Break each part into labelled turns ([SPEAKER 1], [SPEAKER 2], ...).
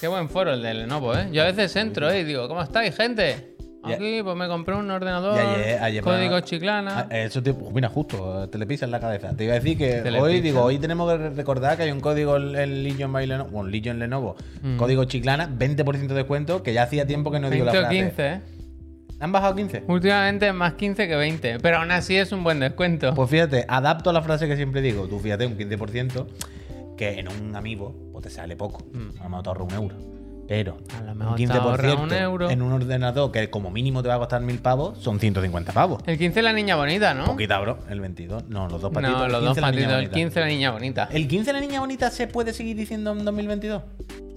[SPEAKER 1] Qué buen foro el del Lenovo, ¿eh? Yo a veces entro eh, y digo, ¿cómo estáis, gente?
[SPEAKER 2] Ya-
[SPEAKER 1] Aquí pues me compré un ordenador,
[SPEAKER 2] Ya, ya, ayer me-
[SPEAKER 1] código chiclana.
[SPEAKER 2] Ah, Eso te, mira, justo, eh, te le pisa en la cabeza. Te iba a decir que
[SPEAKER 1] Te le
[SPEAKER 2] hoy,
[SPEAKER 1] pisa.
[SPEAKER 2] digo, hoy tenemos que recordar que hay un código en- en Legion by Lenovo, bueno, Legion Lenovo,
[SPEAKER 1] Mm.
[SPEAKER 2] código chiclana, 20% de descuento, que ya hacía tiempo que no digo la
[SPEAKER 1] 20 o
[SPEAKER 2] frase.
[SPEAKER 1] 15, ¿eh?
[SPEAKER 2] ¿Han bajado 15?
[SPEAKER 1] Últimamente más 15 que 20, pero aún así es un buen descuento.
[SPEAKER 2] Pues fíjate, adapto a la frase que siempre digo, tú fíjate, un 15%, que en un amigo pues te sale poco, a lo mejor te ahorra un euro.
[SPEAKER 1] Mm.
[SPEAKER 2] Pero
[SPEAKER 1] A lo
[SPEAKER 2] un
[SPEAKER 1] mejor te
[SPEAKER 2] 15%
[SPEAKER 1] ahorra un euro.
[SPEAKER 2] en un ordenador que como mínimo te va a costar mil pavos, son 150 pavos.
[SPEAKER 1] El 15 es la niña bonita, ¿no?
[SPEAKER 2] Poquita, bro. El 22. No, los dos patitos.
[SPEAKER 1] no,
[SPEAKER 2] el
[SPEAKER 1] los dos
[SPEAKER 2] 15 la niña
[SPEAKER 1] patitos, el
[SPEAKER 2] bonita. Eh,
[SPEAKER 1] 15 la niña bonita.
[SPEAKER 2] ¿El 15 la niña bonita se puede seguir diciendo en 2022?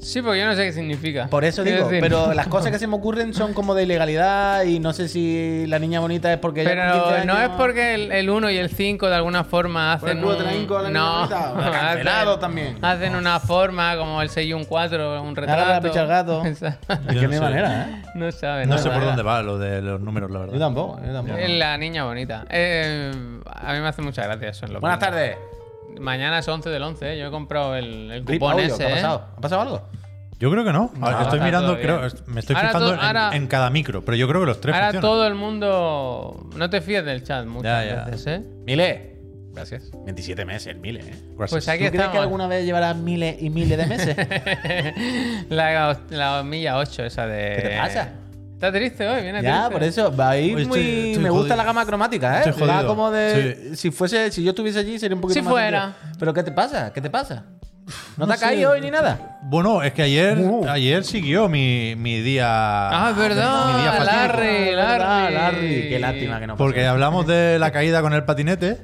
[SPEAKER 1] Sí, porque yo no sé qué significa.
[SPEAKER 2] Por eso
[SPEAKER 1] Quiero
[SPEAKER 2] digo,
[SPEAKER 1] decir,
[SPEAKER 2] pero eh, las cosas que se me ocurren son como de ilegalidad y no sé si la niña bonita es porque... ella con 15
[SPEAKER 1] Pero no es
[SPEAKER 2] años-
[SPEAKER 1] porque el, el 1 y el 5 de alguna forma
[SPEAKER 2] Por Pues el
[SPEAKER 1] hacen.
[SPEAKER 2] culo te la hinco a la
[SPEAKER 1] no,
[SPEAKER 2] niña bonita. Cancelado también.
[SPEAKER 1] Hacen una forma como el 6 y un 4, un retrato.
[SPEAKER 2] la picha al gato.
[SPEAKER 1] Esa-
[SPEAKER 2] Es que no
[SPEAKER 3] Yo no
[SPEAKER 2] hay
[SPEAKER 3] sé.
[SPEAKER 2] manera, ¿eh?
[SPEAKER 1] no sabe
[SPEAKER 3] No
[SPEAKER 1] nada.
[SPEAKER 3] sé por dónde va lo de los números, la
[SPEAKER 2] Yo
[SPEAKER 3] verdad.
[SPEAKER 2] tampoco, yo tampoco.
[SPEAKER 1] Es La niña bonita. Eh, a mí me hace mucha gracia eso. en los
[SPEAKER 2] Buenas
[SPEAKER 1] vídeos.
[SPEAKER 2] tardes.
[SPEAKER 1] Mañana es 11 del 11, ¿eh? yo he comprado el, el
[SPEAKER 2] Rip
[SPEAKER 1] cupón
[SPEAKER 2] Audio,
[SPEAKER 1] ese.
[SPEAKER 2] ¿qué ha
[SPEAKER 1] ¿eh?
[SPEAKER 2] pasado? ¿Ha pasado algo?
[SPEAKER 3] Yo creo que no.
[SPEAKER 1] No,
[SPEAKER 3] estoy
[SPEAKER 1] está
[SPEAKER 3] mirando,
[SPEAKER 1] todo
[SPEAKER 3] creo,
[SPEAKER 1] bien.
[SPEAKER 3] est- me estoy
[SPEAKER 1] Ahora
[SPEAKER 3] fijando
[SPEAKER 1] todo-
[SPEAKER 3] en,
[SPEAKER 1] ahora-
[SPEAKER 3] en cada micro, pero yo creo que los tres
[SPEAKER 1] Ahora
[SPEAKER 3] funcionan.
[SPEAKER 1] todo el mundo. No te fíes del chat muchas
[SPEAKER 3] Ya, ya.
[SPEAKER 1] veces, ¿eh?
[SPEAKER 2] Mile.
[SPEAKER 1] Gracias.
[SPEAKER 2] 27 meses, el Mile, ¿eh?
[SPEAKER 3] Gracias.
[SPEAKER 1] Pues aquí
[SPEAKER 2] ¿Tú crees que
[SPEAKER 1] estamos.
[SPEAKER 2] alguna vez llevarás miles y miles de meses?
[SPEAKER 1] la, la milla 8, esa de.
[SPEAKER 2] ¿Qué te pasa?
[SPEAKER 1] Está triste hoy, viene
[SPEAKER 2] ya,
[SPEAKER 1] triste.
[SPEAKER 2] por eso. Va ahí
[SPEAKER 3] Oye,
[SPEAKER 2] muy...
[SPEAKER 3] estoy- estoy
[SPEAKER 2] me gusta
[SPEAKER 3] jodido.
[SPEAKER 2] la gama cromática, ¿eh?
[SPEAKER 3] Estoy
[SPEAKER 2] Va
[SPEAKER 3] jodido.
[SPEAKER 2] como de... Si fuese... Si yo estuviese allí sería un poquito
[SPEAKER 1] Si
[SPEAKER 2] más...
[SPEAKER 1] fuera.
[SPEAKER 2] sencillo. Pero ¿qué te pasa? ¿Qué te pasa? ¿No, te
[SPEAKER 3] No
[SPEAKER 2] ha
[SPEAKER 3] sé.
[SPEAKER 2] caído hoy ni nada?
[SPEAKER 3] Bueno, es que ayer,
[SPEAKER 2] Uh.
[SPEAKER 3] ayer siguió mi, mi día.
[SPEAKER 1] Ah, es verdad,
[SPEAKER 3] Mi día fatídico.
[SPEAKER 1] Larry,
[SPEAKER 2] Ah,
[SPEAKER 1] Larry.
[SPEAKER 2] Qué lástima que no pasó.
[SPEAKER 3] Porque hablamos de la caída con el patinete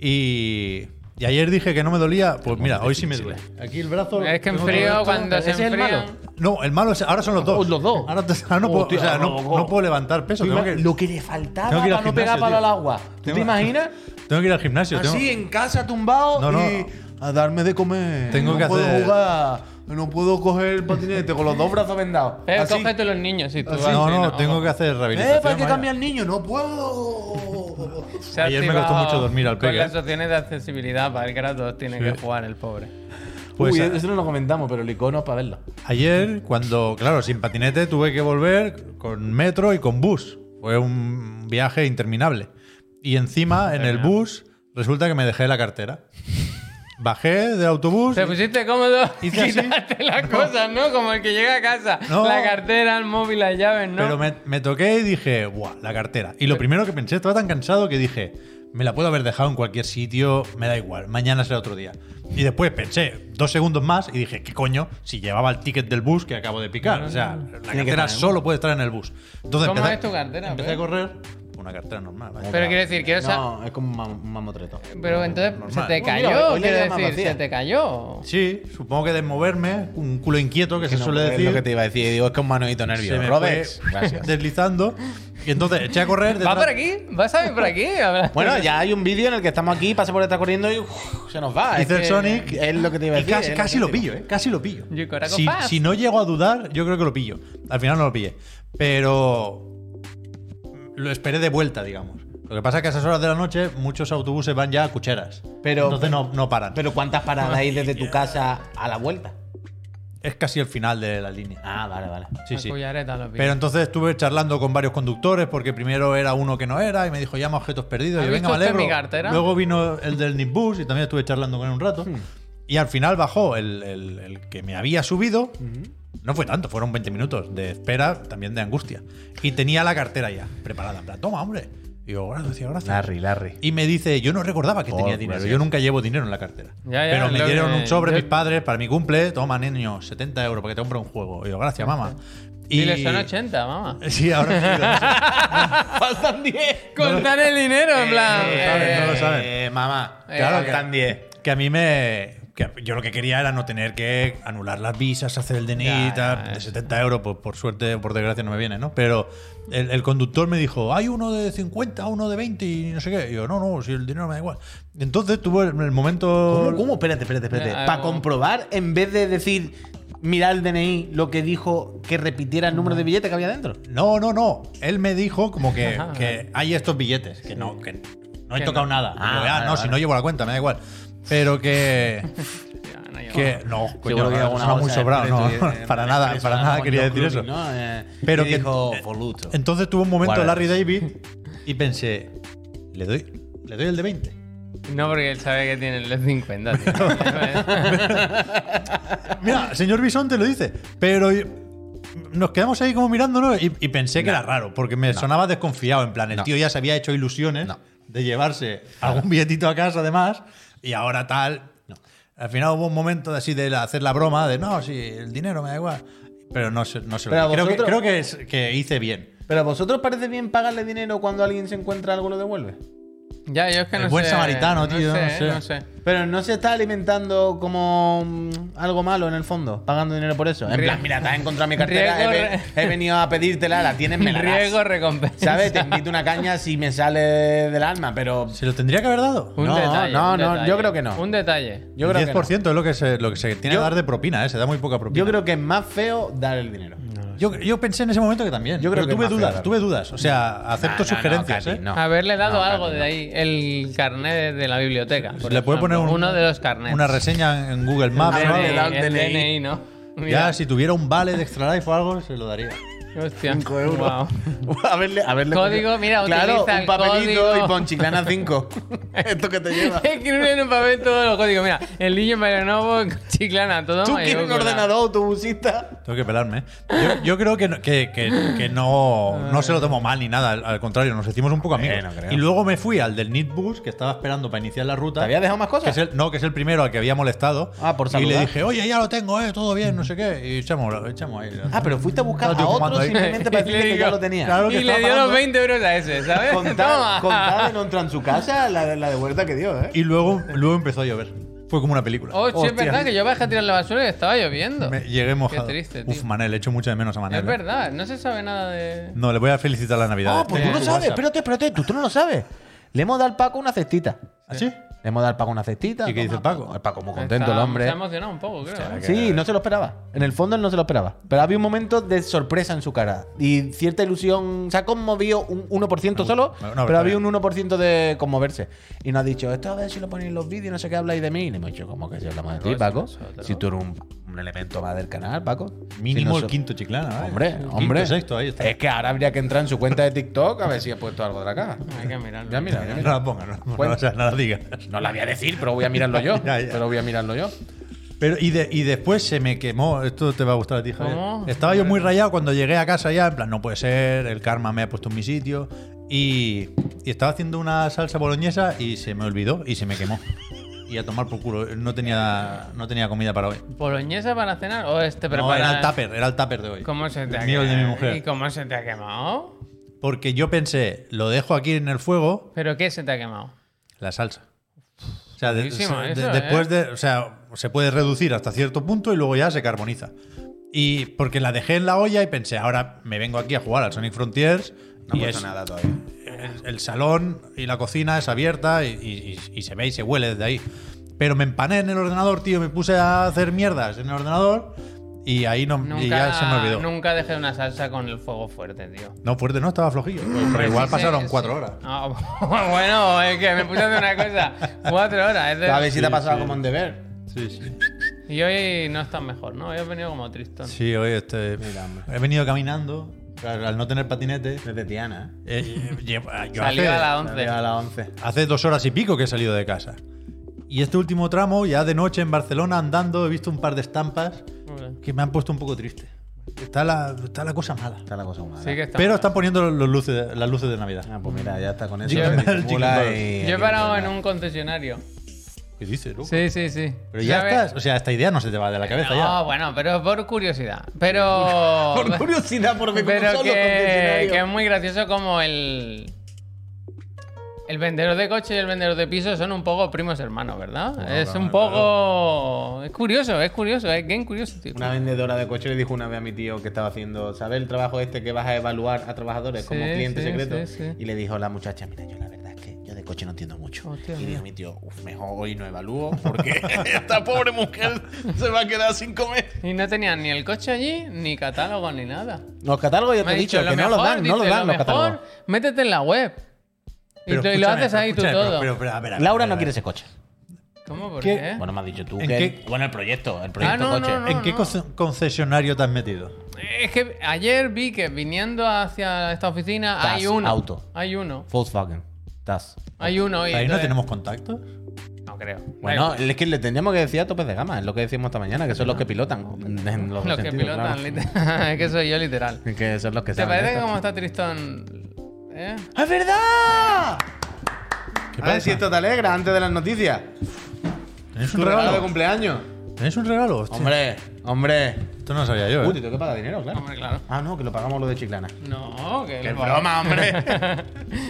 [SPEAKER 3] y, y ayer dije que no me dolía. Pues mira, hoy sí me duele. Aquí el brazo.
[SPEAKER 1] Es que en
[SPEAKER 3] tengo
[SPEAKER 1] frío,
[SPEAKER 3] esto.
[SPEAKER 1] cuando se
[SPEAKER 2] ¿Ese es el
[SPEAKER 1] enfrían.
[SPEAKER 2] malo?
[SPEAKER 3] No, el malo es. Ahora son los
[SPEAKER 2] Oh,
[SPEAKER 3] dos.
[SPEAKER 2] los dos.
[SPEAKER 3] Ahora, te- ahora no, puedo,
[SPEAKER 2] Hostia,
[SPEAKER 3] o sea, no,
[SPEAKER 2] loco.
[SPEAKER 3] no puedo levantar peso.
[SPEAKER 2] Tú
[SPEAKER 3] Tengo
[SPEAKER 2] ima-
[SPEAKER 3] que,
[SPEAKER 2] Lo que le faltaba
[SPEAKER 3] tengo que ir al
[SPEAKER 2] para no pegar
[SPEAKER 3] gimnasio,
[SPEAKER 2] palo
[SPEAKER 3] tío.
[SPEAKER 2] al agua. ¿Tú te
[SPEAKER 3] Tengo-
[SPEAKER 2] imaginas?
[SPEAKER 3] tengo que ir al gimnasio. tengo-
[SPEAKER 2] Así, en casa, tumbado
[SPEAKER 3] No, no.
[SPEAKER 2] y a darme de comer.
[SPEAKER 3] Tengo
[SPEAKER 2] no
[SPEAKER 3] que
[SPEAKER 2] puedo
[SPEAKER 3] hacer-
[SPEAKER 2] jugar. No puedo coger el patinete con los dos brazos vendados.
[SPEAKER 1] Pero
[SPEAKER 2] Así.
[SPEAKER 1] eh, cógete los niños si tú vas. "Oh,
[SPEAKER 3] no, no, tengo que hacer rehabilitación.
[SPEAKER 2] Eh, ¿para qué
[SPEAKER 3] vaya.
[SPEAKER 2] cambia el niño? No puedo.
[SPEAKER 1] Se ha
[SPEAKER 3] Ayer me costó
[SPEAKER 1] activado
[SPEAKER 3] mucho dormir al
[SPEAKER 1] Con
[SPEAKER 3] pegue,
[SPEAKER 1] las
[SPEAKER 3] ¿eh?
[SPEAKER 1] opciones de accesibilidad para el Kratos tiene que
[SPEAKER 3] Sí.
[SPEAKER 1] jugar el pobre.
[SPEAKER 3] Pues,
[SPEAKER 2] Uy, e-
[SPEAKER 3] ah,
[SPEAKER 2] eso no lo comentamos, pero el icono es para verlo.
[SPEAKER 3] Ayer, cuando, claro, sin patinete tuve que volver con metro y con bus. Fue un viaje interminable. Y encima, en el bus, resulta que me dejé la cartera. Bajé del autobús.
[SPEAKER 1] ¿Te pusiste cómodo?
[SPEAKER 3] Hice así.
[SPEAKER 1] Quitaste las cosas, ¿no? Como el que llega a casa.
[SPEAKER 3] No.
[SPEAKER 1] La cartera, el móvil, las llaves, ¿no?
[SPEAKER 3] Pero me, me toqué y dije, ¡buah! La cartera. Y lo primero que pensé, estaba tan cansado que dije, me la puedo haber dejado en cualquier sitio, me da igual, mañana será otro día. Y después pensé dos segundos más y dije, ¿qué coño? Si llevaba el ticket del bus que acabo de picar. O sea, la
[SPEAKER 2] que
[SPEAKER 3] cartera
[SPEAKER 2] estar en el
[SPEAKER 3] solo puede estar en el bus. Entonces
[SPEAKER 1] ¿Cómo
[SPEAKER 3] empecé-
[SPEAKER 1] es tu cartera,
[SPEAKER 3] Empecé a
[SPEAKER 1] Pedro?
[SPEAKER 3] correr una cartera normal. vaya.
[SPEAKER 1] Pero quiero decir, quiero saber.
[SPEAKER 2] No, es como un, mam- un mamotreto.
[SPEAKER 3] Pues
[SPEAKER 1] Pero entonces
[SPEAKER 3] normal.
[SPEAKER 1] se te
[SPEAKER 2] Uy, mira,
[SPEAKER 1] cayó,
[SPEAKER 2] hoy la
[SPEAKER 1] quiero
[SPEAKER 2] llama
[SPEAKER 1] decir,
[SPEAKER 2] vacía.
[SPEAKER 1] se te cayó.
[SPEAKER 3] Sí, supongo que de moverme, un culo inquieto que, se
[SPEAKER 2] No,
[SPEAKER 3] suele
[SPEAKER 2] es
[SPEAKER 3] decir.
[SPEAKER 2] lo que te iba a decir. Digo, es que es un manojito
[SPEAKER 3] se
[SPEAKER 2] nervioso.
[SPEAKER 3] me
[SPEAKER 2] Robex.
[SPEAKER 3] fue
[SPEAKER 2] Gracias.
[SPEAKER 3] deslizando. Y entonces eché a correr.
[SPEAKER 1] ¿Va
[SPEAKER 3] detrás-
[SPEAKER 1] por aquí? ¿Vas a ir por aquí? Habla-
[SPEAKER 2] Bueno, ya hay un vídeo en el que estamos aquí, pasa por detrás corriendo y uff, se nos va.
[SPEAKER 3] Dice
[SPEAKER 2] Es
[SPEAKER 3] el
[SPEAKER 2] que-
[SPEAKER 3] Sonic,
[SPEAKER 2] Es lo que te iba a
[SPEAKER 3] Y
[SPEAKER 2] decir.
[SPEAKER 3] casi,
[SPEAKER 2] es
[SPEAKER 3] casi
[SPEAKER 2] que
[SPEAKER 3] lo
[SPEAKER 2] te-
[SPEAKER 3] pillo, ¿eh? Casi lo pillo.
[SPEAKER 1] Yo con la
[SPEAKER 3] Si,
[SPEAKER 1] copa.
[SPEAKER 3] si no llego a dudar, yo creo que lo pillo. Al final no lo pillé. Pero lo esperé de vuelta, digamos. Lo que pasa es que a esas horas de la noche muchos autobuses van ya a cucheras.
[SPEAKER 2] Pero-
[SPEAKER 3] Entonces no, no paran.
[SPEAKER 2] Pero ¿cuántas paradas hay desde tu casa a la vuelta?
[SPEAKER 3] es casi el final de la línea.
[SPEAKER 2] Ah, vale, vale.
[SPEAKER 3] Sí, sí.
[SPEAKER 1] Collareta, los
[SPEAKER 3] Pero entonces estuve charlando con varios conductores porque primero era uno que no era y me dijo llama objetos perdidos.
[SPEAKER 1] ¿Has
[SPEAKER 3] Y yo,
[SPEAKER 1] visto
[SPEAKER 3] venga, me
[SPEAKER 1] usted
[SPEAKER 3] alegro.
[SPEAKER 1] mi cartera?
[SPEAKER 3] Luego vino el del Nimbus y también estuve charlando con él un rato. Y al final bajó el, el- el que me había subido. No fue tanto, fueron 20 minutos de espera, también de angustia. Y tenía la cartera ya preparada. En plan, toma, hombre. Y yo, gracias, gracias.
[SPEAKER 2] Larry.
[SPEAKER 3] Y me dice, yo no recordaba que
[SPEAKER 2] Oh,
[SPEAKER 3] tenía dinero.
[SPEAKER 2] gracias.
[SPEAKER 3] Yo nunca llevo dinero en la cartera.
[SPEAKER 1] Ya, ya,
[SPEAKER 3] Pero me
[SPEAKER 1] lo
[SPEAKER 3] dieron
[SPEAKER 1] que-
[SPEAKER 3] un sobre
[SPEAKER 1] yo-
[SPEAKER 3] mis padres para mi cumple. Toma, niño, 70 euros para que te compre un juego. Y yo, gracias, mamá.
[SPEAKER 1] Y le son 80, mamá.
[SPEAKER 3] Sí, ahora sí, no sé.
[SPEAKER 2] Faltan Eh, 10.
[SPEAKER 1] Contar el dinero, en plan.
[SPEAKER 3] Eh, no lo saben, no lo
[SPEAKER 1] eh,
[SPEAKER 3] saben.
[SPEAKER 2] Eh, mamá.
[SPEAKER 1] Eh,
[SPEAKER 2] claro,
[SPEAKER 1] que-
[SPEAKER 2] faltan 10.
[SPEAKER 3] Que a mí me. que yo lo que quería era no tener que anular las visas, hacer el DNI y
[SPEAKER 1] Ya,
[SPEAKER 3] tal.
[SPEAKER 1] ya,
[SPEAKER 3] de 70 euros, por, por suerte o por desgracia no me viene, ¿no? Pero el, el conductor me dijo: hay uno de 50, uno de 20 y no sé qué. Y yo, no, no, si el dinero me da igual. Entonces tuve el, el momento.
[SPEAKER 2] ¿Cómo, cómo? Espérate, espérate, espérate.
[SPEAKER 1] Eh,
[SPEAKER 2] Para
[SPEAKER 1] algo-
[SPEAKER 2] comprobar, en vez de decir, mirar el DNI, lo que dijo que repitiera el número de billete que había dentro.
[SPEAKER 3] No, no, no. Él me dijo como que, que hay estos billetes, que no, que no he
[SPEAKER 1] Que
[SPEAKER 3] tocado
[SPEAKER 1] no.
[SPEAKER 3] nada.
[SPEAKER 2] Ah,
[SPEAKER 3] Digo, "Ah,
[SPEAKER 2] vale,
[SPEAKER 3] no,
[SPEAKER 2] vale.
[SPEAKER 3] si no llevo la cuenta, me da igual. Pero que.
[SPEAKER 1] ya, no llevo
[SPEAKER 3] que. No, coño,
[SPEAKER 2] Seguro que
[SPEAKER 3] no,
[SPEAKER 2] alguna
[SPEAKER 3] sonaba muy
[SPEAKER 2] cosa
[SPEAKER 3] sobrado. No,
[SPEAKER 2] express y-
[SPEAKER 3] para
[SPEAKER 2] eh,
[SPEAKER 3] nada,
[SPEAKER 2] express
[SPEAKER 3] para nada
[SPEAKER 2] con
[SPEAKER 3] quería
[SPEAKER 2] George
[SPEAKER 3] decir eso.
[SPEAKER 2] Clooney, ¿no? Eh,
[SPEAKER 3] Pero
[SPEAKER 2] y
[SPEAKER 3] que-
[SPEAKER 2] dijo voluto.
[SPEAKER 3] Entonces tuve un momento
[SPEAKER 2] Guarda.
[SPEAKER 3] Larry David y pensé, le doy, le doy el de 20.
[SPEAKER 1] No, porque él sabe que tiene el 50, tío.
[SPEAKER 3] Mira, señor Bisonte lo dice, pero yo- nos quedamos ahí como mirándonos y, y pensé que era raro, porque me sonaba desconfiado. En plan, el
[SPEAKER 2] No.
[SPEAKER 3] tío ya se había hecho ilusiones
[SPEAKER 2] No.
[SPEAKER 3] de llevarse algún billetito a casa, además, y ahora tal. No. Al final hubo un momento de así de la- hacer la broma de no, sí, el dinero me da igual. Pero no se, no se
[SPEAKER 2] Pero
[SPEAKER 3] lo dije. creo que,
[SPEAKER 2] vosotros-
[SPEAKER 3] creo que, es- que hice bien.
[SPEAKER 2] ¿Pero a vosotros parece bien pagarle dinero cuando alguien se encuentra algo lo devuelve?
[SPEAKER 1] ya, yo es que
[SPEAKER 3] El
[SPEAKER 1] no
[SPEAKER 3] buen
[SPEAKER 1] sé,
[SPEAKER 3] samaritano, tío, no sé.
[SPEAKER 1] No sé.
[SPEAKER 2] Pero no se está alimentando como mm, algo malo en el fondo, pagando dinero por eso. En
[SPEAKER 1] Rie-
[SPEAKER 2] plan, mira, te has encontrado mi cartera, he,
[SPEAKER 1] Riego-
[SPEAKER 2] ve- he venido a pedírtela, la tienes, me la das.
[SPEAKER 1] Riego recompensa.
[SPEAKER 2] ¿Sabes? Te invito una caña si me sale del alma, pero
[SPEAKER 3] ¿Se lo tendría que haber dado?
[SPEAKER 1] Un
[SPEAKER 2] No,
[SPEAKER 1] detalle.
[SPEAKER 2] no,
[SPEAKER 1] un
[SPEAKER 2] no,
[SPEAKER 1] detalle.
[SPEAKER 2] yo creo que no.
[SPEAKER 1] Un detalle.
[SPEAKER 2] yo
[SPEAKER 3] el
[SPEAKER 2] creo que
[SPEAKER 3] 10%
[SPEAKER 2] no.
[SPEAKER 3] es lo que se, lo que se tiene
[SPEAKER 2] Yo-
[SPEAKER 3] que dar de propina, ¿eh? se da muy poca propina.
[SPEAKER 2] Yo creo que es más feo dar el dinero.
[SPEAKER 3] Yo, yo pensé en ese momento que también.
[SPEAKER 2] Yo creo
[SPEAKER 3] Pero
[SPEAKER 2] que
[SPEAKER 3] tuve
[SPEAKER 2] es más
[SPEAKER 3] dudas,
[SPEAKER 2] claro.
[SPEAKER 3] tuve dudas. O sea, acepto
[SPEAKER 2] Ah, No, no, no,
[SPEAKER 3] sugerencias.
[SPEAKER 2] Katy,
[SPEAKER 3] ¿eh?
[SPEAKER 2] no.
[SPEAKER 1] Haberle dado
[SPEAKER 2] No,
[SPEAKER 1] algo
[SPEAKER 2] Katy,
[SPEAKER 1] de
[SPEAKER 2] no.
[SPEAKER 1] ahí. El carnet de la biblioteca. por
[SPEAKER 3] Le puede
[SPEAKER 1] ejemplo.
[SPEAKER 3] poner un-
[SPEAKER 1] uno de los carnets.
[SPEAKER 3] una reseña en Google Maps.
[SPEAKER 2] Ah,
[SPEAKER 3] o
[SPEAKER 2] vale,
[SPEAKER 1] DNI,
[SPEAKER 3] algo.
[SPEAKER 2] dale,
[SPEAKER 1] el
[SPEAKER 2] DNI.
[SPEAKER 1] DNI, ¿no?
[SPEAKER 3] Ya,
[SPEAKER 1] Mira.
[SPEAKER 3] si tuviera un vale de Extra Life o algo, se lo daría.
[SPEAKER 1] Hostia.
[SPEAKER 2] 5 euros.
[SPEAKER 1] Guau.
[SPEAKER 2] haberle, haberle
[SPEAKER 1] Código,
[SPEAKER 2] cogido-
[SPEAKER 1] mira,
[SPEAKER 2] claro,
[SPEAKER 1] utiliza
[SPEAKER 2] un
[SPEAKER 1] el
[SPEAKER 2] papelito
[SPEAKER 1] código.
[SPEAKER 2] y ponchiclana 5. Esto que te lleva.
[SPEAKER 1] Escribe en un papel todos los códigos. Mira, el niño Marianovo, Chiclana, todo.
[SPEAKER 2] ¿Tú quieres un
[SPEAKER 1] mayúscula.
[SPEAKER 2] ordenador autobusista?
[SPEAKER 3] Tengo que pelarme. ¿eh? Yo, yo creo que, no- que, que- que no, no se lo tomo mal ni nada. Al, al contrario, nos hicimos un poco amigos.
[SPEAKER 2] Bueno, creo.
[SPEAKER 3] y luego me fui al del Nitbus, que estaba esperando para iniciar la ruta.
[SPEAKER 2] ¿Te había dejado más
[SPEAKER 3] Que
[SPEAKER 2] cosas?
[SPEAKER 3] es el- no, que es el primero al que había molestado.
[SPEAKER 2] Ah, por
[SPEAKER 3] Y le
[SPEAKER 2] saludar.
[SPEAKER 3] dije, oye, ya lo tengo, eh, todo bien, no sé qué. Y echamos, echamos ahí.
[SPEAKER 2] Ah, pero fuiste a buscar
[SPEAKER 3] Estaba
[SPEAKER 2] a
[SPEAKER 3] yo fumando
[SPEAKER 2] otro
[SPEAKER 3] ahí.
[SPEAKER 2] simplemente para
[SPEAKER 1] Y le
[SPEAKER 2] decirle que ya
[SPEAKER 1] digo,
[SPEAKER 2] lo tenía.
[SPEAKER 3] claro. que
[SPEAKER 1] y le
[SPEAKER 3] estaba
[SPEAKER 1] dio los
[SPEAKER 3] pagando.
[SPEAKER 1] 20 euros a ese, ¿sabes? Toma.
[SPEAKER 2] Contar, contar de no entrar en su casa la, la devuelta que dio, ¿eh?
[SPEAKER 3] Y luego, luego empezó a llover. Fue como una película.
[SPEAKER 1] Oh, sí, es
[SPEAKER 2] Hostia.
[SPEAKER 1] verdad que yo bajé a tirar la basura y estaba lloviendo.
[SPEAKER 3] Me llegué mojado.
[SPEAKER 1] Qué triste, tío.
[SPEAKER 3] Uf, Manel, echo mucho de menos a Manel.
[SPEAKER 1] es
[SPEAKER 3] ¿eh?
[SPEAKER 1] verdad, no se sabe nada de.
[SPEAKER 3] No, le voy a felicitar la Navidad. ¿eh?
[SPEAKER 2] Ah, pues tú
[SPEAKER 3] Tengo
[SPEAKER 2] no
[SPEAKER 3] tu
[SPEAKER 2] sabes,
[SPEAKER 3] WhatsApp.
[SPEAKER 2] espérate, espérate, tú, tú no lo sabes. Le hemos dado al Paco una cestita.
[SPEAKER 3] ¿Ah, sí?
[SPEAKER 2] Le hemos dado al Paco una cestita.
[SPEAKER 3] ¿Y qué dice el Paco?
[SPEAKER 2] El Paco muy contento, el
[SPEAKER 1] Está-
[SPEAKER 2] hombre.
[SPEAKER 1] Se ha emocionado un poco, creo. ¿eh?
[SPEAKER 2] Sí, no se lo esperaba. En el fondo él no se lo esperaba. Pero había un momento de sorpresa en su cara. Y cierta ilusión. Se ha conmovido un 1% solo,
[SPEAKER 3] Bueno, pero
[SPEAKER 2] pero
[SPEAKER 3] está
[SPEAKER 2] había
[SPEAKER 3] bien.
[SPEAKER 2] un 1% de conmoverse. Y nos ha dicho, esto a ver si lo ponéis en los vídeos, no sé qué habláis de mí. Y le hemos dicho, ¿cómo que si hablamos de ti, Paco? Si tú eres un, un elemento más del canal, Paco.
[SPEAKER 3] Mínimo
[SPEAKER 2] Si no
[SPEAKER 3] el
[SPEAKER 2] so-
[SPEAKER 3] quinto chiclana. ¿eh?
[SPEAKER 2] Hombre,
[SPEAKER 3] El quinto,
[SPEAKER 2] hombre. Eh,
[SPEAKER 3] sexto, ahí está.
[SPEAKER 2] Es que ahora habría que entrar en su cuenta de TikTok a ver si ha puesto algo de la caja.
[SPEAKER 1] Hay que mirarlo.
[SPEAKER 2] Ya mira, ya
[SPEAKER 3] No
[SPEAKER 2] mira.
[SPEAKER 3] la ponga, no, no,
[SPEAKER 2] Bueno.
[SPEAKER 3] o sea, no la digas.
[SPEAKER 2] No la voy a decir, pero voy a mirarlo yo.
[SPEAKER 3] Ya, ya.
[SPEAKER 2] Pero voy a mirarlo yo.
[SPEAKER 3] Pero, y, de- y después se me quemó. Esto te va a gustar a ti, Javier.
[SPEAKER 1] ¿Cómo?
[SPEAKER 3] Estaba yo muy rayado cuando llegué a casa ya, en plan, no puede ser, el karma me ha puesto en mi sitio. Y, y estaba haciendo una salsa boloñesa y se me olvidó y se me quemó. Y a tomar por culo, no tenía, no tenía comida para hoy.
[SPEAKER 1] ¿Boloñesa para cenar o este
[SPEAKER 3] No,
[SPEAKER 1] prepara?
[SPEAKER 3] era el tupper, era el tupper de hoy.
[SPEAKER 1] ¿Cómo se te
[SPEAKER 3] El
[SPEAKER 1] ha
[SPEAKER 3] mío y el de mi mujer.
[SPEAKER 1] ¿Y cómo se te ha quemado?
[SPEAKER 3] Porque yo pensé, lo dejo aquí en el fuego,
[SPEAKER 1] ¿Pero qué se te ha quemado?
[SPEAKER 3] la salsa. O sea, de-
[SPEAKER 1] Buenísimo
[SPEAKER 3] se-
[SPEAKER 1] eso,
[SPEAKER 3] de-
[SPEAKER 1] ¿eh?
[SPEAKER 3] después de, o sea, se puede reducir hasta cierto punto y luego ya se carboniza. Y porque la dejé en la olla y pensé, ahora me vengo aquí a jugar al Sonic Frontiers. y es-
[SPEAKER 2] todavía.
[SPEAKER 3] el, el salón y la cocina es abierta y, y- y- y se ve y se huele desde ahí. Pero me empané en el ordenador, tío, me puse a hacer mierdas en el ordenador y ahí no,
[SPEAKER 1] Nunca,
[SPEAKER 3] y ya se me olvidó.
[SPEAKER 1] Nunca dejé una salsa con el fuego fuerte, tío.
[SPEAKER 3] No, fuerte no, estaba flojillo. Pero
[SPEAKER 1] Hombre,
[SPEAKER 3] igual
[SPEAKER 1] sí,
[SPEAKER 3] pasaron
[SPEAKER 1] sí.
[SPEAKER 3] cuatro horas.
[SPEAKER 1] Ah, bueno, es que me puse a hacer una cosa. Cuatro horas. es de-
[SPEAKER 2] A ver si te ha pasado como en deber.
[SPEAKER 3] Sí, sí.
[SPEAKER 1] Y hoy no estás mejor, ¿no? Hoy has venido como tristón.
[SPEAKER 3] Sí, hoy este,
[SPEAKER 2] Mira, hombre.
[SPEAKER 3] he venido caminando, claro, al no tener patinete.
[SPEAKER 2] Desde Tiana, ¿eh?
[SPEAKER 3] eh, llevo- yo
[SPEAKER 1] Salió a la
[SPEAKER 3] hace,
[SPEAKER 2] Salió a
[SPEAKER 1] 11.
[SPEAKER 2] las 11.
[SPEAKER 3] hace dos horas y pico que he salido de casa. Y este último tramo, ya de noche en Barcelona, andando, he visto un par de estampas que me han puesto un poco triste. Está la, está la cosa mala.
[SPEAKER 2] Está la cosa humana.
[SPEAKER 1] Sí que está.
[SPEAKER 3] Pero están poniendo los luces, las luces de Navidad.
[SPEAKER 2] Ah, pues mira, ya está con eso.
[SPEAKER 1] Yo-
[SPEAKER 2] se
[SPEAKER 1] el
[SPEAKER 2] disimula
[SPEAKER 3] chico-
[SPEAKER 2] y-
[SPEAKER 1] Yo he parado en un concesionario.
[SPEAKER 3] ¿Qué dices, loco?
[SPEAKER 1] Sí, sí, sí.
[SPEAKER 3] Pero ya
[SPEAKER 1] ¿Sabes?
[SPEAKER 3] estás, o sea, esta idea no se te va de la cabeza
[SPEAKER 1] No, bueno, pero por curiosidad. Pero.
[SPEAKER 2] Por curiosidad, porque como
[SPEAKER 1] pero
[SPEAKER 2] son los
[SPEAKER 1] que,
[SPEAKER 2] concesionarios.
[SPEAKER 1] que es muy gracioso como el. El vendedor de coche y el vendedor de piso son un poco primos hermanos, ¿verdad? es
[SPEAKER 3] claro,
[SPEAKER 1] un poco. Es curioso, es curioso, es game curioso, tío.
[SPEAKER 2] Una vendedora de coche le dijo una vez a mi tío que estaba haciendo, ¿sabes el trabajo este que vas a evaluar a trabajadores como
[SPEAKER 1] Sí,
[SPEAKER 2] cliente
[SPEAKER 1] sí,
[SPEAKER 2] secreto?
[SPEAKER 1] sí, sí.
[SPEAKER 2] Y le dijo la muchacha, mira, yo la verdad es que yo de coche no entiendo mucho.
[SPEAKER 1] Hostia,
[SPEAKER 2] y
[SPEAKER 1] mira.
[SPEAKER 2] dijo mi tío, "Uf, mejor hoy no evalúo porque esta pobre mujer se va a quedar sin comer.
[SPEAKER 1] Y no tenían ni el coche allí, ni catálogo, ni nada.
[SPEAKER 2] Los catálogos ya te
[SPEAKER 1] Me
[SPEAKER 2] he
[SPEAKER 1] ha
[SPEAKER 2] dicho,
[SPEAKER 1] "Lo
[SPEAKER 2] que no los
[SPEAKER 1] mejor",
[SPEAKER 2] dan, no los
[SPEAKER 1] dice,
[SPEAKER 2] dan
[SPEAKER 1] "Lo
[SPEAKER 2] los
[SPEAKER 1] mejor,
[SPEAKER 2] catálogos.
[SPEAKER 1] Métete en la web. Y,
[SPEAKER 3] Pero
[SPEAKER 1] tú- y lo
[SPEAKER 3] escúchame,
[SPEAKER 1] haces ahí tú
[SPEAKER 3] escúchame, pero-
[SPEAKER 1] todo.
[SPEAKER 3] pero- pero, a ver, a ver,
[SPEAKER 2] Laura
[SPEAKER 3] a ver,
[SPEAKER 2] no
[SPEAKER 3] a ver.
[SPEAKER 2] quiere ese coche.
[SPEAKER 1] ¿Cómo? ¿Por
[SPEAKER 3] ¿Qué?
[SPEAKER 1] qué?
[SPEAKER 2] Bueno, me has dicho tú
[SPEAKER 3] ¿En
[SPEAKER 2] que.
[SPEAKER 3] qué?
[SPEAKER 2] Bueno, el proyecto, el proyecto
[SPEAKER 1] no,
[SPEAKER 2] coche.
[SPEAKER 1] no, no.
[SPEAKER 3] ¿En qué conce- concesionario te has metido?
[SPEAKER 1] Es que ayer vi que viniendo hacia esta oficina
[SPEAKER 2] Tas,
[SPEAKER 1] hay uno.
[SPEAKER 2] auto.
[SPEAKER 1] Hay uno.
[SPEAKER 2] Volkswagen. Das.
[SPEAKER 1] Hay uno. y
[SPEAKER 3] Ahí no
[SPEAKER 1] entonces-
[SPEAKER 3] tenemos contactos.
[SPEAKER 1] No creo.
[SPEAKER 2] Bueno,
[SPEAKER 1] Da igual.
[SPEAKER 2] es que le tendríamos que decir a topes de gama, es lo que decimos esta mañana, que son los que pilotan. en los dos
[SPEAKER 1] los que
[SPEAKER 2] sentidos,
[SPEAKER 1] pilotan,
[SPEAKER 2] claro.
[SPEAKER 1] literal. es que soy yo, literal.
[SPEAKER 2] Que son los que
[SPEAKER 1] ¿Te
[SPEAKER 2] saben de
[SPEAKER 1] parece
[SPEAKER 2] esto.
[SPEAKER 1] cómo está Tristón? ¿Eh?
[SPEAKER 2] ¡Es verdad!
[SPEAKER 3] ¿Qué
[SPEAKER 2] A ver
[SPEAKER 3] pasa?
[SPEAKER 2] si esto te alegra antes de las noticias.
[SPEAKER 3] ¿Tenéis
[SPEAKER 2] Tu
[SPEAKER 3] un
[SPEAKER 2] regalo de
[SPEAKER 3] regalo?
[SPEAKER 2] cumpleaños.
[SPEAKER 3] ¿Tenéis un regalo? Hostia,
[SPEAKER 2] Hombre, hombre.
[SPEAKER 3] Esto no lo sabía yo.
[SPEAKER 2] Uy, te
[SPEAKER 3] ¿eh?
[SPEAKER 2] tengo que pagar dinero, claro.
[SPEAKER 1] Hombre, claro.
[SPEAKER 2] Ah, no, que lo pagamos lo de Chiclana.
[SPEAKER 1] No, que
[SPEAKER 2] ¡Qué
[SPEAKER 1] lo-
[SPEAKER 2] broma, hombre!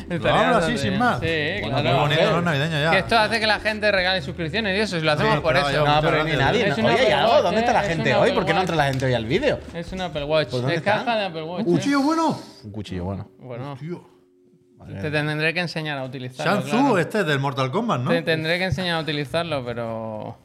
[SPEAKER 1] Estaría
[SPEAKER 3] Lo hablo así,
[SPEAKER 1] bastante
[SPEAKER 3] sin
[SPEAKER 1] bien.
[SPEAKER 3] más.
[SPEAKER 1] Sí,
[SPEAKER 2] Bueno,
[SPEAKER 1] claro.
[SPEAKER 3] Muy bonito,
[SPEAKER 2] hombre.
[SPEAKER 3] los navideños ya.
[SPEAKER 1] Que esto hace que la gente regale suscripciones y eso, si lo hacemos
[SPEAKER 3] Sí,
[SPEAKER 1] por
[SPEAKER 3] claro,
[SPEAKER 1] eso.
[SPEAKER 3] yo-
[SPEAKER 2] No, pero ni
[SPEAKER 3] gracias.
[SPEAKER 2] nadie.
[SPEAKER 1] Es
[SPEAKER 2] no.
[SPEAKER 1] una
[SPEAKER 2] Oye, ya,
[SPEAKER 1] Apple Watch,
[SPEAKER 2] ¿dónde está la
[SPEAKER 1] eh, es
[SPEAKER 2] gente
[SPEAKER 1] una
[SPEAKER 2] hoy?
[SPEAKER 1] Apple
[SPEAKER 2] ¿Por qué no
[SPEAKER 1] Watch.
[SPEAKER 2] entra la gente hoy al vídeo?
[SPEAKER 1] Es un Apple Watch.
[SPEAKER 2] ¿Pues dónde
[SPEAKER 1] es caja
[SPEAKER 2] están?
[SPEAKER 1] de Apple Watch.
[SPEAKER 3] ¡Un
[SPEAKER 1] eh.
[SPEAKER 3] cuchillo bueno!
[SPEAKER 2] Un cuchillo bueno.
[SPEAKER 1] Bueno,
[SPEAKER 3] Tío.
[SPEAKER 1] te tendré que enseñar a utilizarlo.
[SPEAKER 3] Shanzu,
[SPEAKER 1] claro.
[SPEAKER 3] este es del Mortal Kombat, ¿no?
[SPEAKER 1] Te tendré que enseñar a utilizarlo, pero.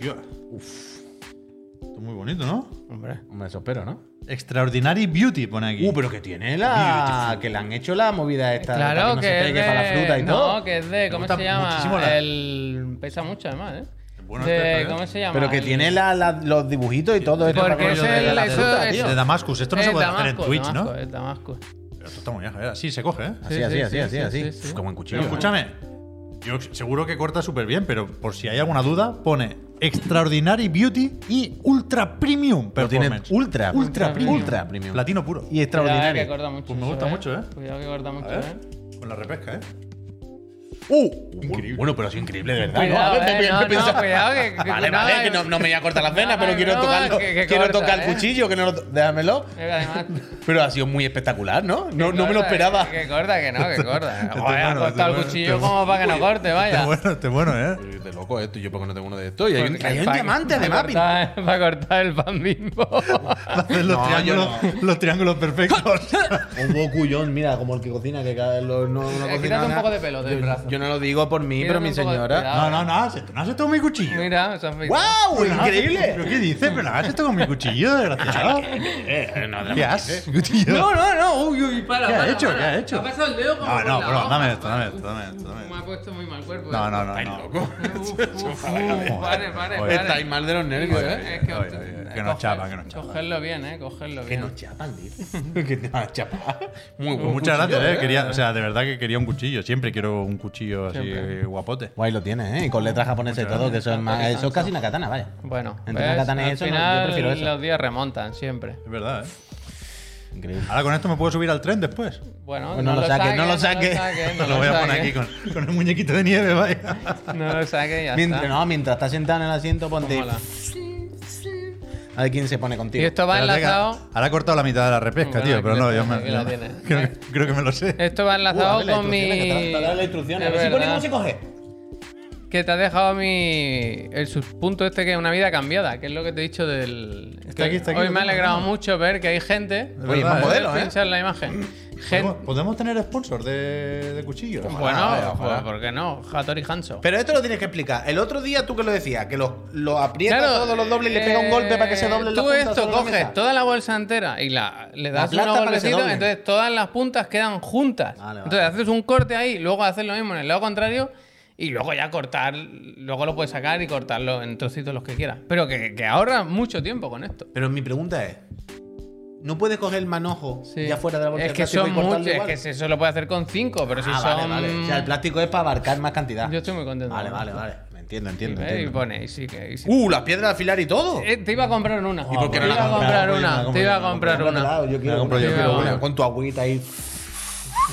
[SPEAKER 3] Tío. Esto es muy bonito, ¿no?
[SPEAKER 1] Hombre.
[SPEAKER 2] Hombre, eso espero, ¿no?
[SPEAKER 3] Extraordinary Beauty pone aquí.
[SPEAKER 2] Uh, pero que tiene la. Que le han hecho la movida esta.
[SPEAKER 1] Claro que,
[SPEAKER 2] para no se
[SPEAKER 1] es
[SPEAKER 2] pegue
[SPEAKER 1] de...
[SPEAKER 2] para la fruta y
[SPEAKER 1] no,
[SPEAKER 2] todo.
[SPEAKER 1] que es de. ¿Cómo
[SPEAKER 3] gusta
[SPEAKER 1] se llama?
[SPEAKER 3] muchísimo la-
[SPEAKER 1] El. Pesa mucho, además, ¿eh?
[SPEAKER 3] Bueno,
[SPEAKER 1] De-
[SPEAKER 3] este, ¿eh?
[SPEAKER 1] ¿Cómo se llama?
[SPEAKER 2] Pero que
[SPEAKER 1] El-
[SPEAKER 2] tiene la- la- los dibujitos y todo esto.
[SPEAKER 1] Porque
[SPEAKER 2] para
[SPEAKER 1] es
[SPEAKER 2] que no se
[SPEAKER 1] el-
[SPEAKER 2] pegue la
[SPEAKER 1] eso-
[SPEAKER 2] fruta,
[SPEAKER 1] eso-
[SPEAKER 2] tío.
[SPEAKER 3] De Damascus. Esto no
[SPEAKER 1] es
[SPEAKER 3] se puede hacer
[SPEAKER 1] Damasco,
[SPEAKER 3] en Twitch,
[SPEAKER 1] Damasco,
[SPEAKER 3] ¿no?
[SPEAKER 1] Es Damasco.
[SPEAKER 3] Pero esto está muy bien, joder. Así se coge, ¿eh?
[SPEAKER 2] Así,
[SPEAKER 1] Sí,
[SPEAKER 2] así,
[SPEAKER 1] sí,
[SPEAKER 2] así,
[SPEAKER 1] sí,
[SPEAKER 2] así,
[SPEAKER 1] sí,
[SPEAKER 2] así.
[SPEAKER 1] sí, sí.
[SPEAKER 2] Uf, Qué buen cuchillo.
[SPEAKER 3] Pero escúchame. Yo seguro que corta súper bien, pero por si hay alguna duda, pone Extraordinary Beauty y Ultra Premium
[SPEAKER 2] Pero tiene
[SPEAKER 3] Performance.
[SPEAKER 2] ultra,
[SPEAKER 1] Ultra premium.
[SPEAKER 2] ultra premium.
[SPEAKER 3] Platino puro.
[SPEAKER 2] y
[SPEAKER 1] Cuidado, eh, que
[SPEAKER 2] extraordinario.
[SPEAKER 1] corta mucho.
[SPEAKER 3] Pues me
[SPEAKER 1] eso,
[SPEAKER 3] gusta mucho, ¿eh?
[SPEAKER 1] Cuidado que corta mucho,
[SPEAKER 3] A ver.
[SPEAKER 1] ¿eh?
[SPEAKER 3] Con la repesca, ¿eh?
[SPEAKER 2] ¡Uh! Bueno, pero es increíble, de verdad.
[SPEAKER 1] Cuidado,
[SPEAKER 2] ¿no? A ver,
[SPEAKER 1] eh,
[SPEAKER 2] ¿qué-
[SPEAKER 1] no,
[SPEAKER 2] qué
[SPEAKER 1] no,
[SPEAKER 2] piensas?
[SPEAKER 1] cuidado, que- que-
[SPEAKER 2] Ah, Vale,
[SPEAKER 1] no
[SPEAKER 2] vale,
[SPEAKER 1] hagas-
[SPEAKER 2] que no, no me voy a cortar la
[SPEAKER 1] no
[SPEAKER 2] cena, pero
[SPEAKER 1] hagas
[SPEAKER 2] quiero
[SPEAKER 1] bromas,
[SPEAKER 2] tocarlo.
[SPEAKER 1] que- que
[SPEAKER 2] quiero
[SPEAKER 1] corta,
[SPEAKER 2] tocar el
[SPEAKER 1] eh.
[SPEAKER 2] cuchillo, que no lo. Déjamelo.
[SPEAKER 1] Eh, Además.
[SPEAKER 2] Pero ha sido muy espectacular, ¿no? No, no me lo
[SPEAKER 1] corta,
[SPEAKER 2] esperaba.
[SPEAKER 1] Que, que corta, que no, que corta.
[SPEAKER 3] Este
[SPEAKER 1] Joder, ha
[SPEAKER 3] bueno,
[SPEAKER 1] cortado
[SPEAKER 3] este
[SPEAKER 1] el
[SPEAKER 3] bueno,
[SPEAKER 1] cuchillo
[SPEAKER 3] este
[SPEAKER 1] como para que no corte,
[SPEAKER 3] Está
[SPEAKER 1] vaya.
[SPEAKER 3] bueno, este bueno, ¿eh?
[SPEAKER 2] De loco esto, yo porque no tengo uno de estos. Y hay un,
[SPEAKER 1] Porque
[SPEAKER 2] hay un
[SPEAKER 1] pa-
[SPEAKER 2] diamante de
[SPEAKER 1] pa
[SPEAKER 2] mapping.
[SPEAKER 1] cortar- Para cortar el pan bimbo.
[SPEAKER 3] Para hacer los,
[SPEAKER 2] No,
[SPEAKER 3] triángulos,
[SPEAKER 2] yo
[SPEAKER 3] los triángulos perfectos.
[SPEAKER 2] Un bocullón, mira, como el que cocina, que cada lo- no, no
[SPEAKER 1] Eh,
[SPEAKER 2] cocina
[SPEAKER 1] quítate un
[SPEAKER 2] nada.
[SPEAKER 1] poco de pelo del
[SPEAKER 2] Yo-
[SPEAKER 1] brazo.
[SPEAKER 2] Yo no lo digo por mí,
[SPEAKER 1] Quítate
[SPEAKER 2] pero mi
[SPEAKER 1] un poco de-
[SPEAKER 2] señora.
[SPEAKER 1] cuidado.
[SPEAKER 3] No, no, no, hagas esto, no has esto con mi cuchillo.
[SPEAKER 1] Mira, se han fijado.
[SPEAKER 2] ¡Wow!
[SPEAKER 3] Pero no hagas- ¿Pero
[SPEAKER 2] ¡Increíble!
[SPEAKER 3] qué dices? Pero no hagas esto con mi cuchillo, desgraciado. Eh, ¿Qué haces? Cuchillo.
[SPEAKER 2] No, no, no. Uy, uy, para.
[SPEAKER 3] ¿Qué ha
[SPEAKER 1] Para,
[SPEAKER 3] hecho?
[SPEAKER 1] para.
[SPEAKER 3] ¿Qué ha hecho?
[SPEAKER 1] Ha pasado el dedo como
[SPEAKER 3] No,
[SPEAKER 1] por
[SPEAKER 3] no,
[SPEAKER 1] la
[SPEAKER 3] bro,
[SPEAKER 1] hoja.
[SPEAKER 3] dame esto, dame esto, dame esto, dame
[SPEAKER 1] Me
[SPEAKER 3] esto.
[SPEAKER 1] ha puesto muy mal cuerpo.
[SPEAKER 3] No,
[SPEAKER 1] eh.
[SPEAKER 3] no, no, no.
[SPEAKER 2] loco.
[SPEAKER 1] Uf, uf, uf, Pare, pare,
[SPEAKER 3] Oye,
[SPEAKER 2] Estáis
[SPEAKER 1] pare.
[SPEAKER 2] mal de los nervios,
[SPEAKER 1] Sí,
[SPEAKER 2] ¿eh?
[SPEAKER 1] es que-
[SPEAKER 3] Oye, oye, que nos chapa, que nos chapa.
[SPEAKER 1] Cogerlo bien, eh, cogerlo
[SPEAKER 2] Que
[SPEAKER 1] bien.
[SPEAKER 2] nos chapan, tío. Que te van a chapar. Muy buen
[SPEAKER 3] Pues muchas
[SPEAKER 2] cuchillo,
[SPEAKER 3] gracias, eh. Quería, o sea, de verdad que quería un cuchillo. Siempre quiero un cuchillo así eh,
[SPEAKER 1] Siempre.
[SPEAKER 3] guapote.
[SPEAKER 2] Guay lo tienes, ¿eh? Y con letras japonesas y todo, que eso es, más, eso es casi una katana, vaya.
[SPEAKER 1] Bueno,
[SPEAKER 2] Entre
[SPEAKER 1] ¿ves?
[SPEAKER 2] una katana y
[SPEAKER 1] al
[SPEAKER 2] eso, no, yo
[SPEAKER 1] final
[SPEAKER 2] prefiero eso.
[SPEAKER 1] los días remontan siempre.
[SPEAKER 3] Es verdad, eh.
[SPEAKER 2] Increíble.
[SPEAKER 3] Ahora con esto me puedo subir al tren después.
[SPEAKER 1] Bueno,
[SPEAKER 2] Pues no lo saques, no lo saques.
[SPEAKER 1] saques,
[SPEAKER 3] Lo voy a poner aquí
[SPEAKER 1] saques.
[SPEAKER 3] con, con el muñequito de nieve, vaya.
[SPEAKER 1] No lo saques y ya
[SPEAKER 2] Mientras,
[SPEAKER 1] está. Pues
[SPEAKER 2] no, mientras estás sentado en el asiento, ponte.
[SPEAKER 1] Mola.
[SPEAKER 2] A ver quién se pone
[SPEAKER 1] Y
[SPEAKER 2] contigo.
[SPEAKER 1] esto va
[SPEAKER 3] Espérate, que
[SPEAKER 1] enlazado.
[SPEAKER 3] Ahora ha cortado la mitad de la repesca,
[SPEAKER 1] Bueno,
[SPEAKER 3] tío. Pero no,
[SPEAKER 1] aquí
[SPEAKER 3] yo
[SPEAKER 1] la tienes, aquí la
[SPEAKER 3] me, me-
[SPEAKER 1] tienes.
[SPEAKER 3] creo, que- creo que me lo sé.
[SPEAKER 1] Esto va
[SPEAKER 2] Uh, a
[SPEAKER 1] enlazado
[SPEAKER 2] ver las
[SPEAKER 1] con mi.
[SPEAKER 2] instrucciones, que te- te da las instrucciones. A
[SPEAKER 1] Es
[SPEAKER 2] ver si pone cómo
[SPEAKER 1] verdad.
[SPEAKER 2] se coge.
[SPEAKER 1] Que te ha dejado mi. El subpunto este que es una vida cambiada, que es lo que te he dicho del.
[SPEAKER 3] Está aquí, está aquí,
[SPEAKER 1] Hoy
[SPEAKER 3] lo
[SPEAKER 1] me ha
[SPEAKER 3] tengo,
[SPEAKER 1] alegrado
[SPEAKER 3] lo tengo.
[SPEAKER 1] mucho ver que hay gente.
[SPEAKER 3] Oye, más
[SPEAKER 2] modelo, ¿eh?
[SPEAKER 1] Pensar la imagen.
[SPEAKER 3] ¿Podemos,
[SPEAKER 1] Gente.
[SPEAKER 3] podemos tener sponsors de, de cuchillos?
[SPEAKER 1] Bueno,
[SPEAKER 2] ojalá.
[SPEAKER 1] pues, ¿por qué no? Hattori Hanso.
[SPEAKER 2] Pero esto lo tienes que explicar. El otro día tú que lo decías, que lo, lo aprietas
[SPEAKER 1] Claro,
[SPEAKER 2] todos los dobles y le pega un
[SPEAKER 1] eh,
[SPEAKER 2] golpe para que se doble
[SPEAKER 1] Tú esto coges toda la bolsa entera y la, le das
[SPEAKER 2] La
[SPEAKER 1] una
[SPEAKER 2] aplastas para que se
[SPEAKER 1] golpecito,
[SPEAKER 2] doble.
[SPEAKER 1] entonces todas las puntas quedan juntas.
[SPEAKER 2] Vale, vale.
[SPEAKER 1] Entonces haces un corte ahí, luego haces lo mismo en el lado contrario y luego ya cortar, luego lo puedes sacar y cortarlo en trocitos los que quieras. Pero que, que ahorras mucho tiempo con esto.
[SPEAKER 2] Pero mi pregunta es: ¿no puedes coger el manojo
[SPEAKER 1] Sí.
[SPEAKER 2] ya fuera de la bolsa
[SPEAKER 1] es
[SPEAKER 2] de
[SPEAKER 1] que
[SPEAKER 2] plástico
[SPEAKER 1] son
[SPEAKER 2] y cortarlo
[SPEAKER 1] muchos, es
[SPEAKER 2] igual?
[SPEAKER 1] que eso lo puedes hacer con cinco, pero si
[SPEAKER 2] Ah,
[SPEAKER 1] son.
[SPEAKER 2] vale, vale. O sea, el plástico es para abarcar más cantidad.
[SPEAKER 1] Yo estoy muy contento.
[SPEAKER 2] Vale, vale, vale. Me entiendo, entiendo.
[SPEAKER 1] ¿Eh? Y
[SPEAKER 2] entiendo.
[SPEAKER 1] pone, y sí que. y sí.
[SPEAKER 2] Uh, las piedras de afilar y todo.
[SPEAKER 1] Eh, te iba a comprar una. ¿Y
[SPEAKER 2] por qué no
[SPEAKER 1] te
[SPEAKER 2] la
[SPEAKER 1] iba a
[SPEAKER 2] compras?
[SPEAKER 1] comprar
[SPEAKER 3] Yo me la
[SPEAKER 1] una.
[SPEAKER 3] compro,
[SPEAKER 1] Te iba a
[SPEAKER 3] yo me la
[SPEAKER 1] comprar
[SPEAKER 2] Cómpratela,
[SPEAKER 1] una.
[SPEAKER 2] Yo
[SPEAKER 3] Me la compro yo,
[SPEAKER 2] yo
[SPEAKER 1] quiero
[SPEAKER 2] quiero
[SPEAKER 1] una.
[SPEAKER 2] una. Con tu agüita ahí.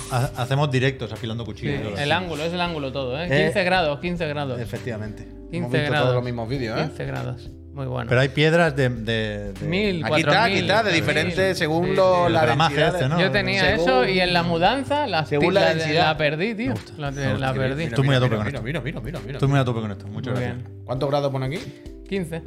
[SPEAKER 3] Ha- Hacemos directos afilando
[SPEAKER 1] Sí,
[SPEAKER 3] cuchillos.
[SPEAKER 1] el ángulo, es el ángulo todo, ¿eh?
[SPEAKER 2] Eh,
[SPEAKER 1] 15 grados, 15 grados.
[SPEAKER 2] Efectivamente. Hemos
[SPEAKER 1] 15
[SPEAKER 2] visto
[SPEAKER 1] grados.
[SPEAKER 2] todos los mismos vídeos, ¿eh?
[SPEAKER 1] 15 grados. Muy bueno.
[SPEAKER 3] Pero hay piedras de. de- de-
[SPEAKER 1] Mil,
[SPEAKER 2] Aquí
[SPEAKER 1] cuatro
[SPEAKER 2] está,
[SPEAKER 1] mil,
[SPEAKER 2] aquí está, de
[SPEAKER 1] cuatro mil.
[SPEAKER 2] diferentes según
[SPEAKER 1] Sí,
[SPEAKER 2] lo-
[SPEAKER 3] sí.
[SPEAKER 2] la
[SPEAKER 3] El gramaje
[SPEAKER 2] densidad.
[SPEAKER 3] este, ¿no?
[SPEAKER 1] Yo tenía
[SPEAKER 2] según-
[SPEAKER 1] eso y en la mudanza las
[SPEAKER 2] según la
[SPEAKER 1] la,
[SPEAKER 2] densidad.
[SPEAKER 1] la perdí, tío. La, la
[SPEAKER 2] Hostia, mira,
[SPEAKER 1] perdí.
[SPEAKER 2] mira,
[SPEAKER 3] Estoy muy
[SPEAKER 2] mira,
[SPEAKER 3] a tope con
[SPEAKER 2] mira,
[SPEAKER 3] esto.
[SPEAKER 2] Mira, mira, mira, mira.
[SPEAKER 3] Estoy muy a tope con esto. Muchas
[SPEAKER 1] Muy
[SPEAKER 3] gracias.
[SPEAKER 1] bien.
[SPEAKER 2] ¿Cuántos grados pone aquí?
[SPEAKER 1] 15.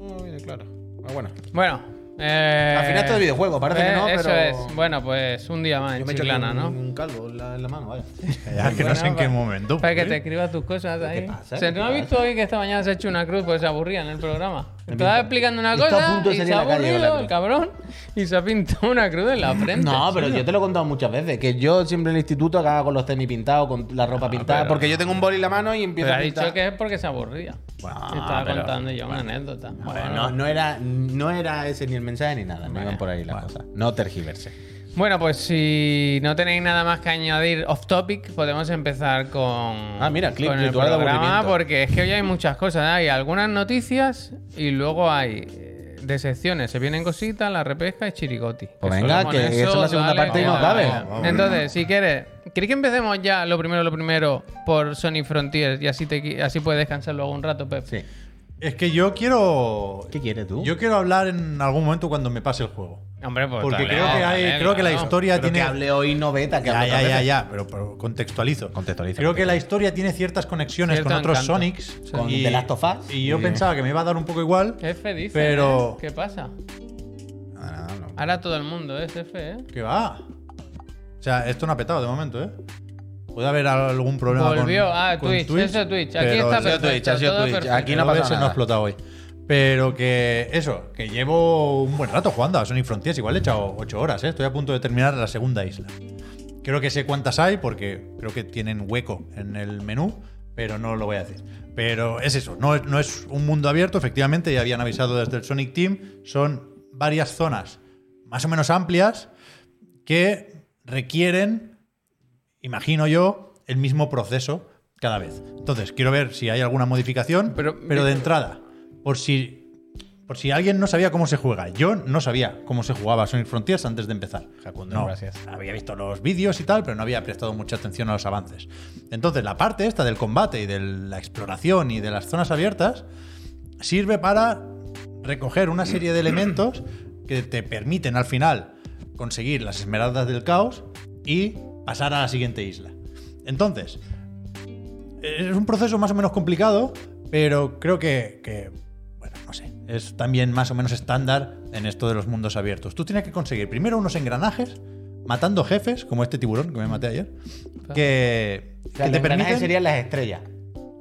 [SPEAKER 2] Oh, mira, claro. Ah, bueno.
[SPEAKER 1] Bueno. eh,
[SPEAKER 2] Al final esto es videojuego, parece que
[SPEAKER 1] eh,
[SPEAKER 2] no,
[SPEAKER 1] eso
[SPEAKER 2] pero-
[SPEAKER 1] es. Bueno, pues un día más
[SPEAKER 2] Yo
[SPEAKER 1] en
[SPEAKER 2] me he hecho aquí
[SPEAKER 1] Chiclana,
[SPEAKER 2] un,
[SPEAKER 1] ¿no?
[SPEAKER 2] un calvo en la, en la mano, vaya.
[SPEAKER 3] Ya, que no
[SPEAKER 1] Bueno,
[SPEAKER 3] sé en qué
[SPEAKER 1] pa-
[SPEAKER 3] momento.
[SPEAKER 1] Para que
[SPEAKER 3] hombre.
[SPEAKER 1] te escribas tus cosas ahí.
[SPEAKER 2] pasa?
[SPEAKER 1] O sea, ¿No
[SPEAKER 2] ¿Qué
[SPEAKER 1] has visto hoy que esta mañana se ha hecho una cruz? Pues se aburría en el programa. Estaba explicando una
[SPEAKER 2] Y está a
[SPEAKER 1] cosa
[SPEAKER 2] punto de
[SPEAKER 1] y
[SPEAKER 2] salir
[SPEAKER 1] se ha
[SPEAKER 2] a la calle con la
[SPEAKER 1] aburrido el
[SPEAKER 2] cruz.
[SPEAKER 1] cabrón y se ha pintado una cruz en la frente.
[SPEAKER 2] No, pero yo te lo he contado muchas veces, que yo siempre en el instituto acababa con los tenis pintados, con la ropa pintada,
[SPEAKER 1] pero-
[SPEAKER 2] porque yo tengo un boli en la mano y empiezo
[SPEAKER 1] Pero ha
[SPEAKER 2] a
[SPEAKER 1] dicho
[SPEAKER 2] pintar.
[SPEAKER 1] que es porque se aburría.
[SPEAKER 2] Bueno,
[SPEAKER 1] Estaba
[SPEAKER 2] pero-
[SPEAKER 1] contando yo una anécdota.
[SPEAKER 2] Bueno, no, no era, no era ese ni el mensaje ni nada, no iban por ahí las cosas. No tergiverse.
[SPEAKER 1] Bueno, pues si no tenéis nada más que añadir off topic, podemos empezar con. Ah,
[SPEAKER 2] mira, clip
[SPEAKER 1] con el
[SPEAKER 2] ritual de
[SPEAKER 1] programa,
[SPEAKER 2] aburrimiento.
[SPEAKER 1] porque es que hoy hay muchas cosas. Hay algunas noticias y luego hay eh, de secciones. Se vienen cositas, la repesca y chirigoti.
[SPEAKER 2] Pues
[SPEAKER 1] Que
[SPEAKER 2] venga,
[SPEAKER 1] solo con
[SPEAKER 2] que eso es la segunda parte y
[SPEAKER 1] que
[SPEAKER 2] nos
[SPEAKER 1] dale.
[SPEAKER 2] cabe.
[SPEAKER 1] Entonces, si quieres, ¿queréis que empecemos ya lo primero, lo primero por Sony Frontier y así, te, qui- así puedes descansar luego un rato, Pep?
[SPEAKER 2] Sí.
[SPEAKER 3] Es que yo quiero.
[SPEAKER 2] ¿Qué quieres tú?
[SPEAKER 3] Yo quiero hablar en algún momento cuando me pase el juego.
[SPEAKER 1] Hombre, pues.
[SPEAKER 3] Porque
[SPEAKER 1] dale,
[SPEAKER 3] creo que hay,
[SPEAKER 1] dale,
[SPEAKER 3] creo que la
[SPEAKER 1] claro.
[SPEAKER 3] historia
[SPEAKER 2] Pero
[SPEAKER 3] tiene.
[SPEAKER 2] que hable hoy no beta, que
[SPEAKER 3] ya,
[SPEAKER 2] hable
[SPEAKER 3] ya,
[SPEAKER 2] otra
[SPEAKER 3] ya,
[SPEAKER 2] vez.
[SPEAKER 3] ya, pero, pero contextualizo.
[SPEAKER 2] Contextualiza,
[SPEAKER 3] Creo que
[SPEAKER 2] contextualiza.
[SPEAKER 3] la historia tiene ciertas conexiones
[SPEAKER 1] Cierto
[SPEAKER 3] con otros
[SPEAKER 1] encanto.
[SPEAKER 3] Sonics.
[SPEAKER 2] Con The Last of Us.
[SPEAKER 3] Y yo pensaba que me iba a dar un poco igual.
[SPEAKER 1] F dice.
[SPEAKER 3] Pero-
[SPEAKER 1] ¿eh? ¿Qué pasa?
[SPEAKER 2] Ah, no, no.
[SPEAKER 1] Ahora todo el mundo es F, ¿eh?
[SPEAKER 3] Que va. O sea, esto no ha petado de momento, ¿eh? Puede haber algún problema con-
[SPEAKER 1] Volvió. Ah,
[SPEAKER 3] con
[SPEAKER 1] Twitch, eso es Twitch. Aquí
[SPEAKER 3] pero
[SPEAKER 1] está
[SPEAKER 3] ha sido
[SPEAKER 1] perfecto,
[SPEAKER 2] Twitch, ha sido
[SPEAKER 1] todo
[SPEAKER 2] Twitch.
[SPEAKER 1] perfecto.
[SPEAKER 2] Aquí no ha
[SPEAKER 3] El OBS
[SPEAKER 2] pasado
[SPEAKER 3] no ha
[SPEAKER 2] nada.
[SPEAKER 3] explotado hoy. Pero que eso, que llevo un buen rato jugando a Sonic Frontiers. Igual he echado 8 horas, ¿eh? Estoy a punto de terminar la segunda isla. Creo que sé cuántas hay porque creo que tienen hueco en el menú, pero no lo voy a decir. Pero es eso, no es, no es un mundo abierto, efectivamente, ya habían avisado desde el Sonic Team. Son varias zonas más o menos amplias que requieren, imagino yo, el mismo proceso cada vez. Entonces, quiero ver si hay alguna modificación, pero,
[SPEAKER 1] Pero-
[SPEAKER 3] de entrada, por si por si alguien no sabía cómo se juega, yo no sabía cómo se jugaba Sonic Frontiers antes de empezar.
[SPEAKER 2] Facundo,
[SPEAKER 3] No,
[SPEAKER 2] gracias.
[SPEAKER 3] había visto los vídeos y tal, pero no había prestado mucha atención a los avances. Entonces, la parte esta del combate y de la exploración y de las zonas abiertas sirve para recoger una serie de elementos que te permiten al final conseguir las esmeraldas del caos y pasar a la siguiente isla. Entonces, es un proceso más o menos complicado, pero creo que, que, bueno, no sé, es también más o menos estándar en esto de los mundos abiertos. Tú tienes que conseguir primero unos engranajes, matando jefes, como este tiburón que me maté ayer,
[SPEAKER 2] O
[SPEAKER 3] que,
[SPEAKER 2] sea,
[SPEAKER 3] que
[SPEAKER 2] los
[SPEAKER 3] te
[SPEAKER 2] engranajes
[SPEAKER 3] permiten...
[SPEAKER 2] serían las estrellas,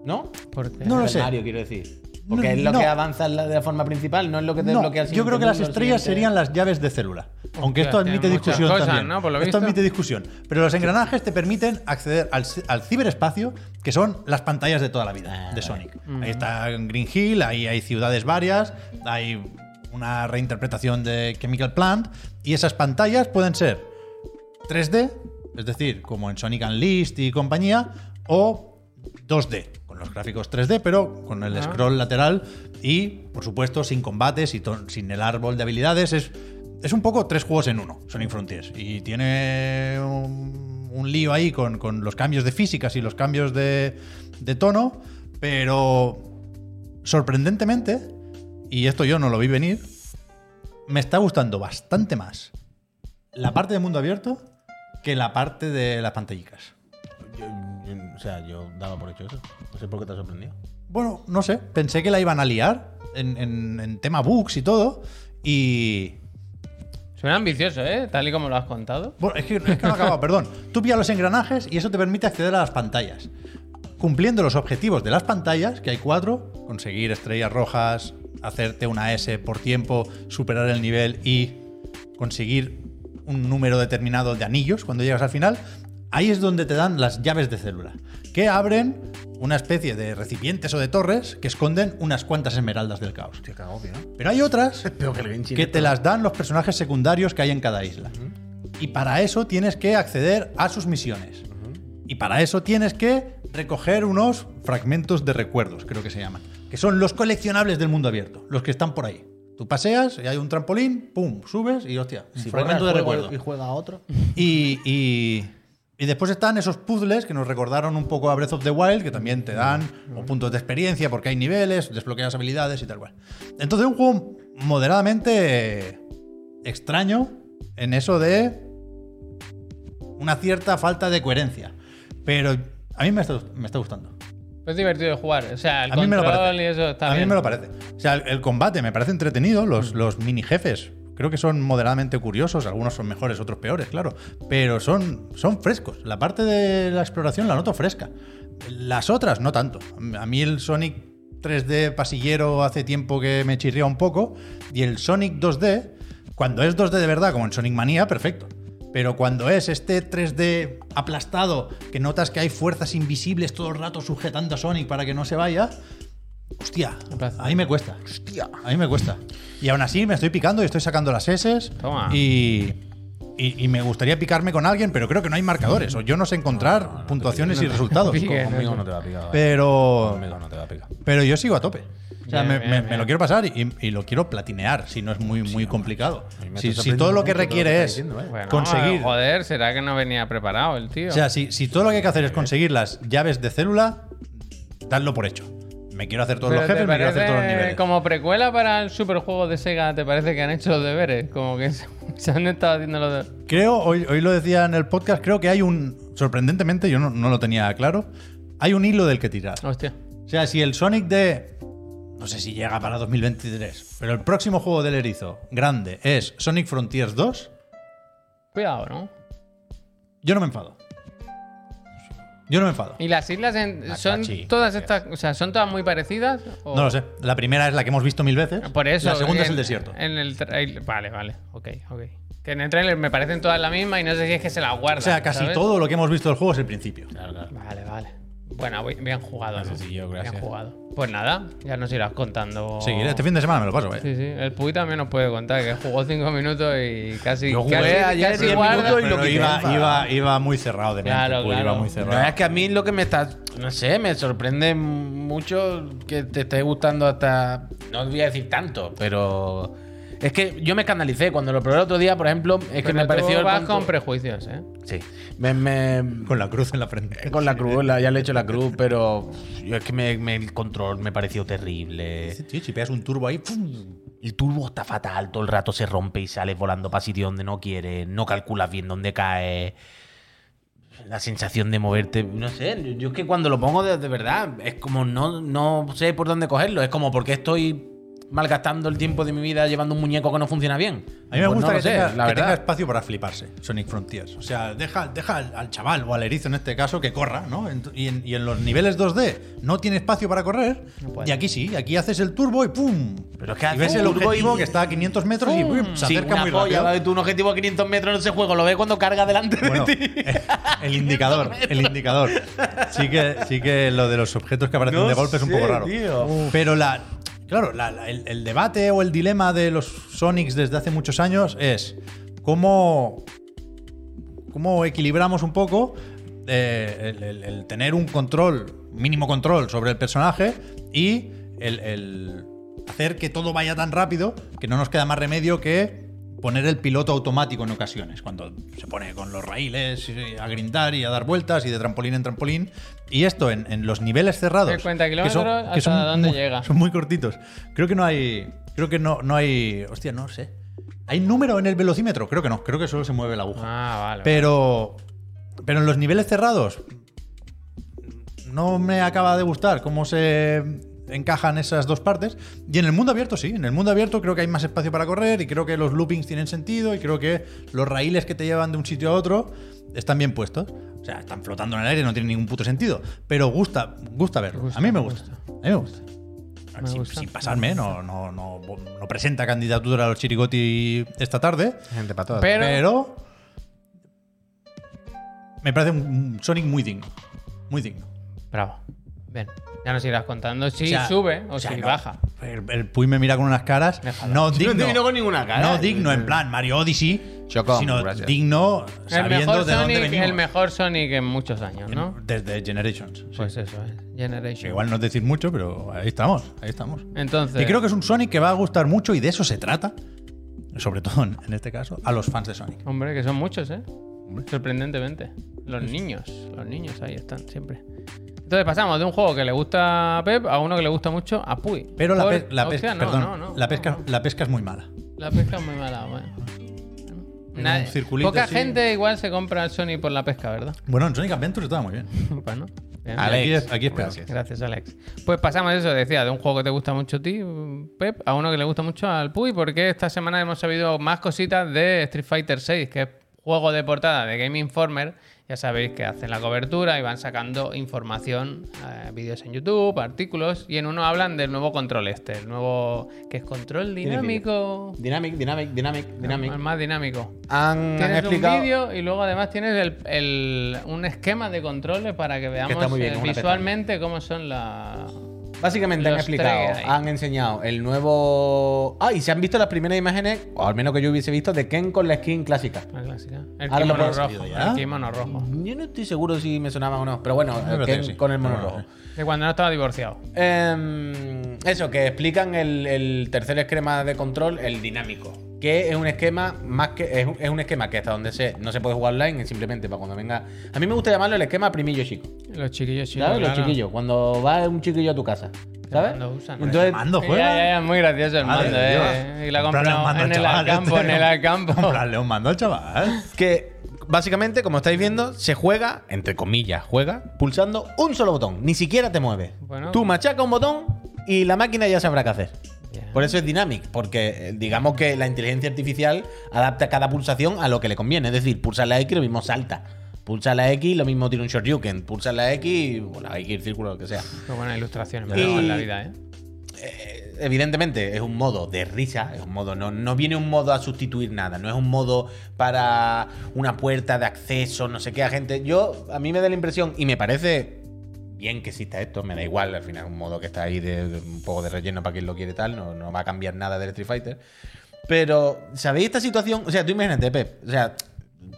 [SPEAKER 2] ¿no?
[SPEAKER 1] ¿Por qué?
[SPEAKER 3] No lo
[SPEAKER 2] El
[SPEAKER 3] sé.
[SPEAKER 2] armario, quiero decir. Porque
[SPEAKER 3] No,
[SPEAKER 2] es lo
[SPEAKER 3] no.
[SPEAKER 2] que avanza la- de la forma principal, no es lo que
[SPEAKER 3] No,
[SPEAKER 2] desbloquea el
[SPEAKER 3] yo creo
[SPEAKER 2] siguiente
[SPEAKER 3] que las
[SPEAKER 2] mundo, el
[SPEAKER 3] estrellas
[SPEAKER 2] siguiente-
[SPEAKER 3] serían las llaves de célula. Aunque esto
[SPEAKER 1] tiene
[SPEAKER 3] admite
[SPEAKER 1] muchas
[SPEAKER 3] discusión
[SPEAKER 1] cosas,
[SPEAKER 3] también.
[SPEAKER 1] ¿no? Por lo
[SPEAKER 3] esto
[SPEAKER 1] visto.
[SPEAKER 3] admite discusión. Pero los engranajes te permiten acceder al, ci- al ciberespacio, que son las pantallas de toda la vida
[SPEAKER 2] Ah,
[SPEAKER 3] de Sonic. Ahí está Green Hill, ahí hay ciudades varias, hay una reinterpretación de Chemical Plant, y esas pantallas pueden ser 3D, es decir, como en Sonic Unleashed y compañía, o 2D, con los gráficos 3D, pero con el scroll lateral y, por supuesto, sin combates y ton- sin el árbol de habilidades. Es, es un poco tres juegos en uno, Sonic Frontiers. Y tiene un, un lío ahí con, con los cambios de físicas y los cambios de, de tono, pero sorprendentemente, y esto yo no lo vi venir, me está gustando bastante más la parte de mundo abierto que la parte de las pantallicas.
[SPEAKER 2] Yo- yo- o sea, yo daba por hecho eso. No sé por qué te ha sorprendido.
[SPEAKER 3] Bueno, no sé, pensé que la iban a liar en, en- en tema bugs y todo. Y.
[SPEAKER 1] Suena ambicioso, ¿eh? Tal y como lo has contado.
[SPEAKER 3] Bueno, es que, es que no acababa, perdón. Tú pillas los engranajes y eso te permite acceder a las pantallas. Cumpliendo los objetivos de las pantallas, que hay cuatro: conseguir estrellas rojas, hacerte una S por tiempo, superar el nivel y conseguir un número determinado de anillos cuando llegas al final. Ahí es donde te dan las llaves de célula, que abren una especie de recipientes o de torres que esconden unas cuantas esmeraldas del caos.
[SPEAKER 2] Tío, qué agobio, ¿no?
[SPEAKER 3] Pero hay otras
[SPEAKER 2] Peor que el Genshin.
[SPEAKER 3] que te las dan los personajes secundarios que hay en cada isla. Y para eso tienes que acceder a sus misiones. Y para eso tienes que recoger unos fragmentos de recuerdos, creo que se llaman. Que son los coleccionables del mundo abierto, los que están por ahí. Tú paseas y hay un trampolín, pum, subes y hostia, un
[SPEAKER 2] Si
[SPEAKER 3] fragmento de
[SPEAKER 2] borras juego
[SPEAKER 3] recuerdo.
[SPEAKER 2] Y juega a otro.
[SPEAKER 3] Y, y- y después están esos puzzles que nos recordaron un poco a Breath of the Wild, que también te dan o puntos de experiencia porque hay niveles, desbloqueas habilidades y tal cual. Entonces, un juego moderadamente extraño en eso de una cierta falta de coherencia. Pero a mí me está, me está gustando.
[SPEAKER 1] Es divertido de jugar. O sea, el
[SPEAKER 3] A mí me lo
[SPEAKER 1] control
[SPEAKER 3] parece.
[SPEAKER 1] y eso está
[SPEAKER 3] a mí
[SPEAKER 1] bien. Mm.
[SPEAKER 3] me lo parece. O sea, el, el combate me parece entretenido, los, los mini jefes. Creo que son moderadamente curiosos, algunos son mejores, otros peores, claro. Pero son, son frescos. La parte de la exploración la noto fresca. Las otras no tanto. A mí el Sonic 3D pasillero hace tiempo que me chirría un poco. Y el Sonic 2D, cuando es 2D de verdad, como en Sonic Manía, perfecto. Pero cuando es este 3D aplastado, que notas que hay fuerzas invisibles todo el rato sujetando a Sonic para que no se vaya, hostia, a mí me cuesta. Hostia, a mí me cuesta. Y aún así me estoy picando y estoy sacando las S.
[SPEAKER 1] Toma.
[SPEAKER 3] Y, y, y me gustaría picarme con alguien, pero creo que no hay marcadores. O yo no sé encontrar puntuaciones y resultados.
[SPEAKER 1] piques.
[SPEAKER 2] Conmigo no te va a picar. vale.
[SPEAKER 3] Pero,
[SPEAKER 2] Conmigo no te va a picar.
[SPEAKER 3] pero yo sigo a tope. O sea,
[SPEAKER 1] Bien,
[SPEAKER 3] me,
[SPEAKER 1] bien,
[SPEAKER 3] me-
[SPEAKER 1] bien.
[SPEAKER 3] me lo quiero pasar y, y lo quiero platinear, si no es muy, muy complicado.
[SPEAKER 2] A mí me está
[SPEAKER 3] Si, si
[SPEAKER 2] sorprendiendo
[SPEAKER 3] todo lo que
[SPEAKER 2] mucho todo lo que
[SPEAKER 3] requiere
[SPEAKER 2] está
[SPEAKER 3] es
[SPEAKER 2] diciendo, eh.
[SPEAKER 1] Bueno,
[SPEAKER 3] conseguir
[SPEAKER 1] Joder, será que no venía preparado el tío.
[SPEAKER 3] o sea, si, si todo lo que hay que hacer es conseguir las llaves de célula, dadlo por hecho. Me quiero hacer todos
[SPEAKER 1] Pero
[SPEAKER 3] los
[SPEAKER 1] ¿te
[SPEAKER 3] jefes, me quiero hacer todos los
[SPEAKER 1] parece
[SPEAKER 3] niveles.
[SPEAKER 1] Como precuela para el superjuego de Sega, ¿te parece que han hecho los deberes? Como que se, se han estado haciendo los deberes.
[SPEAKER 3] Creo, hoy, hoy lo decía en el podcast, creo que hay un. Sorprendentemente, yo no, no lo tenía claro. Hay un hilo del que tirar.
[SPEAKER 1] Hostia.
[SPEAKER 3] O sea, si el Sonic de. No sé si llega para 2023, pero el próximo juego del erizo grande es Sonic Frontiers 2,
[SPEAKER 1] Cuidado, ¿no?
[SPEAKER 3] yo no me enfado. Yo no me enfado.
[SPEAKER 1] ¿Y las islas en- son
[SPEAKER 2] Macachi.
[SPEAKER 1] todas estas, o sea, son todas muy parecidas? o-
[SPEAKER 3] No lo sé. La primera es la que hemos visto mil veces.
[SPEAKER 1] Por eso.
[SPEAKER 3] La segunda es
[SPEAKER 1] en-
[SPEAKER 3] el desierto.
[SPEAKER 1] En el trailer. Vale, vale. Ok, ok. Que en el trailer me parecen todas la misma y no sé si es que se las guardan.
[SPEAKER 3] O sea, casi
[SPEAKER 1] ¿sabes?
[SPEAKER 3] todo lo que hemos visto del juego es el principio.
[SPEAKER 1] Vale, vale. Bueno, voy- bien jugado.
[SPEAKER 2] Gracias,
[SPEAKER 1] ¿no?
[SPEAKER 2] tío, gracias.
[SPEAKER 1] Bien jugado. Pues nada, ya nos irás contando.
[SPEAKER 3] Seguiré. Este fin de semana me lo paso, eh.
[SPEAKER 1] Sí, sí. El Puy también nos puede contar que jugó 5 minutos y casi.
[SPEAKER 2] Yo jugué
[SPEAKER 1] casi-
[SPEAKER 2] ayer
[SPEAKER 1] casi
[SPEAKER 2] 10
[SPEAKER 1] guarda-
[SPEAKER 2] minutos y lo
[SPEAKER 3] Pero
[SPEAKER 2] quité.
[SPEAKER 3] iba, iba, iba muy cerrado de mente,
[SPEAKER 1] Claro,
[SPEAKER 3] Pul,
[SPEAKER 1] claro.
[SPEAKER 3] iba muy
[SPEAKER 2] No,
[SPEAKER 3] cerrado.
[SPEAKER 2] es que a mí lo que me está. No sé, me sorprende mucho que te esté gustando hasta. No voy a decir tanto, pero. Es que yo me escandalicé cuando lo probé el otro día, por ejemplo, es que
[SPEAKER 1] Pero
[SPEAKER 2] me
[SPEAKER 1] tú
[SPEAKER 2] pareció. el
[SPEAKER 1] vas
[SPEAKER 2] punto-
[SPEAKER 1] con prejuicios, ¿eh?
[SPEAKER 2] Sí. Me, me-
[SPEAKER 3] Con la cruz en la frente.
[SPEAKER 2] Eh, con la cruz, la- ya le he hecho la cruz, pero. yo es que me, me- el control me pareció terrible.
[SPEAKER 3] Tío, si pegas un turbo ahí. ¡fum!
[SPEAKER 2] El turbo está fatal, todo el rato se rompe y sales volando para sitio donde no quieres, no calculas bien dónde caes. La sensación de moverte, no sé, yo- yo es que cuando lo pongo de, de verdad, es como no, no sé por dónde cogerlo, es como porque estoy malgastando el tiempo de mi vida llevando un muñeco que no funciona bien.
[SPEAKER 3] A mí me
[SPEAKER 2] Pues no
[SPEAKER 3] gusta
[SPEAKER 2] lo
[SPEAKER 3] que,
[SPEAKER 2] sé,
[SPEAKER 3] tenga,
[SPEAKER 2] la
[SPEAKER 3] que tenga
[SPEAKER 2] verdad.
[SPEAKER 3] espacio para fliparse, Sonic Frontiers. O sea, deja, deja al, al chaval o al erizo en este caso que corra, ¿no? Ent- Y en, y en los niveles 2D no tiene espacio para correr.
[SPEAKER 1] puede.
[SPEAKER 3] y aquí sí, aquí haces el turbo y ¡pum!
[SPEAKER 2] Pero es que
[SPEAKER 3] y
[SPEAKER 2] hace
[SPEAKER 3] ves
[SPEAKER 2] un
[SPEAKER 3] el
[SPEAKER 2] turbo
[SPEAKER 3] objetivo
[SPEAKER 2] y-
[SPEAKER 3] que está a 500 metros y ¡pum! se
[SPEAKER 2] Sí,
[SPEAKER 3] acerca
[SPEAKER 2] una
[SPEAKER 3] muy
[SPEAKER 2] polla,
[SPEAKER 3] rápido.
[SPEAKER 2] ¿vale? tu un objetivo a 500 metros en ese juego, lo ves cuando carga delante de
[SPEAKER 3] Bueno,
[SPEAKER 2] ti.
[SPEAKER 3] eh, el indicador, el indicador. Sí que, sí que lo de los objetos que aparecen
[SPEAKER 2] No
[SPEAKER 3] de golpe es un
[SPEAKER 2] sé,
[SPEAKER 3] poco raro.
[SPEAKER 2] tío.
[SPEAKER 3] Pero la, claro, la- la- el, el debate o el dilema de los Sonics desde hace muchos años es cómo, cómo equilibramos un poco eh, el, el- el tener un control, mínimo control sobre el personaje y el, el hacer que todo vaya tan rápido que no nos queda más remedio que poner el piloto automático en ocasiones, cuando se pone con los raíles y a grindar y a dar vueltas y de trampolín en trampolín. Y esto en, en los niveles cerrados.
[SPEAKER 1] 50
[SPEAKER 3] que son-
[SPEAKER 1] kilómetros,
[SPEAKER 3] que son
[SPEAKER 1] ¿hasta dónde
[SPEAKER 3] muy-
[SPEAKER 1] llega?
[SPEAKER 3] Son muy cortitos. Creo que no hay. Creo que no, no hay. Hostia, no sé. ¿Hay número en el velocímetro? Creo que no. Creo que solo se mueve la aguja.
[SPEAKER 1] Ah, vale.
[SPEAKER 3] Pero. Pero en los niveles cerrados. No me acaba de gustar cómo se encajan esas dos partes. Y en el mundo abierto, sí. En el mundo abierto creo que hay más espacio para correr. Y creo que los loopings tienen sentido. Y creo que los raíles que te llevan de un sitio a otro están bien puestos. O sea, están flotando en el aire, no tiene ningún puto sentido. Pero gusta, gusta verlo.
[SPEAKER 1] Gusta,
[SPEAKER 3] a mí me
[SPEAKER 1] me
[SPEAKER 3] gusta. A mí me gusta.
[SPEAKER 1] Me
[SPEAKER 3] sin,
[SPEAKER 1] gusta.
[SPEAKER 3] sin pasarme, no, no, no, no presenta candidatura a los Chirigoti esta tarde.
[SPEAKER 2] Gente para
[SPEAKER 1] Pero-
[SPEAKER 3] Pero. Me parece un Sonic muy digno. Muy digno.
[SPEAKER 1] Bravo. Bien. Ya nos irás contando si
[SPEAKER 3] O sea,
[SPEAKER 1] sube o,
[SPEAKER 3] sea,
[SPEAKER 1] si
[SPEAKER 3] no.
[SPEAKER 1] baja.
[SPEAKER 3] El, el Puy me mira con unas caras.
[SPEAKER 1] Déjalo.
[SPEAKER 3] No digno.
[SPEAKER 2] te vino con ninguna cara. eh.
[SPEAKER 3] No digno, en plan Mario Odyssey.
[SPEAKER 2] Chocón,
[SPEAKER 3] sino
[SPEAKER 2] gracias.
[SPEAKER 3] digno
[SPEAKER 1] El
[SPEAKER 3] sabiendo
[SPEAKER 1] mejor,
[SPEAKER 3] de dónde
[SPEAKER 1] Sonic,
[SPEAKER 3] venimos.
[SPEAKER 1] el mejor Sonic en muchos años, ¿no?
[SPEAKER 3] Desde Generations. sí.
[SPEAKER 1] Pues eso es. Generation.
[SPEAKER 3] Que Igual no es decir mucho, pero ahí estamos. Ahí estamos.
[SPEAKER 1] Entonces.
[SPEAKER 3] Y creo que es un Sonic que va a gustar mucho y de eso se trata. Sobre todo en en este caso, a los fans de Sonic.
[SPEAKER 1] Hombre, que son muchos, ¿eh? Sorprendentemente. Los niños, los niños ahí están siempre. Entonces pasamos de un juego que le gusta a Pep a uno que le gusta mucho a Puy.
[SPEAKER 3] Pero la,
[SPEAKER 1] Por-
[SPEAKER 3] pe- la
[SPEAKER 1] o
[SPEAKER 3] pesca,
[SPEAKER 1] sea, no,
[SPEAKER 3] perdón,
[SPEAKER 1] no, no,
[SPEAKER 3] la,
[SPEAKER 1] no,
[SPEAKER 3] pesca,
[SPEAKER 1] no.
[SPEAKER 3] la pesca es muy mala.
[SPEAKER 1] La pesca es muy mala, bueno.
[SPEAKER 3] Un
[SPEAKER 1] Nadie-
[SPEAKER 3] circulito
[SPEAKER 1] poca
[SPEAKER 3] así.
[SPEAKER 1] gente igual se compra el Sony por la pesca, ¿verdad? Pues
[SPEAKER 3] Bueno, en Sonic Adventures estaba muy bien.
[SPEAKER 1] Bueno, bien.
[SPEAKER 3] Ah, Aquí es- aquí es peor.
[SPEAKER 2] gracias.
[SPEAKER 1] Gracias, Alex. Pues pasamos eso, decía, de un juego que te gusta mucho a ti, Pep, a uno que le gusta mucho al Puy, porque esta semana hemos sabido más cositas de Street Fighter VI, que es juego de portada de Game Informer, ya sabéis que hacen la cobertura y van sacando información, eh, vídeos en YouTube, artículos, y en uno hablan del nuevo control este, el nuevo que es control dinámico.
[SPEAKER 2] Dynamic, dynamic, dynamic,
[SPEAKER 1] El
[SPEAKER 2] dynamic.
[SPEAKER 1] más dinámico.
[SPEAKER 2] Han, han
[SPEAKER 1] Tienes
[SPEAKER 2] explicado.
[SPEAKER 1] un vídeo y luego además tienes el- el- un esquema de controles para que veamos
[SPEAKER 2] está muy bien,
[SPEAKER 1] eh,
[SPEAKER 2] es una
[SPEAKER 1] visualmente cómo son las...
[SPEAKER 2] Básicamente han
[SPEAKER 1] Los
[SPEAKER 2] explicado,
[SPEAKER 1] tres ahí.
[SPEAKER 2] han enseñado el nuevo. Ah, y se han visto las primeras imágenes, o al menos que yo hubiese visto, de Ken con la skin clásica.
[SPEAKER 1] La clásica. El
[SPEAKER 2] Ahora Ah, lo
[SPEAKER 1] kimono
[SPEAKER 2] puedes-
[SPEAKER 1] rojo.
[SPEAKER 3] ¿Ya?
[SPEAKER 1] El kimono rojo.
[SPEAKER 2] Yo no estoy seguro si me sonaba o no, pero bueno,
[SPEAKER 3] creo
[SPEAKER 2] Ken
[SPEAKER 3] que sí.
[SPEAKER 2] con el mono
[SPEAKER 3] Pero
[SPEAKER 2] rojo.
[SPEAKER 3] bueno,
[SPEAKER 1] De cuando no estaba divorciado.
[SPEAKER 2] Em, eso, que explican el, el tercer esquema de control, el dinámico. Que es un esquema más que. Es un, es un esquema que hasta donde se, no se puede jugar online, es simplemente para cuando venga. A mí me gusta llamarlo el esquema primillo chico.
[SPEAKER 1] Los chiquillos chicos.
[SPEAKER 2] ¿Sabes? Los
[SPEAKER 1] claro.
[SPEAKER 2] chiquillos. Cuando va un chiquillo a tu casa. ¿Sabes?
[SPEAKER 1] mando usan.
[SPEAKER 2] Entonces,
[SPEAKER 3] Mando
[SPEAKER 1] Ya,
[SPEAKER 3] juega.
[SPEAKER 1] ya, ya, muy gracioso el
[SPEAKER 3] Madre
[SPEAKER 1] mando,
[SPEAKER 3] de
[SPEAKER 1] eh.
[SPEAKER 3] Dios.
[SPEAKER 1] Y la ha
[SPEAKER 3] Comprarle un
[SPEAKER 1] comprado
[SPEAKER 3] mando al
[SPEAKER 1] en el
[SPEAKER 3] chaval,
[SPEAKER 1] Alcampo, en
[SPEAKER 3] este.
[SPEAKER 1] el Alcampo.
[SPEAKER 3] Comprarle un mando al chaval.
[SPEAKER 2] que básicamente, como estáis viendo, se juega, entre comillas, juega, pulsando un solo botón. Ni siquiera te mueves.
[SPEAKER 1] Bueno.
[SPEAKER 2] Tú machacas un botón y la máquina ya sabrá qué hacer.
[SPEAKER 1] Ya.
[SPEAKER 2] Por eso es Dynamic, porque eh, digamos que la inteligencia artificial adapta cada pulsación a lo que le conviene. Es decir, pulsa la X y lo mismo salta. Pulsa la X y lo mismo tira un Shoryuken. Pulsa la X y o la X, el círculo, lo que sea.
[SPEAKER 1] Qué buenas ilustraciones me
[SPEAKER 2] Y-
[SPEAKER 1] daban en la vida, eh.
[SPEAKER 2] Eh, evidentemente es un modo de risa, es un modo, no, no viene un modo a sustituir nada, no es un modo para una puerta de acceso, no sé qué a gente. Yo, a mí me da la impresión, y me parece bien que exista esto, me da igual, al final es un modo que está ahí de, de un poco de relleno para quien lo quiere tal, no, no va a cambiar nada del Street Fighter. Pero, ¿sabéis esta situación? O sea, tú imagínate, Pep, o sea,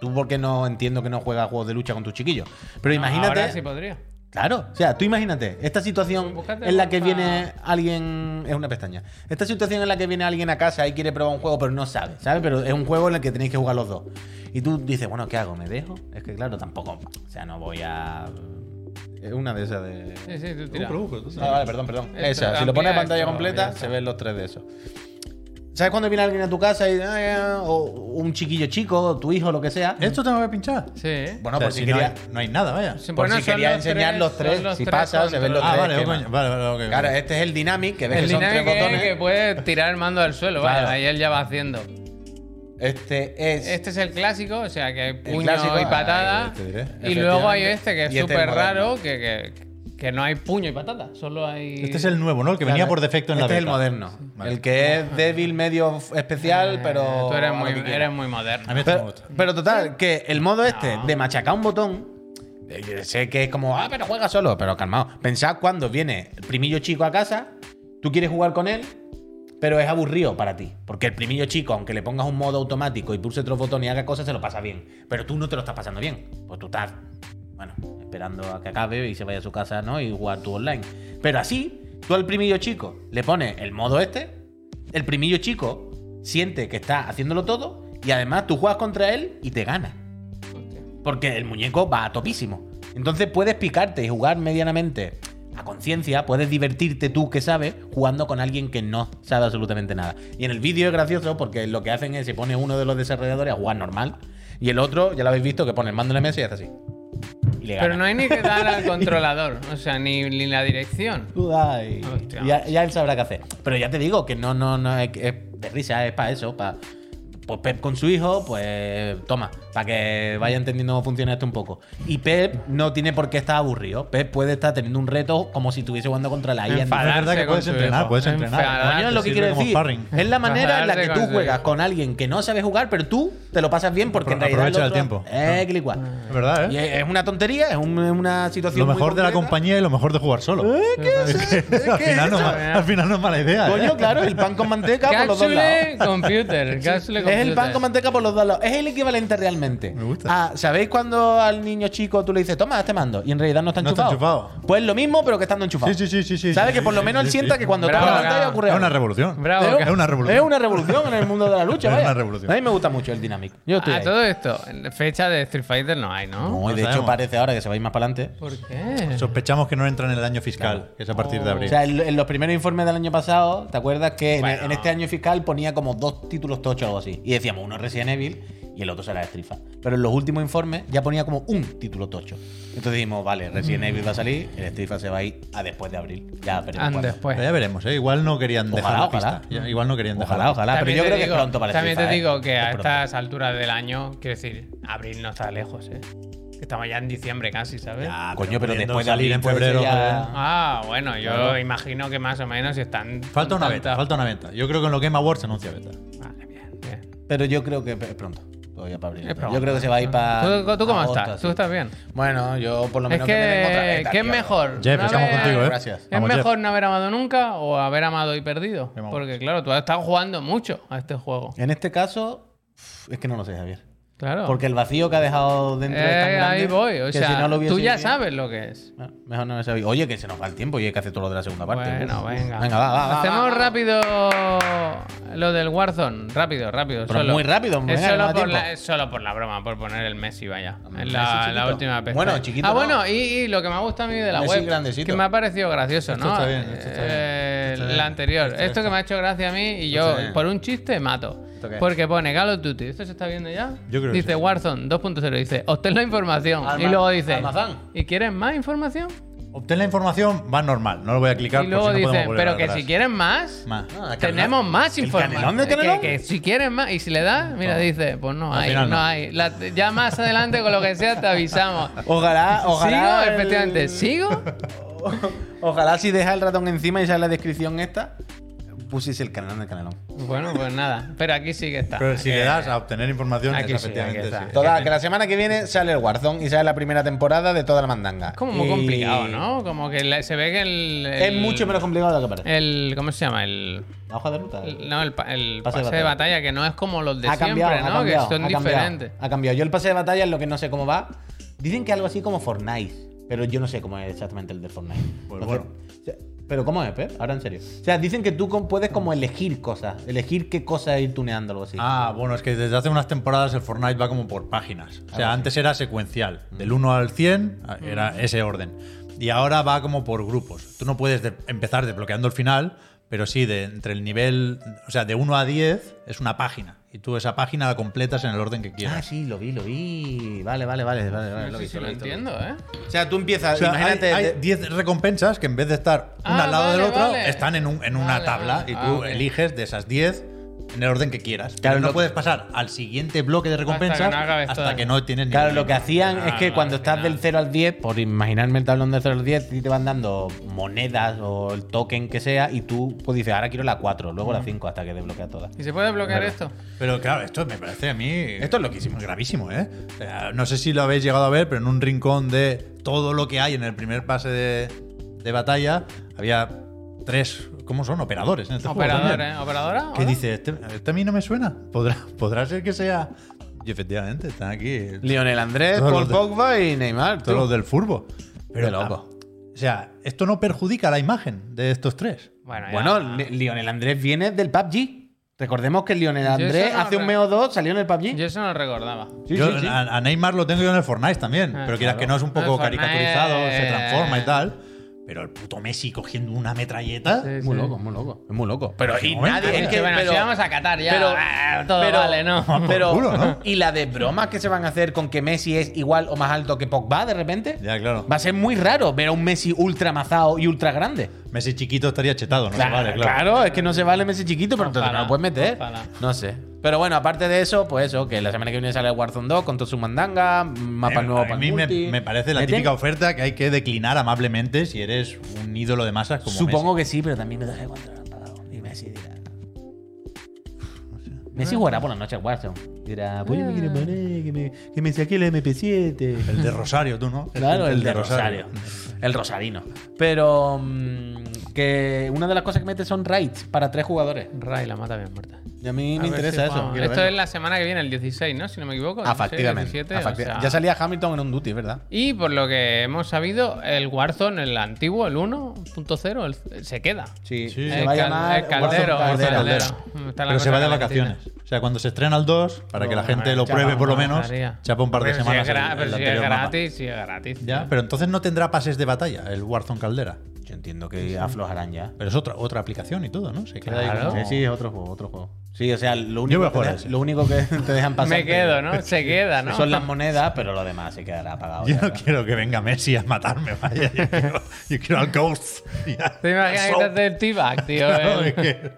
[SPEAKER 2] tú porque no entiendo que no juegas juegos de lucha con tus chiquillos,
[SPEAKER 1] No,
[SPEAKER 2] pero imagínate...
[SPEAKER 1] Ahora sí podría.
[SPEAKER 2] Claro, o sea, tú imagínate esta situación
[SPEAKER 1] Búscate
[SPEAKER 2] en la que
[SPEAKER 1] pa-
[SPEAKER 2] viene alguien. Es una pestaña. Esta situación en la que viene alguien a casa y quiere probar un juego, pero no sabe, ¿sabes? Pero es un juego en el que tenéis que jugar los dos. Y tú dices, bueno, ¿qué hago? ¿Me dejo? Es que, claro, tampoco. O sea, no voy a. Es una de esas de.
[SPEAKER 1] Sí, sí, tú tira.
[SPEAKER 3] Busca, busca, tú
[SPEAKER 2] Ah,
[SPEAKER 3] sabes.
[SPEAKER 2] vale, perdón, perdón.
[SPEAKER 1] Esto,
[SPEAKER 2] Esa, si
[SPEAKER 1] amplía
[SPEAKER 2] lo pones en pantalla
[SPEAKER 1] esto, ya
[SPEAKER 2] completa,
[SPEAKER 1] está.
[SPEAKER 2] se ven los tres de esos. ¿Sabes cuando viene alguien a tu casa y. "Ay, ah", o un chiquillo chico, o tu hijo, lo que sea?
[SPEAKER 3] Esto tengo que pinchar.
[SPEAKER 1] Sí, eh.
[SPEAKER 2] Bueno,
[SPEAKER 3] O sea,
[SPEAKER 2] por si,
[SPEAKER 3] no,
[SPEAKER 2] quería.
[SPEAKER 3] hay, no hay nada, vaya.
[SPEAKER 1] Sí,
[SPEAKER 2] por si
[SPEAKER 1] son
[SPEAKER 2] quería enseñar los tres,
[SPEAKER 1] son
[SPEAKER 2] si pasa, se ven los
[SPEAKER 1] controles.
[SPEAKER 3] Ah,
[SPEAKER 2] tres
[SPEAKER 3] vale, oh,
[SPEAKER 2] esquemas.
[SPEAKER 3] coño, vale, vale, ok, ok.
[SPEAKER 2] Claro, este es el Dynamic, que ves
[SPEAKER 1] Ah, El
[SPEAKER 2] que son tres
[SPEAKER 1] dinámico es
[SPEAKER 2] botones.
[SPEAKER 1] que puede tirar el mando al suelo,
[SPEAKER 2] Claro.
[SPEAKER 1] vale, ahí él ya va haciendo.
[SPEAKER 2] Este es.
[SPEAKER 1] Este es el clásico, o sea que hay puño
[SPEAKER 2] clásico,
[SPEAKER 1] y patada.
[SPEAKER 2] ahí te diré.
[SPEAKER 1] y luego hay
[SPEAKER 2] Efectivamente.
[SPEAKER 1] este que es
[SPEAKER 2] Y este
[SPEAKER 1] súper
[SPEAKER 2] es moderno.
[SPEAKER 1] raro, que, que- que no hay puño y patada, solo hay.
[SPEAKER 3] Este es el nuevo, ¿no? El que
[SPEAKER 2] Claro,
[SPEAKER 3] venía por defecto en
[SPEAKER 2] este
[SPEAKER 3] la
[SPEAKER 2] es el
[SPEAKER 3] beta.
[SPEAKER 2] moderno.
[SPEAKER 3] Vale.
[SPEAKER 2] El que es débil, medio f- especial,
[SPEAKER 1] Eh,
[SPEAKER 2] pero.
[SPEAKER 1] Tú eres
[SPEAKER 2] a lo
[SPEAKER 1] muy,
[SPEAKER 2] que quiera.
[SPEAKER 1] eres muy moderno.
[SPEAKER 3] A mí este me
[SPEAKER 2] Pero,
[SPEAKER 3] gusta.
[SPEAKER 2] pero total, que el modo este de machacar un botón. eh, yo Sé que es como, ah, pero juega solo, pero calmado. Pensad cuando viene el primillo chico a casa, tú quieres jugar con él, pero es aburrido para ti. Porque el primillo chico, aunque le pongas un modo automático y pulse otros botones y haga cosas, se lo pasa bien. Pero tú no te lo estás pasando bien. Pues tú estás, bueno, esperando a que acabe y se vaya a su casa, ¿no? Y jugar tú online. Pero así, tú al primillo chico le pones el modo este, el primillo chico siente que está haciéndolo todo y además tú juegas contra él y te gana.
[SPEAKER 1] Hostia.
[SPEAKER 2] Porque el muñeco va a topísimo. Entonces puedes picarte y jugar medianamente a conciencia, puedes divertirte tú que sabes jugando con alguien que no sabe absolutamente nada. Y en el vídeo es gracioso porque lo que hacen es se pone uno de los desarrolladores a jugar normal y el otro, ya lo habéis visto, que pone el mando en la mesa y hace así. Y le gana.
[SPEAKER 1] Pero no hay ni que dar al controlador, o sea, ni, ni la dirección.
[SPEAKER 2] duda y
[SPEAKER 1] Hostia.
[SPEAKER 2] y ya, ya él sabrá qué hacer. Pero ya te digo que no, no, no es, es de risa, es para eso, para pues Pep con su hijo, pues toma, para que vaya entendiendo cómo funciona esto un poco. Y Pep no tiene por qué estar aburrido. Pep puede estar teniendo un reto como si estuviese jugando contra la
[SPEAKER 1] Enfadado.
[SPEAKER 2] IA.
[SPEAKER 3] Es verdad
[SPEAKER 1] Enfadarse
[SPEAKER 3] que
[SPEAKER 1] con
[SPEAKER 3] puedes
[SPEAKER 1] su
[SPEAKER 3] entrenar,
[SPEAKER 1] hijo.
[SPEAKER 3] puedes entrenar.
[SPEAKER 1] Enfadarse.
[SPEAKER 2] Coño, es lo que
[SPEAKER 3] Sirve
[SPEAKER 2] quiero
[SPEAKER 3] como
[SPEAKER 2] decir.
[SPEAKER 3] sparring.
[SPEAKER 2] Es la manera en la que
[SPEAKER 1] Enfadarse
[SPEAKER 2] tú
[SPEAKER 1] con su
[SPEAKER 2] juegas
[SPEAKER 1] hijo.
[SPEAKER 2] con alguien que no sabe jugar, pero tú te lo pasas bien porque en realidad.
[SPEAKER 3] Aprovecha el
[SPEAKER 2] otro-
[SPEAKER 3] tiempo.
[SPEAKER 2] Eh, que le igual.
[SPEAKER 3] Es verdad,
[SPEAKER 2] Y
[SPEAKER 3] ¿eh?
[SPEAKER 2] es es una tontería, es un- es una
[SPEAKER 3] Lo
[SPEAKER 2] situación. muy ¿Eh?
[SPEAKER 3] mejor de la
[SPEAKER 2] concreta.
[SPEAKER 3] compañía y lo mejor de jugar solo. al, final no, es ma- al final no es mala idea. ¿eh?
[SPEAKER 2] Coño, claro, el pan con manteca por los dos lados.
[SPEAKER 1] Cápsule computer, cápsule computer.
[SPEAKER 2] Es el pan con manteca por los dos lados. Es el equivalente realmente.
[SPEAKER 3] Me gusta.
[SPEAKER 2] a- ¿Sabéis cuando al niño chico tú le dices, toma este mando? Y en realidad no está
[SPEAKER 3] No está
[SPEAKER 2] enchufado.
[SPEAKER 3] enchufado.
[SPEAKER 2] Pues lo mismo, pero que estando enchufado.
[SPEAKER 3] Sí, sí, sí, sí, sí,
[SPEAKER 2] ¿Sabes?
[SPEAKER 3] sí,
[SPEAKER 2] que por lo
[SPEAKER 3] sí,
[SPEAKER 2] menos él
[SPEAKER 3] sí,
[SPEAKER 2] sienta
[SPEAKER 3] sí.
[SPEAKER 2] que cuando
[SPEAKER 1] Bravo,
[SPEAKER 2] toca la pantalla
[SPEAKER 1] bravo.
[SPEAKER 2] ocurre
[SPEAKER 3] Es una
[SPEAKER 2] algo.
[SPEAKER 3] revolución.
[SPEAKER 1] Bravo,
[SPEAKER 3] es una revolución.
[SPEAKER 2] Es una revolución en el mundo de la lucha,
[SPEAKER 3] Es
[SPEAKER 2] vaya.
[SPEAKER 3] una revolución.
[SPEAKER 2] A mí me gusta mucho el Dynamic. Yo estoy
[SPEAKER 1] A
[SPEAKER 2] ahí.
[SPEAKER 1] todo esto, fecha de Street Fighter no hay, ¿no?
[SPEAKER 2] No, y de
[SPEAKER 3] No
[SPEAKER 2] hecho
[SPEAKER 3] sabemos.
[SPEAKER 2] parece ahora que se va a ir más para adelante.
[SPEAKER 1] ¿Por qué?
[SPEAKER 3] Sospechamos que no entran en el año fiscal, que es a partir de
[SPEAKER 2] O
[SPEAKER 3] abril.
[SPEAKER 2] sea, en, en los primeros informes del año pasado, ¿te acuerdas que en-
[SPEAKER 1] Bueno.
[SPEAKER 2] en, este año fiscal ponía como dos títulos tochos o algo así? Y decíamos, uno es Resident Evil y el otro será Estrifa. Pero en los últimos informes ya ponía como un título tocho. Entonces dijimos, vale, Resident Evil va a salir, el Estrifa se va a ir a Ah, después de abril. Ya veremos.
[SPEAKER 1] And
[SPEAKER 2] cuándo.
[SPEAKER 1] después.
[SPEAKER 3] Pero ya veremos, ¿eh? Igual no querían dejar
[SPEAKER 2] Ojalá,
[SPEAKER 3] la pista.
[SPEAKER 2] ojalá.
[SPEAKER 3] Ya, Igual no querían dejar
[SPEAKER 2] Ojalá,
[SPEAKER 3] la pista.
[SPEAKER 2] ojalá. Pero
[SPEAKER 1] También
[SPEAKER 2] yo
[SPEAKER 1] te
[SPEAKER 2] creo que
[SPEAKER 1] digo-
[SPEAKER 2] es pronto para el
[SPEAKER 1] También
[SPEAKER 2] Street
[SPEAKER 1] te
[SPEAKER 2] Fighter,
[SPEAKER 1] digo que
[SPEAKER 2] ¿eh?
[SPEAKER 1] a
[SPEAKER 2] Es pronto.
[SPEAKER 1] estas alturas del año, quiero decir, abril no está lejos, ¿eh? Que estamos ya en diciembre casi, ¿sabes?
[SPEAKER 3] Ya,
[SPEAKER 2] Coño, pero
[SPEAKER 3] pudiendo
[SPEAKER 2] después de
[SPEAKER 3] salir en
[SPEAKER 2] Abril, pues,
[SPEAKER 3] febrero.
[SPEAKER 2] entonces ya-
[SPEAKER 3] joder.
[SPEAKER 1] Ah, bueno, yo imagino que más o menos están.
[SPEAKER 3] Falta una
[SPEAKER 1] tanta-
[SPEAKER 3] venta, falta una venta. Yo creo que en lo Game Awards se anuncia venta.
[SPEAKER 1] Vale, bien, bien.
[SPEAKER 2] Pero yo creo que es pronto. Todavía para abrir.
[SPEAKER 1] Es probable.
[SPEAKER 2] Yo creo que se va a ir para.
[SPEAKER 1] ¿Tú, tú cómo
[SPEAKER 2] agosto,
[SPEAKER 1] estás?
[SPEAKER 2] así.
[SPEAKER 1] ¿Tú estás bien?
[SPEAKER 2] Bueno, yo por lo
[SPEAKER 1] Es
[SPEAKER 2] menos me vengo otra
[SPEAKER 1] que.
[SPEAKER 2] vez,
[SPEAKER 1] ¿Qué es
[SPEAKER 2] tío.
[SPEAKER 1] mejor?
[SPEAKER 3] Jeff,
[SPEAKER 1] ¿No
[SPEAKER 3] estamos
[SPEAKER 1] haber-
[SPEAKER 3] contigo, ¿eh?
[SPEAKER 2] Gracias.
[SPEAKER 1] ¿Es
[SPEAKER 3] Vamos, Jeff.
[SPEAKER 1] mejor no haber amado nunca o haber amado y perdido?
[SPEAKER 3] Vamos.
[SPEAKER 1] Porque, claro, tú has estado jugando mucho a este juego.
[SPEAKER 2] En este caso, uf, es que no lo sé, Javier.
[SPEAKER 1] Claro.
[SPEAKER 2] Porque el vacío que ha dejado dentro
[SPEAKER 1] Eh,
[SPEAKER 2] es tan grande
[SPEAKER 1] ahí voy. O
[SPEAKER 2] que
[SPEAKER 1] sea,
[SPEAKER 2] si no lo hubiese
[SPEAKER 1] tú ya
[SPEAKER 2] vivido-
[SPEAKER 1] sabes lo que es.
[SPEAKER 2] Bueno, mejor no lo sabía. Oye, que se nos va el tiempo y hay que hacer todo lo de la segunda parte.
[SPEAKER 1] Bueno,
[SPEAKER 2] Uf,
[SPEAKER 1] venga.
[SPEAKER 2] Venga, va, va, va,
[SPEAKER 1] Hacemos
[SPEAKER 2] va, va.
[SPEAKER 1] rápido lo del Warzone. Rápido, rápido.
[SPEAKER 2] Pero
[SPEAKER 1] solo.
[SPEAKER 2] muy rápido,
[SPEAKER 1] es,
[SPEAKER 2] venga, no
[SPEAKER 1] solo
[SPEAKER 2] da
[SPEAKER 1] por
[SPEAKER 2] tiempo.
[SPEAKER 1] la, es solo por la broma, por poner el Messi, vaya.
[SPEAKER 2] Hombre,
[SPEAKER 1] Es
[SPEAKER 2] Messi
[SPEAKER 1] la,
[SPEAKER 2] chiquito.
[SPEAKER 1] la última pestaña.
[SPEAKER 2] Bueno, chiquito
[SPEAKER 1] Ah,
[SPEAKER 2] no.
[SPEAKER 1] bueno, y, y lo que me ha gustado a mí de la
[SPEAKER 2] Messi
[SPEAKER 1] web.
[SPEAKER 2] grandecito.
[SPEAKER 1] Que me ha parecido gracioso,
[SPEAKER 3] Esto
[SPEAKER 1] ¿no?
[SPEAKER 3] está bien, esto está bien,
[SPEAKER 1] Eh,
[SPEAKER 3] esto está bien,
[SPEAKER 1] La anterior.
[SPEAKER 3] esto
[SPEAKER 1] Esto,
[SPEAKER 3] está
[SPEAKER 1] que me ha hecho gracia a mí y
[SPEAKER 2] Esto
[SPEAKER 1] yo,
[SPEAKER 2] está bien.
[SPEAKER 1] por un chiste, mato.
[SPEAKER 2] ¿Esto qué es?
[SPEAKER 1] Porque pone Call of Duty. ¿Esto se está viendo ya?
[SPEAKER 3] Yo creo que
[SPEAKER 1] dice
[SPEAKER 3] sí.
[SPEAKER 1] Warzone 2.0. Dice, obtén la información.
[SPEAKER 2] Alma-
[SPEAKER 1] y luego dice,
[SPEAKER 2] Almazán.
[SPEAKER 1] ¿y quieres más información?
[SPEAKER 3] Obtén la información, va normal. No lo voy a clicar
[SPEAKER 1] y luego
[SPEAKER 3] por si no
[SPEAKER 1] dice,
[SPEAKER 3] podemos volver
[SPEAKER 1] pero
[SPEAKER 3] a
[SPEAKER 1] que
[SPEAKER 3] atrás.
[SPEAKER 1] si quieren más,
[SPEAKER 3] Más.
[SPEAKER 2] Ah, canelón.
[SPEAKER 1] tenemos más
[SPEAKER 2] ¿El
[SPEAKER 1] información.
[SPEAKER 2] canelón de canelón?
[SPEAKER 1] Que, que si quieren más, y si le das, mira, dice, pues no
[SPEAKER 3] Al
[SPEAKER 1] hay, no,
[SPEAKER 3] final no.
[SPEAKER 1] hay. La- ya más adelante con lo que sea te avisamos.
[SPEAKER 2] Ojalá, ojalá.
[SPEAKER 1] ¿Sigo?
[SPEAKER 2] el-
[SPEAKER 1] Efectivamente, ¿sigo?
[SPEAKER 2] Ojalá si deja el ratón encima y sale la descripción esta, pusiese el canal del canalón.
[SPEAKER 1] Bueno, pues nada, pero aquí sí que está.
[SPEAKER 3] Pero si le das a obtener información,
[SPEAKER 1] Aquí
[SPEAKER 3] es
[SPEAKER 1] sí,
[SPEAKER 3] efectivamente.
[SPEAKER 1] aquí está.
[SPEAKER 3] sí.
[SPEAKER 2] Toda, que la semana que viene sale el Warzone y sale la primera temporada de toda la mandanga.
[SPEAKER 1] Es como muy
[SPEAKER 2] Y-
[SPEAKER 1] complicado, ¿no? Como que la- se ve que el,
[SPEAKER 2] Es
[SPEAKER 1] el-
[SPEAKER 2] mucho menos complicado de lo que parece.
[SPEAKER 1] El, ¿Cómo se llama? El,
[SPEAKER 2] La hoja de ruta.
[SPEAKER 1] el- no, el, pa- el
[SPEAKER 2] Pase
[SPEAKER 1] pase,
[SPEAKER 2] de
[SPEAKER 1] de, batalla. que no es como los de
[SPEAKER 2] ha
[SPEAKER 1] siempre,
[SPEAKER 2] cambiado,
[SPEAKER 1] ¿no?
[SPEAKER 2] ha cambiado,
[SPEAKER 1] que son
[SPEAKER 2] ha cambiado,
[SPEAKER 1] diferentes.
[SPEAKER 2] Ha cambiado. Yo el pase de batalla es lo que no sé cómo va. Dicen que algo así como Fortnite, pero yo no sé cómo es exactamente el de Fortnite.
[SPEAKER 3] Pues
[SPEAKER 2] No sé.
[SPEAKER 3] bueno.
[SPEAKER 2] O sea, Pero ¿cómo es, Pep? Ahora en serio. O sea, dicen que tú com- puedes como elegir cosas, elegir qué cosas ir tuneando algo así.
[SPEAKER 3] Ah, bueno, es que desde hace unas temporadas el Fortnite va como por páginas. O sea, antes era secuencial. Del 1 al 100 a- era ese orden. Y ahora va como por grupos. Tú no puedes de- empezar desbloqueando el final, pero sí, de, entre el nivel, o sea, de 1 a 10 es una página. Y tú esa página la completas en el orden que
[SPEAKER 2] Ah,
[SPEAKER 3] quieras.
[SPEAKER 2] sí, lo vi, lo vi. Vale, vale, vale, vale, vale.
[SPEAKER 1] No
[SPEAKER 2] lo
[SPEAKER 1] sé
[SPEAKER 2] he
[SPEAKER 1] si
[SPEAKER 2] visto,
[SPEAKER 1] lo
[SPEAKER 2] he visto, he visto.
[SPEAKER 1] entiendo, ¿eh?
[SPEAKER 2] O sea, tú empiezas,
[SPEAKER 3] O sea, hay-
[SPEAKER 2] imagínate.
[SPEAKER 3] hay 10 recompensas que en vez de estar una
[SPEAKER 1] Ah,
[SPEAKER 3] al lado del
[SPEAKER 1] vale,
[SPEAKER 3] otro,
[SPEAKER 1] vale.
[SPEAKER 3] están en, un- en una
[SPEAKER 1] Vale,
[SPEAKER 3] tabla
[SPEAKER 1] vale.
[SPEAKER 3] y tú
[SPEAKER 1] Ah, ok.
[SPEAKER 3] eliges de esas 10 en el orden que quieras. Pero
[SPEAKER 2] Claro,
[SPEAKER 3] no
[SPEAKER 2] lo-
[SPEAKER 3] puedes pasar al siguiente bloque de recompensas
[SPEAKER 1] que no
[SPEAKER 3] hasta
[SPEAKER 1] acabes
[SPEAKER 3] que no,
[SPEAKER 1] todas.
[SPEAKER 3] tienes
[SPEAKER 2] Claro,
[SPEAKER 3] ningún-
[SPEAKER 2] lo que hacían es que
[SPEAKER 1] claro,
[SPEAKER 2] cuando
[SPEAKER 1] al
[SPEAKER 2] estás
[SPEAKER 1] final.
[SPEAKER 2] del 0 al 10, por imaginarme el tablón del 0 al 10, y te van dando monedas o el token que sea, y tú pues, dices, ahora quiero la 4, luego la 5, hasta que desbloquea todas.
[SPEAKER 1] ¿Y se puede bloquear esto?
[SPEAKER 3] Pero claro, esto me parece a mí. Esto es loquísimo. Gravísimo, ¿eh? O sea, no sé si lo habéis llegado a ver, pero en un rincón de todo lo que hay en el primer pase de, de batalla, había tres. ¿Cómo son? Operadores en este juego
[SPEAKER 1] Operador,
[SPEAKER 3] también.
[SPEAKER 1] ¿eh? ¿Operadora?
[SPEAKER 3] ¿Qué
[SPEAKER 1] ¿Hola?
[SPEAKER 3] dice? Este, este a mí no me suena. ¿Podrá, podrá ser que sea. Y efectivamente, están aquí.
[SPEAKER 2] Lionel Andrés,
[SPEAKER 3] Todos los de-
[SPEAKER 2] Pogba y Neymar.
[SPEAKER 3] Todos los del furbo. ah,
[SPEAKER 2] Qué loco.
[SPEAKER 3] O sea, esto no perjudica la imagen de estos tres.
[SPEAKER 1] Bueno, ya.
[SPEAKER 2] Bueno, pues, Li- Lionel Andrés viene del PUBG. Recordemos que Lionel Andrés
[SPEAKER 1] eso no
[SPEAKER 2] hace un
[SPEAKER 1] re-
[SPEAKER 2] mes o dos salió en el PUBG.
[SPEAKER 1] yo eso no lo recordaba.
[SPEAKER 2] Sí,
[SPEAKER 3] Yo
[SPEAKER 2] sí, sí.
[SPEAKER 3] A, a Neymar lo tengo yo en el Fortnite también,
[SPEAKER 1] Ah,
[SPEAKER 3] pero quieras
[SPEAKER 2] claro.
[SPEAKER 3] que no es un
[SPEAKER 1] El
[SPEAKER 3] poco
[SPEAKER 1] Fortnite.
[SPEAKER 3] caricaturizado, se transforma y tal. Pero el puto Messi cogiendo una metralleta.
[SPEAKER 1] Sí, sí.
[SPEAKER 2] Muy loco, muy loco. Es muy loco.
[SPEAKER 3] Pero
[SPEAKER 2] y
[SPEAKER 1] Ah,
[SPEAKER 2] nadie-
[SPEAKER 1] es que, bueno,
[SPEAKER 2] pero-
[SPEAKER 1] si vamos a Qatar ya, ah, todo vale, ¿no?
[SPEAKER 2] Pero,
[SPEAKER 3] culo, ¿no?
[SPEAKER 2] y la de bromas que se van a hacer con que Messi es igual o más alto que Pogba de repente.
[SPEAKER 3] Ya, claro.
[SPEAKER 2] Va a ser muy raro ver a un Messi ultra mazado y ultra grande.
[SPEAKER 3] Messi chiquito estaría chetado, ¿no?
[SPEAKER 2] Claro,
[SPEAKER 3] vale, claro.
[SPEAKER 2] es que no se vale Messi chiquito, pero entonces no
[SPEAKER 1] Ojalá,
[SPEAKER 2] lo puedes meter.
[SPEAKER 1] ojalá.
[SPEAKER 2] No sé. Pero bueno, aparte de eso, pues eso, que la semana que viene sale el Warzone 2 con todo su mandanga, mapa
[SPEAKER 3] Eh,
[SPEAKER 2] nuevo para
[SPEAKER 3] a
[SPEAKER 2] el
[SPEAKER 3] mí me,
[SPEAKER 2] multi.
[SPEAKER 3] me parece la
[SPEAKER 2] Meten-
[SPEAKER 3] típica oferta que hay que declinar amablemente si eres un ídolo de masas como
[SPEAKER 2] Supongo que sí, pero también me deja cuánto lo han pagado. Y Messi dirá. Messi jugará por la noche al Warzone. Dirá, pues
[SPEAKER 3] Eh,
[SPEAKER 2] yo me quiero poner, que me, que me saqué la MP7.
[SPEAKER 3] Messi. El de Rosario, tú, ¿no?
[SPEAKER 2] Claro, el de Rosario. El rosarino. Pero mm, que una de las cosas que mete son raids para tres jugadores.
[SPEAKER 1] Ray, la mata bien muerta.
[SPEAKER 2] Y a mí me
[SPEAKER 1] A ver
[SPEAKER 2] interesa
[SPEAKER 1] si
[SPEAKER 2] eso.
[SPEAKER 1] jugamos.
[SPEAKER 2] quiero
[SPEAKER 1] Esto
[SPEAKER 2] verlo.
[SPEAKER 1] es la semana que viene, el 16, ¿no? Si no me equivoco. el 16,
[SPEAKER 2] Afectivamente.
[SPEAKER 1] 17, o
[SPEAKER 2] afecti-
[SPEAKER 1] sea-
[SPEAKER 2] Ya salía Hamilton en un duty, ¿verdad?
[SPEAKER 1] Y por lo que hemos sabido, el Warzone, el antiguo, el 1.0, el- se queda.
[SPEAKER 2] Sí,
[SPEAKER 3] Sí.
[SPEAKER 2] se
[SPEAKER 1] El
[SPEAKER 2] va a
[SPEAKER 1] cal-
[SPEAKER 2] llamar
[SPEAKER 1] el caldero.
[SPEAKER 2] Warzone
[SPEAKER 1] el
[SPEAKER 2] Caldera.
[SPEAKER 1] caldero. Está la Oh,
[SPEAKER 3] Pero se
[SPEAKER 1] cosa
[SPEAKER 3] va de
[SPEAKER 1] calentita.
[SPEAKER 3] vacaciones. O sea, cuando se estrena el 2, para que la
[SPEAKER 1] Bueno,
[SPEAKER 3] gente lo
[SPEAKER 2] chapa,
[SPEAKER 3] pruebe por lo menos,
[SPEAKER 1] María.
[SPEAKER 3] chapa un par de
[SPEAKER 1] Pero si
[SPEAKER 3] semanas.
[SPEAKER 1] es
[SPEAKER 3] el-
[SPEAKER 1] gra-
[SPEAKER 3] el
[SPEAKER 1] Pero si es
[SPEAKER 3] anterior mapa.
[SPEAKER 1] gratis, si es gratis.
[SPEAKER 3] Ya, pero entonces no tendrá pases de batalla el Warzone Caldera.
[SPEAKER 2] Yo entiendo que aflojarán ya.
[SPEAKER 3] Pero es otra, otra aplicación y todo, ¿no? Se queda ahí
[SPEAKER 1] Claro.
[SPEAKER 3] como-
[SPEAKER 2] Sí, sí, es otro juego, otro juego. Sí, o sea, lo único,
[SPEAKER 3] voy a
[SPEAKER 2] que,
[SPEAKER 3] jugar
[SPEAKER 2] te,
[SPEAKER 3] ese.
[SPEAKER 2] lo único que te dejan pasar
[SPEAKER 1] Me quedo, ¿no? Se queda, ¿no?
[SPEAKER 2] son las monedas, pero lo demás se quedará pagado. ya,
[SPEAKER 3] Yo no
[SPEAKER 2] ¿verdad?
[SPEAKER 3] quiero que venga Messi a matarme, vaya. Yo quiero, yo quiero al Ghost.
[SPEAKER 1] ¿Te imaginas que te hace el T-Back, tío? eh?
[SPEAKER 3] que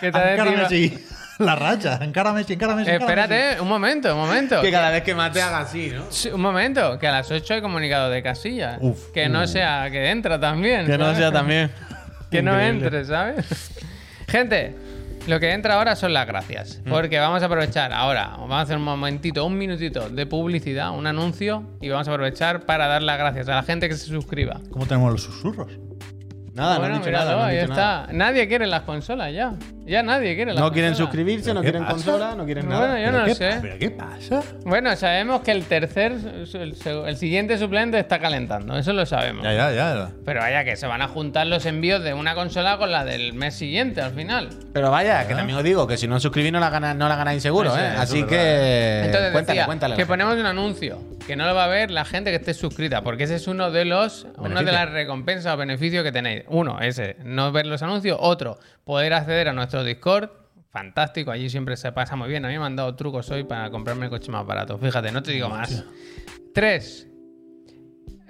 [SPEAKER 1] Que te hace el T-Back.
[SPEAKER 3] Messi. la racha. Encárame, sí, encárame, sí, encárame, sí.
[SPEAKER 1] Espérate, un momento, un momento.
[SPEAKER 2] Que cada vez que mate haga así, ¿no?
[SPEAKER 1] Sí, Un momento, que a las 8 he comunicado de casilla.
[SPEAKER 3] Uf,
[SPEAKER 1] que
[SPEAKER 2] mm.
[SPEAKER 1] no sea que entra también. ¿sabes?
[SPEAKER 2] también.
[SPEAKER 1] Que no
[SPEAKER 2] Increíble.
[SPEAKER 1] entre, ¿sabes? Gente, lo que entra ahora son las
[SPEAKER 2] Mm.
[SPEAKER 1] gracias. Porque vamos a aprovechar ahora, vamos a hacer un momentito, un minutito de publicidad, un anuncio, y vamos a aprovechar para dar las gracias a la gente que se suscriba.
[SPEAKER 3] ¿Cómo tenemos los susurros?
[SPEAKER 2] Nada, no
[SPEAKER 1] Bueno,
[SPEAKER 2] han dicho
[SPEAKER 1] míralo,
[SPEAKER 2] nada. No, han
[SPEAKER 1] ahí
[SPEAKER 2] dicho
[SPEAKER 1] está.
[SPEAKER 2] nada.
[SPEAKER 1] Nadie quiere las consolas ya. Ya nadie quiere las
[SPEAKER 2] no quieren
[SPEAKER 1] consolas.
[SPEAKER 2] suscribirse, no
[SPEAKER 3] ¿Pero qué
[SPEAKER 2] quieren
[SPEAKER 3] pasa?
[SPEAKER 2] consola, no quieren
[SPEAKER 1] Bueno,
[SPEAKER 2] nada.
[SPEAKER 1] yo no
[SPEAKER 3] ¿Qué
[SPEAKER 1] lo
[SPEAKER 3] pa-
[SPEAKER 1] sé.
[SPEAKER 3] ¿Pero qué pasa?
[SPEAKER 1] Bueno, sabemos que el tercer, el, seg- el siguiente suplente está calentando, eso lo sabemos.
[SPEAKER 3] Ya, ya, ya.
[SPEAKER 1] Pero vaya que se van a juntar los envíos de una consola con la del mes siguiente al final.
[SPEAKER 2] Pero vaya, que también os digo que si no os suscribís no la, gana- no la ganáis seguro,
[SPEAKER 3] Eso,
[SPEAKER 2] ¿eh?
[SPEAKER 3] eso
[SPEAKER 2] Así
[SPEAKER 3] es
[SPEAKER 2] que.
[SPEAKER 1] Entonces
[SPEAKER 2] Eh, cuéntale,
[SPEAKER 1] decía
[SPEAKER 2] cuéntale. a la
[SPEAKER 1] que
[SPEAKER 2] gente.
[SPEAKER 1] ponemos un anuncio que no lo va a ver la gente que esté suscrita, porque ese es uno de los una de
[SPEAKER 2] Beneficio.
[SPEAKER 1] las recompensas o beneficios que tenéis. Uno, ese, no ver los anuncios. Otro, poder acceder a nuestro Discord. Fantástico, allí siempre se pasa muy bien. A mí me han dado trucos hoy para comprarme el coche más barato. Fíjate, no te digo más. Tres.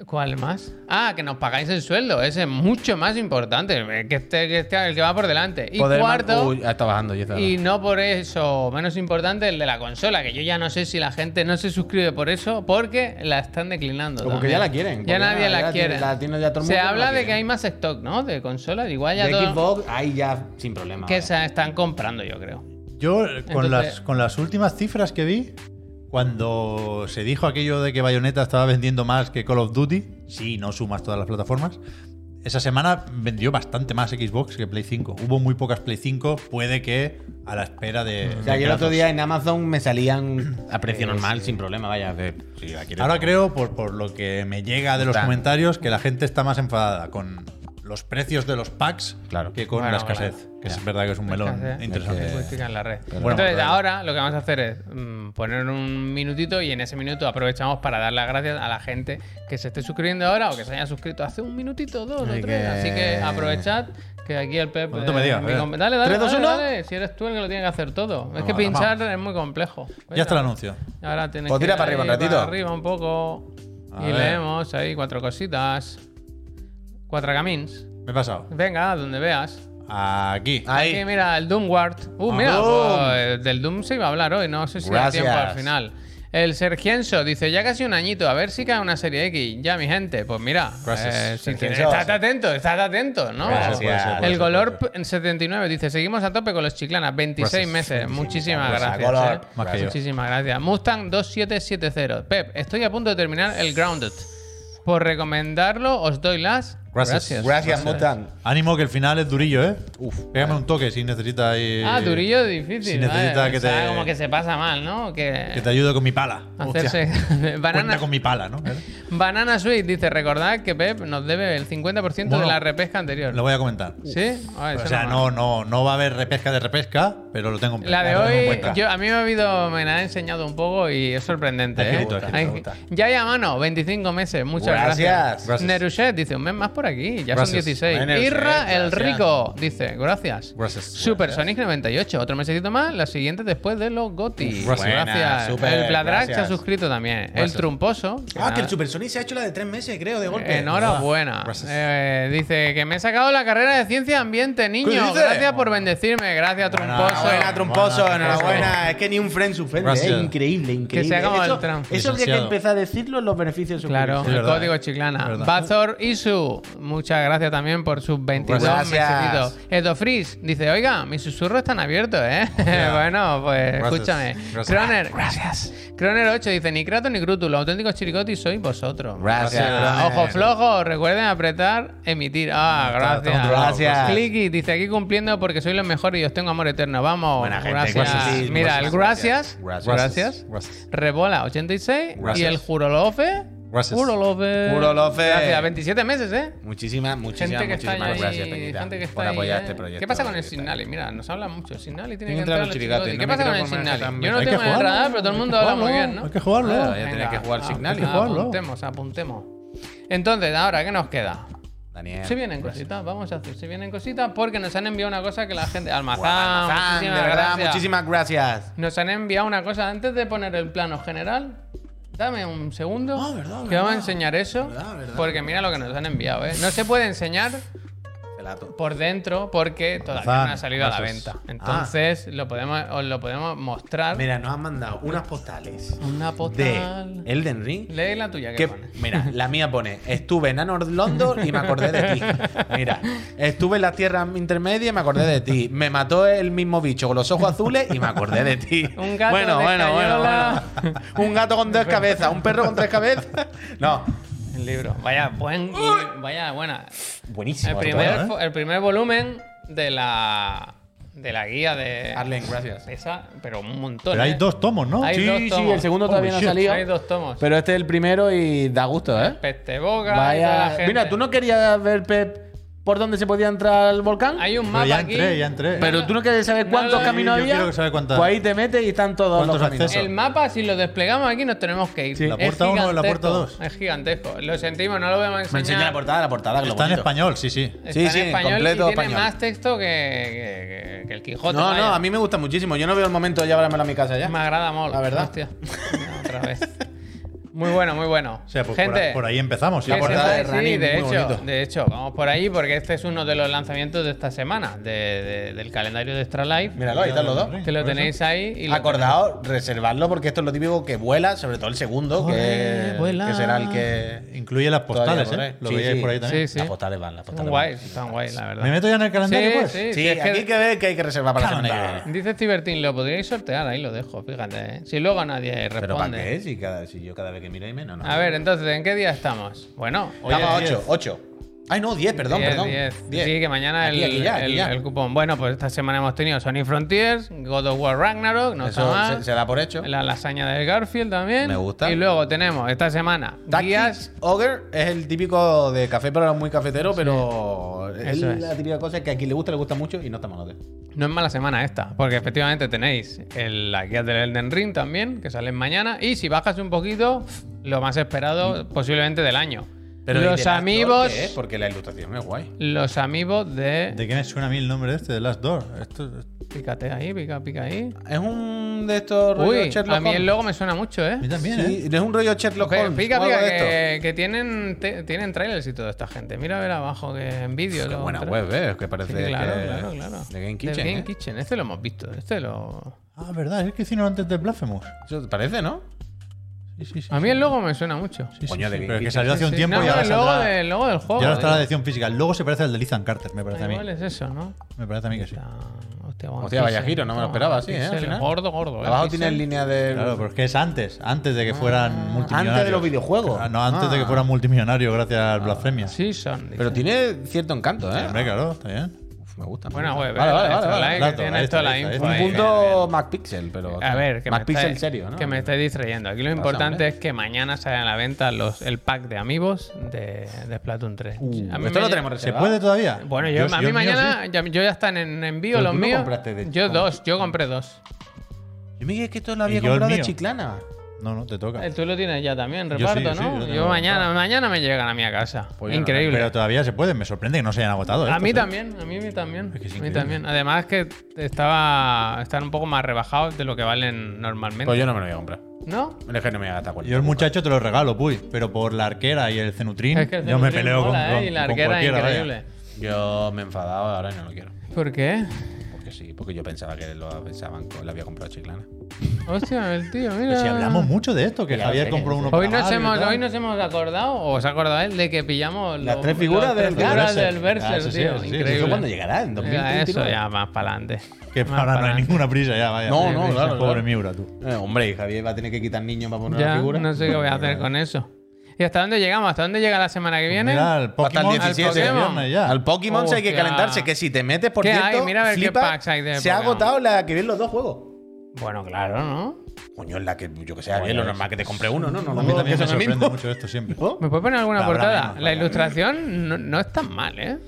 [SPEAKER 1] ¿Cuál más? Ah, que nos pagáis el sueldo. Ese es mucho más importante. eh, Que esté, que esté el que va por delante. Y
[SPEAKER 2] Poder-
[SPEAKER 1] cuarto.
[SPEAKER 2] Uy, ya está bajando, ya está
[SPEAKER 1] Y no por eso, menos importante, el de la consola, que yo ya no sé si la gente no se suscribe por eso, porque la están declinando.
[SPEAKER 2] Como que
[SPEAKER 1] también.
[SPEAKER 2] ya la quieren,
[SPEAKER 1] Ya
[SPEAKER 2] porque
[SPEAKER 1] nadie
[SPEAKER 2] ya-
[SPEAKER 1] la,
[SPEAKER 2] ya la
[SPEAKER 1] quiere.
[SPEAKER 2] tiene- la tiene ya todo el
[SPEAKER 1] se
[SPEAKER 2] mundo, pero
[SPEAKER 1] habla
[SPEAKER 2] la
[SPEAKER 1] de que
[SPEAKER 2] quieren.
[SPEAKER 1] hay más stock, ¿no? De consolas. Igual ya
[SPEAKER 2] De
[SPEAKER 1] todo-
[SPEAKER 2] Xbox, ahí ya sin problema.
[SPEAKER 1] que se están comprando, yo creo.
[SPEAKER 3] Yo, eh, con,
[SPEAKER 1] Entonces-
[SPEAKER 3] las, con las últimas cifras que vi, cuando se dijo aquello de que Bayonetta estaba vendiendo más que Call of Duty, si no sumas todas las plataformas, esa semana vendió bastante más Xbox que Play 5. Hubo muy pocas Play 5, puede que a la espera de.
[SPEAKER 2] Mm. O
[SPEAKER 3] de
[SPEAKER 2] sea,
[SPEAKER 3] que
[SPEAKER 2] yo el
[SPEAKER 3] las
[SPEAKER 2] otro
[SPEAKER 3] dos-
[SPEAKER 2] día en Amazon me salían a precio normal, sin problema, vaya. de- si la quieres-
[SPEAKER 3] Ahora creo, por, por lo que me llega de los
[SPEAKER 2] Está.
[SPEAKER 3] comentarios, que la gente está más enfadada con los precios de los packs
[SPEAKER 2] Claro.
[SPEAKER 3] que con
[SPEAKER 1] Bueno,
[SPEAKER 3] la escasez. Que es verdad que es un melón
[SPEAKER 1] Escasez.
[SPEAKER 3] interesante.
[SPEAKER 1] Pues fijan la red.
[SPEAKER 3] Bueno,
[SPEAKER 1] Entonces,
[SPEAKER 3] claro.
[SPEAKER 1] ahora lo que vamos a hacer es mm, poner un minutito y en ese minuto aprovechamos para dar las gracias a la gente que se esté suscribiendo ahora o que se haya suscrito hace un minutito, dos o
[SPEAKER 2] Así
[SPEAKER 1] tres.
[SPEAKER 2] que-
[SPEAKER 1] Así que aprovechad que aquí el Pep. eh,
[SPEAKER 3] Bueno, tú me digas,
[SPEAKER 1] mi
[SPEAKER 3] a ver.
[SPEAKER 1] com- dale, dale,
[SPEAKER 2] ¿Tres, dos,
[SPEAKER 1] dale,
[SPEAKER 2] uno?
[SPEAKER 1] dale, Si eres tú el que lo tiene que hacer todo. es que
[SPEAKER 3] vale,
[SPEAKER 1] pinchar es muy complejo.
[SPEAKER 3] Ya está el
[SPEAKER 1] Venga.
[SPEAKER 3] anuncio.
[SPEAKER 1] Ahora tienes
[SPEAKER 2] Pues
[SPEAKER 1] que
[SPEAKER 2] tira
[SPEAKER 1] ir
[SPEAKER 2] para arriba un
[SPEAKER 1] ahí,
[SPEAKER 2] ratito.
[SPEAKER 1] arriba un poco.
[SPEAKER 3] A
[SPEAKER 1] y
[SPEAKER 3] ver.
[SPEAKER 1] leemos ahí cuatro cositas. Cuatro camins.
[SPEAKER 3] Me he pasado.
[SPEAKER 1] Venga, donde veas.
[SPEAKER 3] Aquí.
[SPEAKER 2] Ahí.
[SPEAKER 1] Aquí, Eh, mira, el Doom Ward. Uh,
[SPEAKER 2] Ah,
[SPEAKER 1] mira,
[SPEAKER 2] Doom.
[SPEAKER 1] pues, del Doom se iba a hablar hoy, no sé si da
[SPEAKER 2] Gracias.
[SPEAKER 1] tiempo al final. El Sergienso dice, ya casi un añito, a ver si cae una serie X. Ya, mi gente, pues mira,
[SPEAKER 3] Gracias,
[SPEAKER 1] eh, si te-
[SPEAKER 2] Sergienso.
[SPEAKER 1] estad atento, estad atento, ¿no?
[SPEAKER 2] Gracias.
[SPEAKER 3] Puede ser, puede ser, puede
[SPEAKER 1] El
[SPEAKER 3] ser,
[SPEAKER 1] Golor
[SPEAKER 3] puede ser.
[SPEAKER 1] en 79 dice, seguimos a tope con los chiclanas, 26
[SPEAKER 2] Gracias.
[SPEAKER 1] meses. Muchísimas
[SPEAKER 2] Gracias,
[SPEAKER 1] gracias.
[SPEAKER 2] Golor.
[SPEAKER 1] eh.
[SPEAKER 3] Más que yo.
[SPEAKER 1] Muchísimas gracias. Mustang 2770. Pep, estoy a punto de terminar el Grounded. Por recomendarlo, os doy las
[SPEAKER 3] Gracias.
[SPEAKER 2] Gracias, Mutan.
[SPEAKER 3] Ánimo que el final es durillo, ¿eh?
[SPEAKER 2] Uf.
[SPEAKER 3] Pégame un toque si necesitas ahí-
[SPEAKER 1] Ah, durillo difícil.
[SPEAKER 3] Eh, Si necesita
[SPEAKER 1] vale.
[SPEAKER 3] que
[SPEAKER 1] O sea,
[SPEAKER 3] te-
[SPEAKER 1] como que se pasa mal, ¿no? Que,
[SPEAKER 3] Que te ayude con mi pala.
[SPEAKER 1] hacerse.
[SPEAKER 3] Hostia.
[SPEAKER 1] Banana,
[SPEAKER 3] Cuenta con mi pala, ¿no?
[SPEAKER 1] Banana Sweet dice: recordad que Pep nos debe el 50% de
[SPEAKER 3] Bueno,
[SPEAKER 1] la repesca anterior.
[SPEAKER 3] Lo voy a comentar.
[SPEAKER 1] ¿Sí? A ver,
[SPEAKER 3] O
[SPEAKER 1] eso
[SPEAKER 3] sea,
[SPEAKER 1] no-
[SPEAKER 3] no, no, no va a haber repesca de repesca, pero lo tengo en
[SPEAKER 1] La de
[SPEAKER 3] lo tengo en
[SPEAKER 1] hoy,
[SPEAKER 3] cuenta.
[SPEAKER 1] yo, a mí me ha habido, me la ha enseñado un poco y es sorprendente.
[SPEAKER 3] Es
[SPEAKER 1] ¿eh?
[SPEAKER 3] bonito, es que me
[SPEAKER 1] Ay,
[SPEAKER 3] gusta.
[SPEAKER 1] Ya hay a mano, 25 meses, muchas
[SPEAKER 2] Gracias.
[SPEAKER 1] gracias.
[SPEAKER 3] Gracias.
[SPEAKER 1] Nerushet dice, un mes más por aquí, ya son
[SPEAKER 3] Gracias.
[SPEAKER 1] 16.
[SPEAKER 2] Bueno, Nerushet,
[SPEAKER 1] Irra el
[SPEAKER 2] gracias.
[SPEAKER 1] Rico dice, gracias.
[SPEAKER 3] Gracias.
[SPEAKER 1] Supersonic 98, otro mesecito más, la siguiente después de los Goti.
[SPEAKER 2] Gracias. Buena, super,
[SPEAKER 1] el Bladrax se ha
[SPEAKER 2] gracias.
[SPEAKER 1] suscrito también. El Trumposo. que
[SPEAKER 2] Ah, que
[SPEAKER 1] nada. Eh,
[SPEAKER 2] el Super Sony se ha hecho la de tres meses, creo, de golpe.
[SPEAKER 1] Enhorabuena.
[SPEAKER 3] Gracias.
[SPEAKER 1] Eh, dice que me he sacado la carrera de ciencia y ambiente,
[SPEAKER 2] ¿Qué
[SPEAKER 1] niño.
[SPEAKER 2] dice?
[SPEAKER 1] Gracias por bendecirme. Gracias, Trumposo.
[SPEAKER 2] Enhorabuena, tromposo,
[SPEAKER 3] Buena.
[SPEAKER 2] enhorabuena. Es que ni un friend suspende. Es
[SPEAKER 3] Gracias.
[SPEAKER 2] eh, increíble, increíble.
[SPEAKER 1] sea como
[SPEAKER 2] eso,
[SPEAKER 1] el Trump.
[SPEAKER 2] Eso habría que
[SPEAKER 3] Licenciado.
[SPEAKER 2] empezar a decirlo en los beneficios de
[SPEAKER 1] Claro,
[SPEAKER 2] suscribirse.
[SPEAKER 1] el
[SPEAKER 3] verdad,
[SPEAKER 1] código
[SPEAKER 3] eh. Es
[SPEAKER 1] chiclana.
[SPEAKER 3] verdad. Pues
[SPEAKER 1] Bazor Isu, muchas gracias también por sus 22
[SPEAKER 2] Gracias.
[SPEAKER 1] mesecitos. Edo Frizz dice, oiga, mis susurros están abiertos, ¿eh? bueno, pues
[SPEAKER 3] Gracias.
[SPEAKER 1] escúchame.
[SPEAKER 3] Gracias.
[SPEAKER 1] Croner, gracias. Croner 8 dice, ni Kratos ni Crutus, los auténticos chiricotis sois vosotros.
[SPEAKER 2] Gracias.
[SPEAKER 1] Ah, Ojo flojo, recuerden apretar, emitir. Ah,
[SPEAKER 3] está-
[SPEAKER 1] gracias.
[SPEAKER 3] está controlado,
[SPEAKER 2] gracias.
[SPEAKER 1] Clicky dice, aquí cumpliendo porque soy los mejores y os tengo amor eterno. Vamos,
[SPEAKER 2] Buena gente,
[SPEAKER 1] gracias.
[SPEAKER 2] gracias. Sí,
[SPEAKER 1] Mira, el
[SPEAKER 2] muchísimas
[SPEAKER 1] gracias.
[SPEAKER 2] gracias.
[SPEAKER 1] gracias.
[SPEAKER 3] Gracias.
[SPEAKER 1] Rebola 86 y
[SPEAKER 3] Gracias.
[SPEAKER 1] el Jurolofe.
[SPEAKER 3] Gracias.
[SPEAKER 1] Jurolofe.
[SPEAKER 2] Jurolofe.
[SPEAKER 1] Gracias, 27 meses, ¿eh?
[SPEAKER 2] Muchísimas,
[SPEAKER 1] Gente
[SPEAKER 2] muchísimas,
[SPEAKER 1] que está
[SPEAKER 2] muchísimas
[SPEAKER 1] ahí,
[SPEAKER 2] gracias, Peñita,
[SPEAKER 1] gente que
[SPEAKER 2] por
[SPEAKER 1] está ahí,
[SPEAKER 2] apoyar
[SPEAKER 1] ¿eh?
[SPEAKER 2] este proyecto.
[SPEAKER 1] ¿Qué pasa con el
[SPEAKER 2] Peñita.
[SPEAKER 1] Signali? Mira, nos habla mucho. Signali tiene
[SPEAKER 2] Tienen
[SPEAKER 1] que
[SPEAKER 2] que
[SPEAKER 1] entrar
[SPEAKER 2] entrar los chirigotis,
[SPEAKER 1] chirigotis.
[SPEAKER 2] no
[SPEAKER 1] ¿Qué
[SPEAKER 2] me
[SPEAKER 1] pasa con
[SPEAKER 2] quiero
[SPEAKER 1] el
[SPEAKER 2] comer esa
[SPEAKER 1] Signali?
[SPEAKER 2] tan-
[SPEAKER 1] Yo no
[SPEAKER 2] Hay
[SPEAKER 1] tengo
[SPEAKER 3] que
[SPEAKER 1] en el
[SPEAKER 3] jugarlo,
[SPEAKER 1] radar, pero todo el mundo habla muy bien, ¿no?
[SPEAKER 3] Hay que jugarlo.
[SPEAKER 2] Claro, ya tenía
[SPEAKER 1] Venga,
[SPEAKER 2] que jugar
[SPEAKER 1] ah,
[SPEAKER 2] Signali.
[SPEAKER 1] ah,
[SPEAKER 3] jugarlo.
[SPEAKER 1] Apuntemos, apuntemos. Entonces, ahora, ¿qué nos queda?
[SPEAKER 2] Daniel.
[SPEAKER 1] Se vienen cositas, vamos a hacer. Se vienen cositas porque nos han enviado una cosa que la gente. Almazán,
[SPEAKER 2] Guau, Mazán, de
[SPEAKER 1] Ah, muchísimas
[SPEAKER 2] verdad,
[SPEAKER 1] gracias.
[SPEAKER 2] muchísimas gracias.
[SPEAKER 1] Nos han enviado una cosa antes de poner el plano general. Dame un segundo.
[SPEAKER 2] Ah, verdad,
[SPEAKER 1] que vamos a
[SPEAKER 2] verdad.
[SPEAKER 1] enseñar eso.
[SPEAKER 2] Verdad, verdad,
[SPEAKER 1] porque mira lo que nos han enviado, ¿eh? No se puede enseñar,
[SPEAKER 4] gelato.
[SPEAKER 1] por dentro porque todavía
[SPEAKER 3] Manzana,
[SPEAKER 1] no ha salido a la
[SPEAKER 3] masas.
[SPEAKER 1] venta.
[SPEAKER 2] Ah.
[SPEAKER 1] Entonces lo podemos, os lo podemos mostrar.
[SPEAKER 4] Mira, nos han mandado unas postales
[SPEAKER 1] Una
[SPEAKER 4] de
[SPEAKER 1] postal.
[SPEAKER 4] Elden Ring.
[SPEAKER 1] Lee la tuya que
[SPEAKER 4] que-
[SPEAKER 1] pone.
[SPEAKER 4] mira, la mía pone, estuve en Anor London y me acordé de ti. Mira, estuve en las tierras intermedias y me acordé de ti. Me mató el mismo bicho con los ojos azules y me acordé de ti.
[SPEAKER 1] Un gato
[SPEAKER 4] bueno,
[SPEAKER 1] de
[SPEAKER 4] bueno, bueno,
[SPEAKER 1] cayola.
[SPEAKER 4] bueno. Un gato con dos cabezas, un perro con tres cabezas. No.
[SPEAKER 1] El libro. Vaya, buen, vaya buena. El
[SPEAKER 4] Buenísimo.
[SPEAKER 1] primer,
[SPEAKER 3] ¿eh?
[SPEAKER 1] fo- el primer volumen de la de la guía de
[SPEAKER 4] Arlen, gracias.
[SPEAKER 1] Esa, pero un montón.
[SPEAKER 3] Pero hay
[SPEAKER 1] ¿eh?
[SPEAKER 3] dos tomos, ¿no?
[SPEAKER 1] Hay dos
[SPEAKER 4] sí,
[SPEAKER 1] tomos.
[SPEAKER 4] el segundo
[SPEAKER 3] Holy
[SPEAKER 4] todavía no ha
[SPEAKER 3] shit.
[SPEAKER 4] salido.
[SPEAKER 1] Hay dos tomos.
[SPEAKER 4] Pero este es el primero y da gusto, ¿eh?
[SPEAKER 1] Pesteboga. y toda la
[SPEAKER 4] Vaya.
[SPEAKER 1] gente.
[SPEAKER 4] Mira, tú no querías ver, Pep, por dónde se podía entrar al volcán.
[SPEAKER 1] Hay un
[SPEAKER 3] Pero
[SPEAKER 1] mapa
[SPEAKER 3] ya
[SPEAKER 1] aquí.
[SPEAKER 3] entré, ya entré.
[SPEAKER 4] Pero tú no quieres saber
[SPEAKER 1] No,
[SPEAKER 4] cuántos
[SPEAKER 1] no,
[SPEAKER 4] caminos
[SPEAKER 3] yo
[SPEAKER 4] había.
[SPEAKER 3] quiero saber cuántas-
[SPEAKER 4] Pues ahí te metes y están todos los
[SPEAKER 3] cuántos
[SPEAKER 4] caminos.
[SPEAKER 3] accesos.
[SPEAKER 1] El mapa, si lo desplegamos aquí, nos tenemos que ir.
[SPEAKER 4] Sí.
[SPEAKER 3] La
[SPEAKER 1] Es
[SPEAKER 3] puerta uno o la
[SPEAKER 1] gigantesco,
[SPEAKER 3] puerta dos.
[SPEAKER 1] Es gigantesco. Lo sentimos, no lo vamos a enseñar.
[SPEAKER 4] Me enseña la portada, la portada, que lo
[SPEAKER 3] Está en
[SPEAKER 4] bonito.
[SPEAKER 3] español, sí, sí.
[SPEAKER 1] Está
[SPEAKER 4] Sí,
[SPEAKER 1] en
[SPEAKER 4] sí,
[SPEAKER 1] español
[SPEAKER 4] completo
[SPEAKER 1] y tiene
[SPEAKER 4] español.
[SPEAKER 1] más texto que, que- que- que el Quijote.
[SPEAKER 4] No,
[SPEAKER 1] vaya.
[SPEAKER 4] no, a mí me gusta muchísimo. Yo no veo el momento de llevármelo a mi casa ya.
[SPEAKER 1] Me agrada mucho.
[SPEAKER 4] La verdad.
[SPEAKER 1] Hostia. Otra vez. Muy bueno, muy bueno.
[SPEAKER 3] O sea, pues por,
[SPEAKER 1] Gente,
[SPEAKER 3] ahí- por ahí empezamos. sí.
[SPEAKER 1] que
[SPEAKER 4] La portada
[SPEAKER 1] sepáis-
[SPEAKER 4] de Running,
[SPEAKER 1] sí, de
[SPEAKER 4] muy
[SPEAKER 1] hecho,
[SPEAKER 4] bonito.
[SPEAKER 1] de hecho, vamos por ahí porque este es uno de los lanzamientos de esta semana, de- de- del calendario de Extra Life.
[SPEAKER 4] Míralo, ahí están los dos.
[SPEAKER 1] que lo
[SPEAKER 3] por eso.
[SPEAKER 1] tenéis ahí. Y lo
[SPEAKER 4] Acordaos, reservarlo porque esto es lo típico que vuela, sobre todo el segundo,
[SPEAKER 1] Joder,
[SPEAKER 4] que,
[SPEAKER 1] vuela.
[SPEAKER 4] que será el que.
[SPEAKER 3] Incluye las
[SPEAKER 4] Todavía
[SPEAKER 3] postales,
[SPEAKER 4] por ahí.
[SPEAKER 3] ¿eh? Lo
[SPEAKER 4] Sí,
[SPEAKER 3] veíais
[SPEAKER 4] sí.
[SPEAKER 3] por ahí también.
[SPEAKER 1] Sí.
[SPEAKER 4] Las postales van, las postales
[SPEAKER 1] Están
[SPEAKER 4] van.
[SPEAKER 1] guys, están guays, la verdad.
[SPEAKER 3] ¿Me meto ya en el calendario,
[SPEAKER 1] Sí,
[SPEAKER 3] pues?
[SPEAKER 1] sí,
[SPEAKER 4] Sí,
[SPEAKER 1] sí, es
[SPEAKER 4] aquí
[SPEAKER 1] que-
[SPEAKER 4] hay que ver que hay que reservar para la semana que
[SPEAKER 3] Calendar.
[SPEAKER 4] viene.
[SPEAKER 1] Dice Cibertín, lo podríais sortear, ahí lo dejo, fíjate. ¿eh? Si luego nadie responde.
[SPEAKER 4] Pero ¿para qué? Si, cada, si yo cada vez que miro y menos. No.
[SPEAKER 1] A ver, entonces, ¿en qué día estamos? Bueno,
[SPEAKER 3] Hoy
[SPEAKER 4] Estamos a
[SPEAKER 3] es
[SPEAKER 4] 8, 8. Ay, no, 10, perdón,
[SPEAKER 1] 10,
[SPEAKER 4] perdón.
[SPEAKER 1] 10.
[SPEAKER 4] 10.
[SPEAKER 1] Sí, que mañana
[SPEAKER 4] Aquí,
[SPEAKER 1] el,
[SPEAKER 4] aquí ya, aquí
[SPEAKER 1] el-
[SPEAKER 4] ya.
[SPEAKER 1] el cupón. Bueno, pues esta semana hemos tenido Sony Frontiers, God of War Ragnarok, no está
[SPEAKER 4] Eso
[SPEAKER 1] mal.
[SPEAKER 4] se, se da por hecho.
[SPEAKER 1] La lasaña de Garfield también.
[SPEAKER 4] Me gusta.
[SPEAKER 1] Y luego tenemos esta semana guías.
[SPEAKER 4] Tactics Ogre es el típico de café pero muy cafetero, pero es
[SPEAKER 1] Eso es.
[SPEAKER 4] la típica cosa que a quien le gusta le gusta mucho y no está malote.
[SPEAKER 1] No es mala semana esta, porque efectivamente tenéis el, las guías del Elden Ring también, que salen mañana. Y si bajas un poquito, lo más esperado posiblemente del año.
[SPEAKER 4] Mm. Pero ¿y
[SPEAKER 1] los
[SPEAKER 4] de Last Door
[SPEAKER 1] amigos.
[SPEAKER 4] qué es? porque la ilustración es guay.
[SPEAKER 1] Los amigos de.
[SPEAKER 3] ¿De qué me suena a mí el nombre de este? De Last Door. Esto, a
[SPEAKER 1] Pícate ahí, pica, pica ahí.
[SPEAKER 4] Es un de estos rollos
[SPEAKER 1] Uy,
[SPEAKER 4] Sherlock
[SPEAKER 1] a mí el
[SPEAKER 4] Holmes.
[SPEAKER 1] logo me suena mucho, ¿eh?
[SPEAKER 3] mí también,
[SPEAKER 4] Sí,
[SPEAKER 3] ¿eh?
[SPEAKER 4] es un rollo Sherlock
[SPEAKER 1] Pe-
[SPEAKER 4] Holmes.
[SPEAKER 1] pica,
[SPEAKER 4] o algo
[SPEAKER 1] pica,
[SPEAKER 4] de esto.
[SPEAKER 1] que, que tienen, te- tienen trailers y toda esta gente. Mira a ver abajo que en vídeo.
[SPEAKER 4] Qué
[SPEAKER 1] lo
[SPEAKER 4] buena
[SPEAKER 1] tra-
[SPEAKER 4] web, ¿eh? Es que
[SPEAKER 1] Sí,
[SPEAKER 4] parece
[SPEAKER 1] claro,
[SPEAKER 4] que-
[SPEAKER 1] claro, claro.
[SPEAKER 4] de Game
[SPEAKER 1] De
[SPEAKER 4] Kitchen.
[SPEAKER 1] Game
[SPEAKER 4] ¿eh?
[SPEAKER 1] Kitchen. Este lo hemos visto. Este lo.
[SPEAKER 3] Ah, verdad, es el que hicieron antes de Blasphemous.
[SPEAKER 4] Eso te parece, ¿no?
[SPEAKER 3] Sí, sí, sí.
[SPEAKER 1] A mí el logo me suena mucho.
[SPEAKER 3] Sí, sí,
[SPEAKER 4] Coño,
[SPEAKER 3] sí,
[SPEAKER 4] de
[SPEAKER 3] pero es que
[SPEAKER 4] Game
[SPEAKER 3] salió hace un
[SPEAKER 1] Sí,
[SPEAKER 3] tiempo
[SPEAKER 1] no,
[SPEAKER 3] y ahora
[SPEAKER 1] el logo,
[SPEAKER 3] saldrá,
[SPEAKER 1] del- el logo del
[SPEAKER 3] y
[SPEAKER 1] juego.
[SPEAKER 3] ahora estará la
[SPEAKER 1] digo.
[SPEAKER 3] edición física. El logo se parece al de Ethan Carter, me parece a
[SPEAKER 1] Ah,
[SPEAKER 3] mí.
[SPEAKER 1] Igual es eso, ¿no?
[SPEAKER 3] Me parece a mí que sí.
[SPEAKER 1] Tan- Hostia, bueno,
[SPEAKER 4] Hostia, vaya
[SPEAKER 1] Pixel,
[SPEAKER 4] giro, no me lo
[SPEAKER 1] toma,
[SPEAKER 4] esperaba, sí, ¿eh? Al
[SPEAKER 1] Pixel,
[SPEAKER 4] final.
[SPEAKER 1] Gordo, gordo. ¿eh?
[SPEAKER 4] Abajo
[SPEAKER 1] Pixel.
[SPEAKER 4] tiene línea de.
[SPEAKER 3] Claro, pero es que es antes, antes de que
[SPEAKER 1] Ah.
[SPEAKER 3] fueran multimillonarios.
[SPEAKER 4] antes de los videojuegos.
[SPEAKER 3] Ah, No, antes de que
[SPEAKER 4] Ah.
[SPEAKER 3] fueran multimillonarios gracias a Blasfemia.
[SPEAKER 1] Sí, son.
[SPEAKER 4] Pero tiene cierto encanto, ¿eh?
[SPEAKER 3] Hombre, claro, está bien.
[SPEAKER 4] Uf, me gusta. me
[SPEAKER 1] Buena
[SPEAKER 4] gusta.
[SPEAKER 1] web.
[SPEAKER 4] Vale,
[SPEAKER 1] eh,
[SPEAKER 4] vale,
[SPEAKER 1] Extra
[SPEAKER 4] vale. vale.
[SPEAKER 1] Life,
[SPEAKER 3] Claro,
[SPEAKER 1] tiene
[SPEAKER 3] ahí está,
[SPEAKER 1] toda la
[SPEAKER 3] ahí está,
[SPEAKER 1] info
[SPEAKER 3] ahí
[SPEAKER 4] Un
[SPEAKER 1] ahí.
[SPEAKER 3] está.
[SPEAKER 4] punto MacPixel, pero.
[SPEAKER 1] A ver, que me,
[SPEAKER 4] MacPixel
[SPEAKER 1] estáis,
[SPEAKER 4] serio, ¿no?
[SPEAKER 1] que me estáis distrayendo. Aquí lo importante
[SPEAKER 4] hombre.
[SPEAKER 1] es que mañana salen a la venta los, el pack de amigos de, de Splatoon 3.
[SPEAKER 3] Uh,
[SPEAKER 1] A mí
[SPEAKER 4] esto
[SPEAKER 1] me-
[SPEAKER 4] lo tenemos
[SPEAKER 3] ¿Se
[SPEAKER 4] reservado.
[SPEAKER 3] puede todavía?
[SPEAKER 1] Bueno, yo, a mí
[SPEAKER 3] el mío
[SPEAKER 1] mañana, ya, yo ya están en envío
[SPEAKER 4] Pero
[SPEAKER 1] los
[SPEAKER 4] tú no
[SPEAKER 1] míos.
[SPEAKER 4] compraste de-
[SPEAKER 1] yo
[SPEAKER 4] ¿cómo?
[SPEAKER 1] dos, yo compré dos.
[SPEAKER 4] Yo me dije que esto lo
[SPEAKER 3] Y
[SPEAKER 4] había
[SPEAKER 3] yo el
[SPEAKER 4] comprado de
[SPEAKER 3] mío.
[SPEAKER 4] Chiclana.
[SPEAKER 3] sí. No, no, te toca.
[SPEAKER 1] Eh, Tú lo tienes ya también,
[SPEAKER 3] Yo
[SPEAKER 1] reparto,
[SPEAKER 3] sí, sí, yo
[SPEAKER 1] ¿no?
[SPEAKER 3] lo
[SPEAKER 1] yo
[SPEAKER 3] tengo
[SPEAKER 1] mañana, mañana me llegan a mi casa.
[SPEAKER 4] Pues yo no,
[SPEAKER 1] Increíble.
[SPEAKER 3] Pero todavía se puede, me sorprende que no se hayan agotado.
[SPEAKER 1] A
[SPEAKER 3] estos,
[SPEAKER 1] mí
[SPEAKER 3] ¿eh?
[SPEAKER 1] también, a mí me también.
[SPEAKER 3] Es que es
[SPEAKER 1] a mí
[SPEAKER 3] increíble.
[SPEAKER 1] también. Además que estaba están un poco más rebajados de lo que valen normalmente.
[SPEAKER 4] Pues yo no me lo voy a comprar.
[SPEAKER 1] ¿No?
[SPEAKER 4] Es que no me voy a gastar cualquier.
[SPEAKER 3] Yo el muchacho te lo regalo, puy, pero por la arquera y el cenutrín,
[SPEAKER 1] Es que el
[SPEAKER 3] yo me
[SPEAKER 1] Zenutrin
[SPEAKER 3] peleo
[SPEAKER 1] mola,
[SPEAKER 3] con,
[SPEAKER 1] ¿eh? Y la
[SPEAKER 3] con- con
[SPEAKER 1] arquera es
[SPEAKER 3] cualquiera, vaya.
[SPEAKER 1] increíble.
[SPEAKER 4] Yo me he enfadado ahora y no lo quiero.
[SPEAKER 1] ¿Por qué?
[SPEAKER 4] Porque sí, porque yo pensaba que lo pensaban con- lo había comprado Chiclana.
[SPEAKER 1] Hostia, el tío, mira.
[SPEAKER 3] Pero si hablamos mucho de esto, que
[SPEAKER 4] Ya
[SPEAKER 3] Javier
[SPEAKER 4] sé.
[SPEAKER 3] compró uno
[SPEAKER 1] Hoy nos,
[SPEAKER 3] para Mario y
[SPEAKER 1] hemos,
[SPEAKER 3] tal.
[SPEAKER 1] hoy nos hemos acordado, o se ha acordado él, de que pillamos
[SPEAKER 4] Las
[SPEAKER 1] los-
[SPEAKER 4] tres figuras
[SPEAKER 1] los
[SPEAKER 4] del
[SPEAKER 1] tres figuras
[SPEAKER 3] Berserk.
[SPEAKER 1] del Berserk,
[SPEAKER 3] Ah, eso sí,
[SPEAKER 1] tío.
[SPEAKER 3] eso sí, eso
[SPEAKER 1] Increíble.
[SPEAKER 4] ¿Eso cuándo llegará? ¿En
[SPEAKER 1] Ya,
[SPEAKER 4] 2029?
[SPEAKER 1] eso ya más para adelante.
[SPEAKER 3] Que ahora no hay ninguna prisa ya, vaya.
[SPEAKER 4] No, no, claro,
[SPEAKER 3] Pobre
[SPEAKER 4] claro.
[SPEAKER 3] Miura, tú.
[SPEAKER 4] Eh, hombre, y Javier va a tener que quitar niños para poner la
[SPEAKER 1] Ya,
[SPEAKER 4] figura.
[SPEAKER 1] no sé qué voy a hacer con eso. ¿Y hasta dónde llegamos? ¿Hasta dónde llega la semana que viene?
[SPEAKER 3] Pues Mira, el
[SPEAKER 4] Hasta el
[SPEAKER 3] Pokémon
[SPEAKER 4] 17.
[SPEAKER 3] el viernes ya.
[SPEAKER 4] Al Pokémon se hay que
[SPEAKER 1] Hostia.
[SPEAKER 4] calentarse, que si te metes, por
[SPEAKER 1] ¿Qué hay?
[SPEAKER 4] cierto,
[SPEAKER 1] Mira a ver qué
[SPEAKER 4] flipa,
[SPEAKER 1] packs hay de
[SPEAKER 4] se ha
[SPEAKER 1] Pokémon.
[SPEAKER 4] agotado la que vienen los dos juegos.
[SPEAKER 1] Bueno, claro, ¿no?
[SPEAKER 4] Coño, es la que yo que sé, Javier, lo normal que te compre uno, ¿no? No, no,
[SPEAKER 3] a mí también
[SPEAKER 4] que
[SPEAKER 3] me
[SPEAKER 4] son el
[SPEAKER 3] sorprende
[SPEAKER 4] mismo. ¿Oh?
[SPEAKER 3] mucho esto siempre.
[SPEAKER 1] ¿Me puedes poner alguna
[SPEAKER 3] Habrá
[SPEAKER 1] portada?
[SPEAKER 3] menos,
[SPEAKER 1] la
[SPEAKER 3] habrá
[SPEAKER 1] ilustración no, no es tan mal, ¿eh?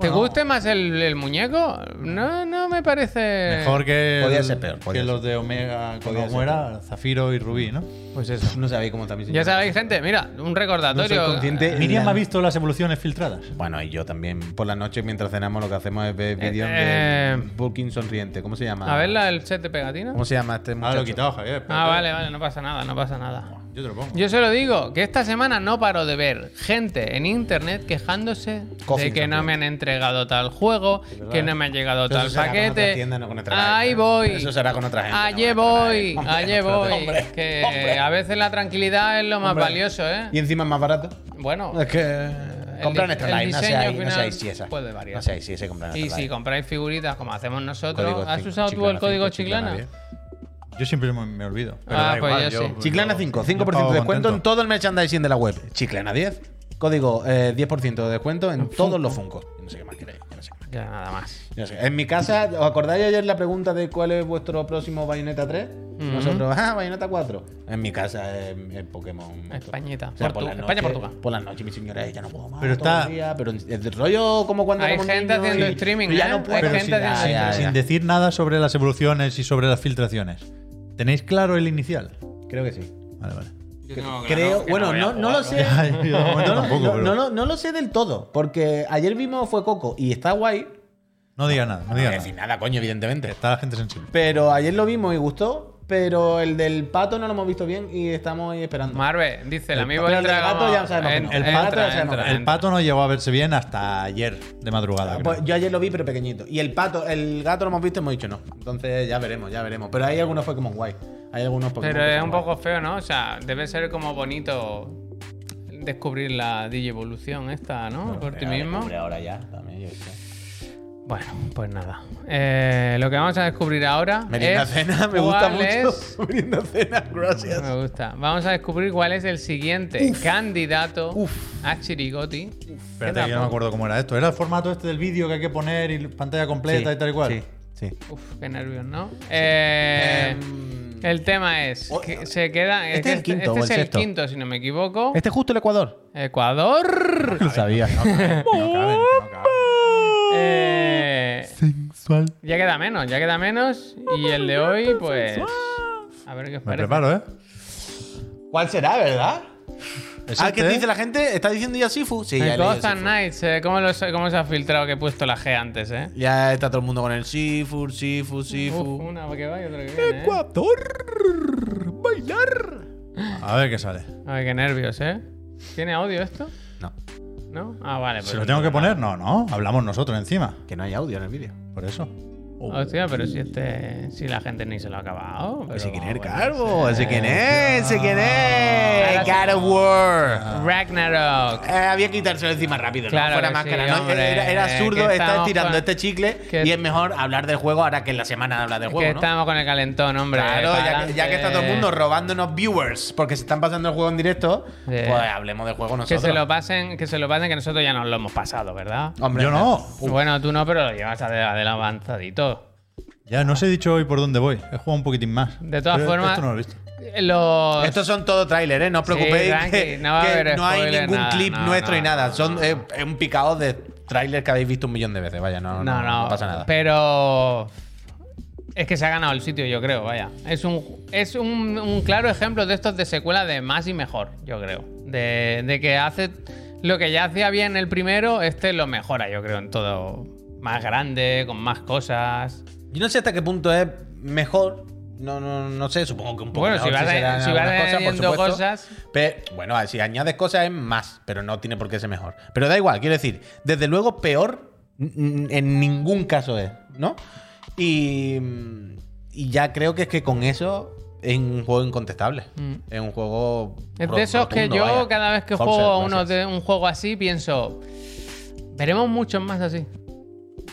[SPEAKER 1] ¿Te guste más el, el muñeco? No, no me parece.
[SPEAKER 3] Mejor que,
[SPEAKER 4] Podía
[SPEAKER 3] el-
[SPEAKER 4] ser peor,
[SPEAKER 3] que
[SPEAKER 4] podía
[SPEAKER 3] los de Omega,
[SPEAKER 4] Podía
[SPEAKER 3] cuando
[SPEAKER 4] ser
[SPEAKER 3] muera, Zafiro y Rubí, ¿no?
[SPEAKER 1] Pues eso.
[SPEAKER 4] No sabéis cómo está mi señora.
[SPEAKER 1] Ya sabéis, gente, mira, un recordatorio.
[SPEAKER 4] No soy consciente.
[SPEAKER 3] Miriam
[SPEAKER 4] La-
[SPEAKER 3] ha visto las evoluciones filtradas.
[SPEAKER 4] Bueno, y yo también por la noche mientras cenamos lo que hacemos es ver vídeos
[SPEAKER 1] eh,
[SPEAKER 4] de Booking sonriente. ¿Cómo se llama?
[SPEAKER 1] A ver la, el set de pegatina.
[SPEAKER 4] ¿Cómo se llama este
[SPEAKER 3] Ah,
[SPEAKER 4] muchacho?
[SPEAKER 3] lo he quitado, Javier.
[SPEAKER 1] Ah, vale, vale, no pasa nada, no pasa nada.
[SPEAKER 3] Yo te lo pongo.
[SPEAKER 1] Yo se lo digo, que esta semana no paro de ver gente en internet quejándose
[SPEAKER 4] Coffin
[SPEAKER 1] de que no
[SPEAKER 4] también.
[SPEAKER 1] me han llegado tal juego, que no me ha llegado
[SPEAKER 2] Pero
[SPEAKER 1] tal
[SPEAKER 2] eso será con otra
[SPEAKER 1] paquete.
[SPEAKER 2] tienda, no con otra
[SPEAKER 1] Ahí
[SPEAKER 2] gente.
[SPEAKER 1] voy.
[SPEAKER 2] Eso será con otra gente. no
[SPEAKER 1] Allí
[SPEAKER 2] con otra
[SPEAKER 1] voy,
[SPEAKER 2] gente. Hombre,
[SPEAKER 1] allí
[SPEAKER 2] no,
[SPEAKER 1] voy.
[SPEAKER 2] hombre,
[SPEAKER 1] que
[SPEAKER 2] hombre.
[SPEAKER 1] a veces la tranquilidad es lo más
[SPEAKER 2] Hombre.
[SPEAKER 1] valioso, ¿eh?
[SPEAKER 2] Y encima es más barato.
[SPEAKER 1] Bueno,
[SPEAKER 2] Es que. compran
[SPEAKER 1] di-
[SPEAKER 2] extra
[SPEAKER 1] el
[SPEAKER 2] line, no
[SPEAKER 1] diseño
[SPEAKER 2] seáis, no
[SPEAKER 1] final
[SPEAKER 2] seáis tiesas.
[SPEAKER 1] puede variar.
[SPEAKER 2] No seáis tiesas, compran
[SPEAKER 1] y
[SPEAKER 2] extra
[SPEAKER 1] si
[SPEAKER 2] line.
[SPEAKER 1] compráis figuritas como hacemos nosotros,
[SPEAKER 2] Código
[SPEAKER 1] ¿has
[SPEAKER 2] cinco,
[SPEAKER 1] usado tú el
[SPEAKER 2] Chiclana
[SPEAKER 1] código
[SPEAKER 2] cinco,
[SPEAKER 1] chiclana?
[SPEAKER 3] Yo siempre me, me olvido. Pero
[SPEAKER 1] Ah,
[SPEAKER 3] da
[SPEAKER 1] pues
[SPEAKER 3] igual,
[SPEAKER 1] yo sí.
[SPEAKER 2] Chiclana 5, 5%
[SPEAKER 3] pago
[SPEAKER 2] de descuento en
[SPEAKER 3] contento.
[SPEAKER 2] todo el merchandising de la web. Chiclana 10, código eh, 10% de descuento en todos los Funkos. Yo No sé qué más queréis. yo no sé qué más.
[SPEAKER 1] Ya nada más.
[SPEAKER 2] Yo no sé. En mi casa, ¿os acordáis ayer la pregunta de cuál es vuestro próximo Bayonetta 3? Nosotros, ah, Bayonetta 4. En mi casa es, es Pokémon.
[SPEAKER 1] Españita.
[SPEAKER 2] O sea, por
[SPEAKER 1] Portu-
[SPEAKER 2] la noche-
[SPEAKER 1] España-Portugal.
[SPEAKER 2] Por las noches, mi señora, ya no puedo más.
[SPEAKER 3] Pero
[SPEAKER 2] todo el
[SPEAKER 3] está-
[SPEAKER 2] día, pero el rollo como cuando.
[SPEAKER 1] Hay
[SPEAKER 2] éramos
[SPEAKER 1] gente
[SPEAKER 2] niños
[SPEAKER 1] haciendo
[SPEAKER 2] y-
[SPEAKER 1] streaming,
[SPEAKER 2] y Ya
[SPEAKER 1] ¿eh?
[SPEAKER 2] no puedo.
[SPEAKER 1] Hay
[SPEAKER 3] Pero
[SPEAKER 1] gente
[SPEAKER 3] sin,
[SPEAKER 1] haciendo-
[SPEAKER 2] Ya,
[SPEAKER 3] sin-
[SPEAKER 2] ya, ya.
[SPEAKER 3] sin decir nada sobre las evoluciones y sobre las filtraciones. ¿Tenéis claro el inicial?
[SPEAKER 2] Creo que sí.
[SPEAKER 3] Vale, vale.
[SPEAKER 2] Creo, bueno, no, no lo sé.
[SPEAKER 3] Ya, yo- yo- bueno,
[SPEAKER 2] No, lo-
[SPEAKER 3] tampoco,
[SPEAKER 2] no-
[SPEAKER 3] pero-
[SPEAKER 2] no lo- no lo sé del todo, porque ayer vimos fue Coco y está guay.
[SPEAKER 3] No diga nada, no diga
[SPEAKER 2] voy a
[SPEAKER 3] nada.
[SPEAKER 2] decir nada, coño, evidentemente.
[SPEAKER 3] Está la gente sensible.
[SPEAKER 2] Pero ayer lo vimos y gustó, pero el del pato no lo hemos visto bien y estamos ahí esperando.
[SPEAKER 1] Marve, dice el amigo
[SPEAKER 2] pero
[SPEAKER 1] del
[SPEAKER 2] el del gato
[SPEAKER 1] dragón.
[SPEAKER 2] ya sabemos que
[SPEAKER 1] En-
[SPEAKER 2] no.
[SPEAKER 1] entra,
[SPEAKER 2] El pato ya
[SPEAKER 1] entra,
[SPEAKER 2] sabemos que no.
[SPEAKER 1] entra.
[SPEAKER 3] El pato no llegó a verse bien hasta ayer de madrugada.
[SPEAKER 2] Pues
[SPEAKER 3] creo.
[SPEAKER 2] yo ayer lo vi, pero pequeñito. Y el pato, el gato lo hemos visto y hemos dicho no. Entonces ya veremos, ya veremos. Pero hay algunos Pokémon guay. Hay algunos Pokémon
[SPEAKER 1] Pero
[SPEAKER 2] que
[SPEAKER 1] es
[SPEAKER 2] son
[SPEAKER 1] un
[SPEAKER 2] guay.
[SPEAKER 1] poco feo, ¿no? O sea, debe ser como bonito descubrir la digievolución esta, ¿no? Por ti
[SPEAKER 2] Hombre,
[SPEAKER 1] mismo.
[SPEAKER 2] hombre, ahora ya, también yo qué sé.
[SPEAKER 1] Bueno, pues nada. Eh, lo que vamos a descubrir ahora.
[SPEAKER 2] Merienda
[SPEAKER 1] es
[SPEAKER 2] cena, me gusta
[SPEAKER 1] cuál
[SPEAKER 2] mucho.
[SPEAKER 1] es-
[SPEAKER 2] Merienda cena, gracias.
[SPEAKER 1] me gusta. Vamos a descubrir cuál es el siguiente candidato a Chirigoti.
[SPEAKER 3] Espérate, que yo no me acuerdo cómo era esto. Era el formato este del vídeo que hay que poner y pantalla completa y tal y cual.
[SPEAKER 2] Sí, sí.
[SPEAKER 1] Uf, qué nervios, ¿no? Eh,
[SPEAKER 2] Em,
[SPEAKER 1] el tema es
[SPEAKER 2] o-
[SPEAKER 1] que se queda.
[SPEAKER 2] ¿este es el quinto o
[SPEAKER 1] Este es
[SPEAKER 2] el
[SPEAKER 1] el
[SPEAKER 2] sexto?
[SPEAKER 1] quinto, si no me equivoco.
[SPEAKER 2] Este es justo el Ecuador.
[SPEAKER 1] Ecuador.
[SPEAKER 2] Lo sabía.
[SPEAKER 3] No cabe, no cabe.
[SPEAKER 1] Eh, Ya queda menos, ya queda menos. Y el de hoy, pues. A ver qué os
[SPEAKER 3] Me
[SPEAKER 1] parece.
[SPEAKER 3] preparo, ¿eh?
[SPEAKER 2] ¿Cuál será, verdad?
[SPEAKER 3] Es
[SPEAKER 2] Ah,
[SPEAKER 3] este,
[SPEAKER 2] ¿qué
[SPEAKER 3] ¿eh?
[SPEAKER 2] dice la gente? ¿Está diciendo ya Sifu? Sí, ya, he
[SPEAKER 1] El
[SPEAKER 2] leído
[SPEAKER 1] Gotham
[SPEAKER 2] Sifu.
[SPEAKER 1] Knights, eh, ¿cómo, los- ¿cómo se ha filtrado que he puesto la G antes, eh?
[SPEAKER 2] Ya está todo el mundo con el Sifu, Sifu, Sifu.
[SPEAKER 1] Uf, una que va y otra que viene, eh.
[SPEAKER 2] Ecuador, bailar.
[SPEAKER 3] A ver qué sale.
[SPEAKER 1] Ay, qué nervios, eh. ¿Tiene audio esto?
[SPEAKER 2] No,
[SPEAKER 1] ¿No? Ah, vale. pues
[SPEAKER 3] ¿Se lo
[SPEAKER 1] no
[SPEAKER 3] tengo que
[SPEAKER 1] tiene nada.
[SPEAKER 3] poner? No, no. Hablamos nosotros encima.
[SPEAKER 2] que no hay audio en el vídeo.
[SPEAKER 3] Por eso.
[SPEAKER 1] Hostia, pero si este. Si la gente ni se lo ha acabado. pero pues, eh.
[SPEAKER 2] Ese quién es,
[SPEAKER 1] vamos,
[SPEAKER 2] Carbo. Ese quién es, ese quién es. God of War.
[SPEAKER 1] bueno. Ragnarok.
[SPEAKER 2] Eh, había que quitárselo encima rápido,
[SPEAKER 1] Claro
[SPEAKER 2] no fuera
[SPEAKER 1] que
[SPEAKER 2] máscara.
[SPEAKER 1] sí,
[SPEAKER 2] ¿no?
[SPEAKER 1] hombre,
[SPEAKER 2] era, era
[SPEAKER 1] eh,
[SPEAKER 2] absurdo
[SPEAKER 1] que
[SPEAKER 2] estar
[SPEAKER 1] estamos
[SPEAKER 2] tirando
[SPEAKER 1] con-
[SPEAKER 2] este chicle
[SPEAKER 1] que-
[SPEAKER 2] y es mejor hablar del juego ahora que en la semana habla del
[SPEAKER 1] que
[SPEAKER 2] juego, ¿no?
[SPEAKER 1] estamos con el calentón, hombre.
[SPEAKER 2] Claro, ya
[SPEAKER 1] pa'lante.
[SPEAKER 2] que, ya que está todo el mundo robándonos viewers porque se están pasando el juego en directo,
[SPEAKER 1] Eh.
[SPEAKER 2] pues hablemos del juego
[SPEAKER 1] Que
[SPEAKER 2] nosotros.
[SPEAKER 1] se lo pasen, que se lo pasen, que nosotros ya nos lo hemos pasado, ¿verdad?
[SPEAKER 2] Hombre,
[SPEAKER 3] Yo no.
[SPEAKER 1] Bueno, tú no, pero lo llevas adel- adel- avanzadito.
[SPEAKER 3] Ya no os he dicho hoy por dónde voy. He jugado un poquitín más.
[SPEAKER 1] De todas
[SPEAKER 3] Pero
[SPEAKER 1] formas-
[SPEAKER 3] Esto no lo he visto.
[SPEAKER 1] Los.
[SPEAKER 2] Estos son todo trailers, ¿eh? No os preocupéis.
[SPEAKER 1] tranqui,
[SPEAKER 2] que que
[SPEAKER 1] no
[SPEAKER 2] no,
[SPEAKER 1] va a haber
[SPEAKER 2] hay
[SPEAKER 1] spoiler,
[SPEAKER 2] ningún
[SPEAKER 1] nada,
[SPEAKER 2] clip
[SPEAKER 1] no,
[SPEAKER 2] nuestro
[SPEAKER 1] no,
[SPEAKER 2] y nada.
[SPEAKER 1] no,
[SPEAKER 2] son, eh, Es, un picado de trailers que habéis visto un millón de veces. Vaya, no,
[SPEAKER 1] no, no,
[SPEAKER 2] pasa nada.
[SPEAKER 1] Pero. Es que se ha ganado el sitio, yo creo, vaya. Es un, es un, un claro ejemplo de estos de secuela de más y mejor, yo creo. De, de que hace lo que ya hacía bien el primero, este lo mejora, yo creo, en todo. Más grande, con más cosas.
[SPEAKER 2] Yo no sé hasta qué punto es mejor. No, no, no sé, supongo que un poco
[SPEAKER 1] Bueno,
[SPEAKER 2] mejor
[SPEAKER 1] si vas
[SPEAKER 2] sí
[SPEAKER 1] a-
[SPEAKER 2] serán
[SPEAKER 1] si vas
[SPEAKER 2] algunas cosas, por
[SPEAKER 1] añadiendo
[SPEAKER 2] supuesto.
[SPEAKER 1] cosas.
[SPEAKER 2] Pero, bueno, a ver, si añades cosas es más, pero no tiene por qué ser mejor. Pero da igual, quiero decir, desde luego peor n- n- en ningún caso es, ¿no? Y, y ya creo que es que con eso es un juego incontestable. Es un juego.
[SPEAKER 1] Mm. Es
[SPEAKER 2] ro-
[SPEAKER 1] de esos que
[SPEAKER 2] rotundo,
[SPEAKER 1] yo,
[SPEAKER 2] vaya.
[SPEAKER 1] cada vez que
[SPEAKER 2] Forza,
[SPEAKER 1] juego a
[SPEAKER 2] gracias.
[SPEAKER 1] uno de, un juego así, pienso. Veremos muchos más así.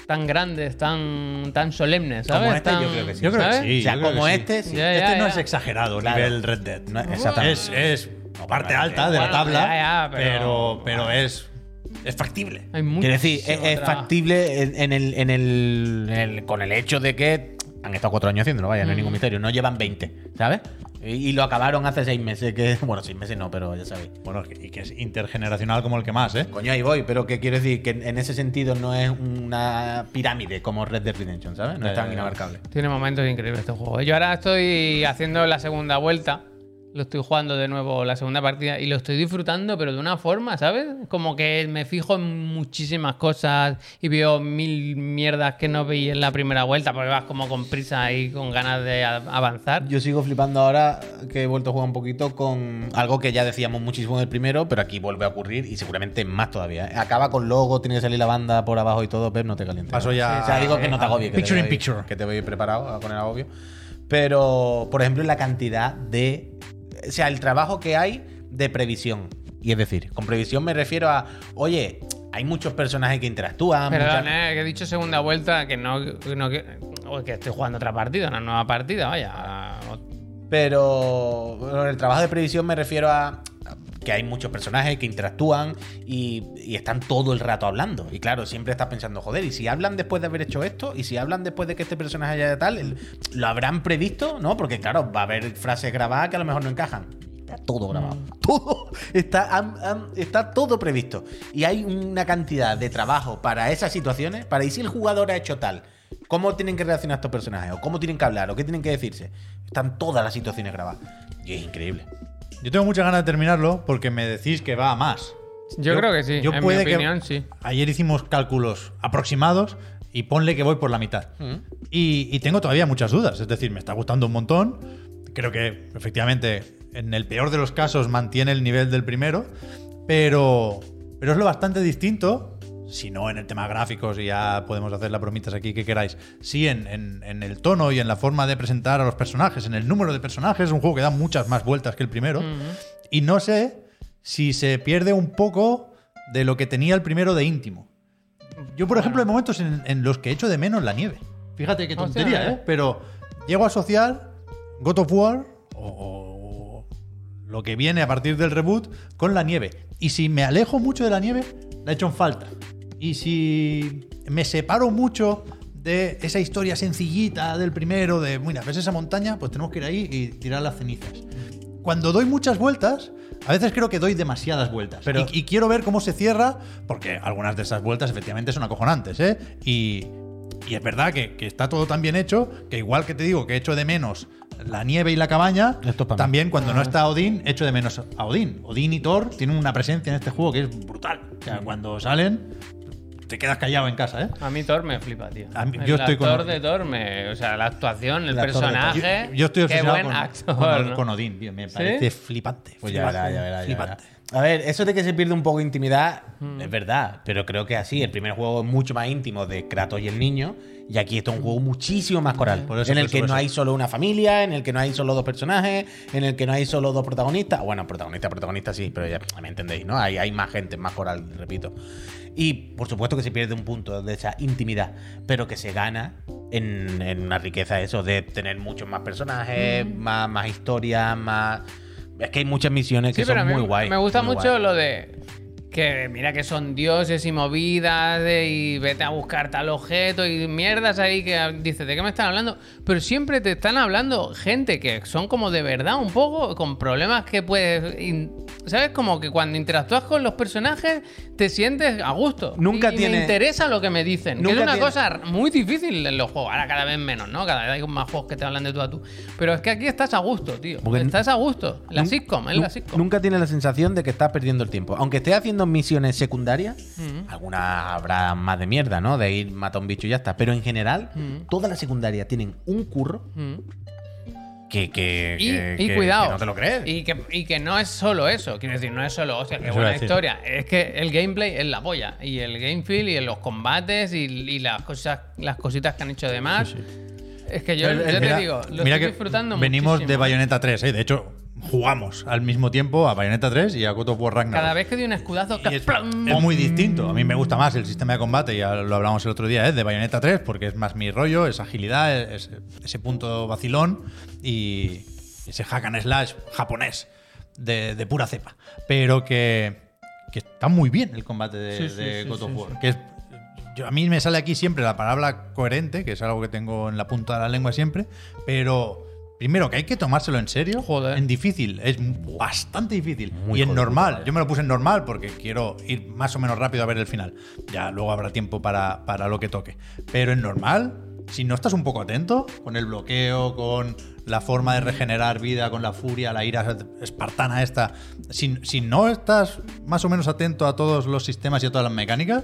[SPEAKER 1] Tan grandes, tan, tan solemnes,
[SPEAKER 2] Como
[SPEAKER 1] ¿sabes?
[SPEAKER 2] este,
[SPEAKER 1] Tan-
[SPEAKER 2] yo creo que sí.
[SPEAKER 3] Yo creo
[SPEAKER 1] ¿sabes?
[SPEAKER 3] que sí.
[SPEAKER 2] O sea,
[SPEAKER 3] yo creo
[SPEAKER 2] como
[SPEAKER 3] que sí.
[SPEAKER 2] este, sí.
[SPEAKER 1] Ya, ya,
[SPEAKER 3] este no
[SPEAKER 1] ya.
[SPEAKER 3] es exagerado,
[SPEAKER 2] Claro.
[SPEAKER 3] nivel Red Dead.
[SPEAKER 2] No, exactamente.
[SPEAKER 3] Es, es la parte
[SPEAKER 2] Bueno,
[SPEAKER 3] alta de la
[SPEAKER 1] bueno,
[SPEAKER 3] tabla,
[SPEAKER 1] ya, ya, pero-
[SPEAKER 3] pero, pero es, es factible.
[SPEAKER 1] Hay muchos.
[SPEAKER 2] Quiero decir, es, es factible en, en el, en el- en el- con el hecho de que han estado cuatro años haciéndolo, vaya, no hay
[SPEAKER 4] Mm.
[SPEAKER 2] ningún misterio. No llevan 20, ¿sabes? Y, y lo acabaron hace seis meses, que bueno, seis meses no, pero ya sabéis.
[SPEAKER 3] Bueno, y que es intergeneracional como el que más, ¿eh?
[SPEAKER 2] Coño, ahí voy, pero que quiero decir que en, en ese sentido no es una pirámide como Red Dead Redemption, ¿sabes?
[SPEAKER 1] Eh,
[SPEAKER 2] No es tan inabarcable.
[SPEAKER 1] Tiene momentos increíbles este juego. Yo ahora estoy haciendo la segunda vuelta. Lo estoy jugando de nuevo la segunda partida y lo estoy disfrutando, pero de una forma, ¿sabes? Como que me fijo en muchísimas cosas y veo mil mierdas que no veía en la primera vuelta, porque vas como con prisa y con ganas de a- avanzar.
[SPEAKER 4] Yo sigo flipando ahora que he vuelto a jugar un poquito con algo que ya decíamos muchísimo en el primero, pero aquí vuelve a ocurrir y seguramente más todavía. ¿eh? Acaba con logo, tiene que salir la banda por abajo y todo, Pep, no te calientes.
[SPEAKER 3] Paso ya-
[SPEAKER 4] O sea, digo que no te agobies. que te
[SPEAKER 3] Picture in
[SPEAKER 4] voy-
[SPEAKER 3] picture.
[SPEAKER 4] Que te voy preparado a poner agobio. Pero, por ejemplo, la cantidad de. O sea, el trabajo que hay de previsión. Y es decir, con previsión me refiero a, oye, hay muchos personajes que interactúan.
[SPEAKER 1] Perdón,
[SPEAKER 4] muchas-
[SPEAKER 1] eh, que he dicho segunda vuelta que no, no que, o que estoy jugando otra partida, una nueva partida, vaya.
[SPEAKER 4] Pero bueno, en el trabajo de previsión me refiero a que hay muchos personajes que interactúan y, y están todo el rato hablando. Y claro, siempre estás pensando, joder, ¿y si hablan después de haber hecho esto? ¿Y si hablan después de que este personaje haya tal? El- ¿Lo habrán previsto? ¿No? Porque claro, va a haber frases grabadas que a lo mejor no encajan. Está todo grabado. Todo. Está, am- am- está todo previsto. Y hay una cantidad de trabajo para esas situaciones, para y si el jugador ha hecho tal. ¿Cómo tienen que reaccionar estos personajes? ¿O cómo tienen que hablar? ¿O qué tienen que decirse? Están todas las situaciones grabadas. Y es increíble.
[SPEAKER 3] Yo tengo muchas ganas de terminarlo porque me decís que va a más.
[SPEAKER 1] Yo, creo que sí,
[SPEAKER 3] yo
[SPEAKER 1] en mi
[SPEAKER 3] puede que-
[SPEAKER 1] opinión, sí.
[SPEAKER 3] Ayer hicimos cálculos aproximados y ponle que voy por la mitad.
[SPEAKER 1] Mm.
[SPEAKER 3] Y, y tengo todavía muchas dudas. Es decir, me está gustando un montón. Creo que efectivamente, en el peor de los casos, mantiene el nivel del primero. Pero, pero es lo bastante distinto. Si no en el tema gráficos, y ya podemos hacer las bromitas aquí que queráis. Sí, en, en- en el tono y en la forma de presentar a los personajes, en el número de personajes. Es un juego que da muchas más vueltas que el primero. Y no sé si se pierde un poco de lo que tenía el primero de íntimo. Yo, por ejemplo, hay momentos en, en los que echo de menos la nieve. Fíjate qué
[SPEAKER 1] Hostia,
[SPEAKER 3] tontería,
[SPEAKER 1] ¿eh?
[SPEAKER 3] ¿eh? Pero llego a asociar God of War o, o lo que viene a partir del reboot con la nieve. Y si me alejo mucho de la nieve, la echo en falta. Y si me separo mucho de esa historia sencillita del primero, de, mira, ves esa montaña, pues tenemos que ir ahí y tirar las cenizas cuando doy muchas vueltas, a veces creo que doy demasiadas vueltas.
[SPEAKER 4] Pero-
[SPEAKER 3] y, y quiero ver cómo se cierra, porque algunas de esas vueltas efectivamente son acojonantes, ¿eh? Y, y es verdad que, que está todo tan bien hecho que igual que te digo que echo de menos la nieve y la cabaña,
[SPEAKER 4] Esto es pa' mí.
[SPEAKER 3] también cuando
[SPEAKER 1] Ah.
[SPEAKER 3] no está Odín, echo de menos a Odín. Odín y Thor tienen una presencia en este juego que es brutal. O sea, cuando salen, te quedas callado en casa, ¿eh?
[SPEAKER 1] A mí Thor me flipa, tío.
[SPEAKER 3] A mí-
[SPEAKER 1] El
[SPEAKER 3] yo estoy con-
[SPEAKER 1] actor de Thor me- O sea, la actuación, el,
[SPEAKER 4] El actor de Thor.
[SPEAKER 3] Yo,
[SPEAKER 1] personaje.
[SPEAKER 3] yo estoy
[SPEAKER 1] Qué
[SPEAKER 3] obsesionado
[SPEAKER 1] buen
[SPEAKER 3] con,
[SPEAKER 1] actor.
[SPEAKER 3] con-
[SPEAKER 1] ¿no?
[SPEAKER 3] con Odín, tío, me parece flipante.
[SPEAKER 4] Pues ya verá, ya verá, ya verá.
[SPEAKER 3] flipante.
[SPEAKER 4] A ver, eso de que se pierde un poco de intimidad,
[SPEAKER 2] Mm.
[SPEAKER 4] es verdad, pero creo que así. El primer juego es mucho más íntimo de Kratos y el niño, y aquí está un juego muchísimo más coral.
[SPEAKER 3] Por eso,
[SPEAKER 4] en el
[SPEAKER 3] por eso,
[SPEAKER 4] que
[SPEAKER 3] por
[SPEAKER 4] no
[SPEAKER 3] eso.
[SPEAKER 4] hay solo una familia, en el que no hay solo dos personajes, en el que no hay solo dos protagonistas. Bueno, protagonista, protagonista sí, pero ya me entendéis, ¿no? Hay, hay más gente, más coral, repito. Y por supuesto que se pierde un punto de esa intimidad, pero que se gana en, en una riqueza eso, de tener muchos más personajes,
[SPEAKER 1] Mm.
[SPEAKER 4] más, más historias, más... Es que hay muchas misiones que
[SPEAKER 1] Sí, pero
[SPEAKER 4] son
[SPEAKER 1] a mí
[SPEAKER 4] muy guay.
[SPEAKER 1] me gusta
[SPEAKER 4] muy
[SPEAKER 1] mucho
[SPEAKER 4] guay.
[SPEAKER 1] lo de que mira que son dioses y movidas de- y vete a buscar tal objeto y mierdas ahí que dices, ¿de qué me están hablando? Pero siempre te están hablando gente que son como de verdad un poco, con problemas que puedes... in- ¿Sabes? Como que cuando interactúas con los personajes te sientes a gusto.
[SPEAKER 4] Nunca
[SPEAKER 1] y, y
[SPEAKER 4] tiene-
[SPEAKER 1] me interesa lo que me dicen. que
[SPEAKER 4] Nunca
[SPEAKER 1] es una
[SPEAKER 4] tiene-
[SPEAKER 1] cosa muy difícil en los juegos. Ahora cada vez menos, ¿no? Cada vez hay más juegos que te hablan de tú a tú. Pero es que aquí estás a gusto, tío.
[SPEAKER 4] Porque nu-
[SPEAKER 1] estás a gusto. La
[SPEAKER 4] Nun-
[SPEAKER 1] sitcom, es
[SPEAKER 4] nu-
[SPEAKER 1] la sitcom.
[SPEAKER 4] Nunca tienes la sensación de que estás perdiendo el tiempo. Aunque estés haciendo misiones secundarias, algunas habrá más de mierda, ¿no? De ir, mata a un bicho y ya está. Pero en general,
[SPEAKER 2] Mm.
[SPEAKER 4] todas las secundarias tienen un curro
[SPEAKER 1] Mm.
[SPEAKER 4] que, que,
[SPEAKER 1] Y,
[SPEAKER 4] que-
[SPEAKER 1] y
[SPEAKER 4] que-
[SPEAKER 1] cuidado.
[SPEAKER 4] que no te lo crees.
[SPEAKER 1] Y que, y que no es solo eso. Quiero decir, no es solo, hostia, qué
[SPEAKER 3] Eso iba a
[SPEAKER 1] buena
[SPEAKER 3] decir.
[SPEAKER 1] historia. Es que el gameplay es la polla. Y el game feel y los combates y, y las cosas, las cositas que han hecho de más. Es que yo,
[SPEAKER 3] El-
[SPEAKER 1] yo
[SPEAKER 3] el-
[SPEAKER 1] te
[SPEAKER 3] mira-
[SPEAKER 1] digo, lo
[SPEAKER 3] mira
[SPEAKER 1] estoy
[SPEAKER 3] que
[SPEAKER 1] disfrutando
[SPEAKER 3] Venimos de
[SPEAKER 1] muchísimo.
[SPEAKER 3] Bayonetta 3, ¿eh? de hecho, jugamos al mismo tiempo a Bayonetta 3 y a God of War Ragnarok.
[SPEAKER 1] Cada vez que doy un escudazo,
[SPEAKER 3] Y
[SPEAKER 1] que
[SPEAKER 3] es, es muy distinto. A mí me gusta más el sistema de combate, ya lo hablamos el otro día, ¿eh? de Bayonetta 3, porque es más mi rollo, es agilidad, es, ese punto vacilón y ese hack and slash japonés de, de pura cepa. Pero que, que está muy bien el combate de,
[SPEAKER 1] Sí, sí,
[SPEAKER 3] de
[SPEAKER 1] sí,
[SPEAKER 3] God of
[SPEAKER 1] sí,
[SPEAKER 3] War. Que es- yo- a mí me sale aquí siempre la palabra coherente, que es algo que tengo en la punta de la lengua siempre, pero... Primero, que hay que tomárselo en serio.
[SPEAKER 1] Joder.
[SPEAKER 3] En difícil. Es bastante difícil.
[SPEAKER 4] Muy
[SPEAKER 3] y en
[SPEAKER 4] hijo de puta,
[SPEAKER 3] normal.
[SPEAKER 4] vaya.
[SPEAKER 3] Yo me lo puse en normal porque quiero ir más o menos rápido a ver el final. Ya luego habrá tiempo para, para lo que toque. Pero en normal si no estás un poco atento con el bloqueo, con la forma de regenerar vida, con la furia, la ira espartana esta, si, si no estás más o menos atento a todos los sistemas y a todas las mecánicas,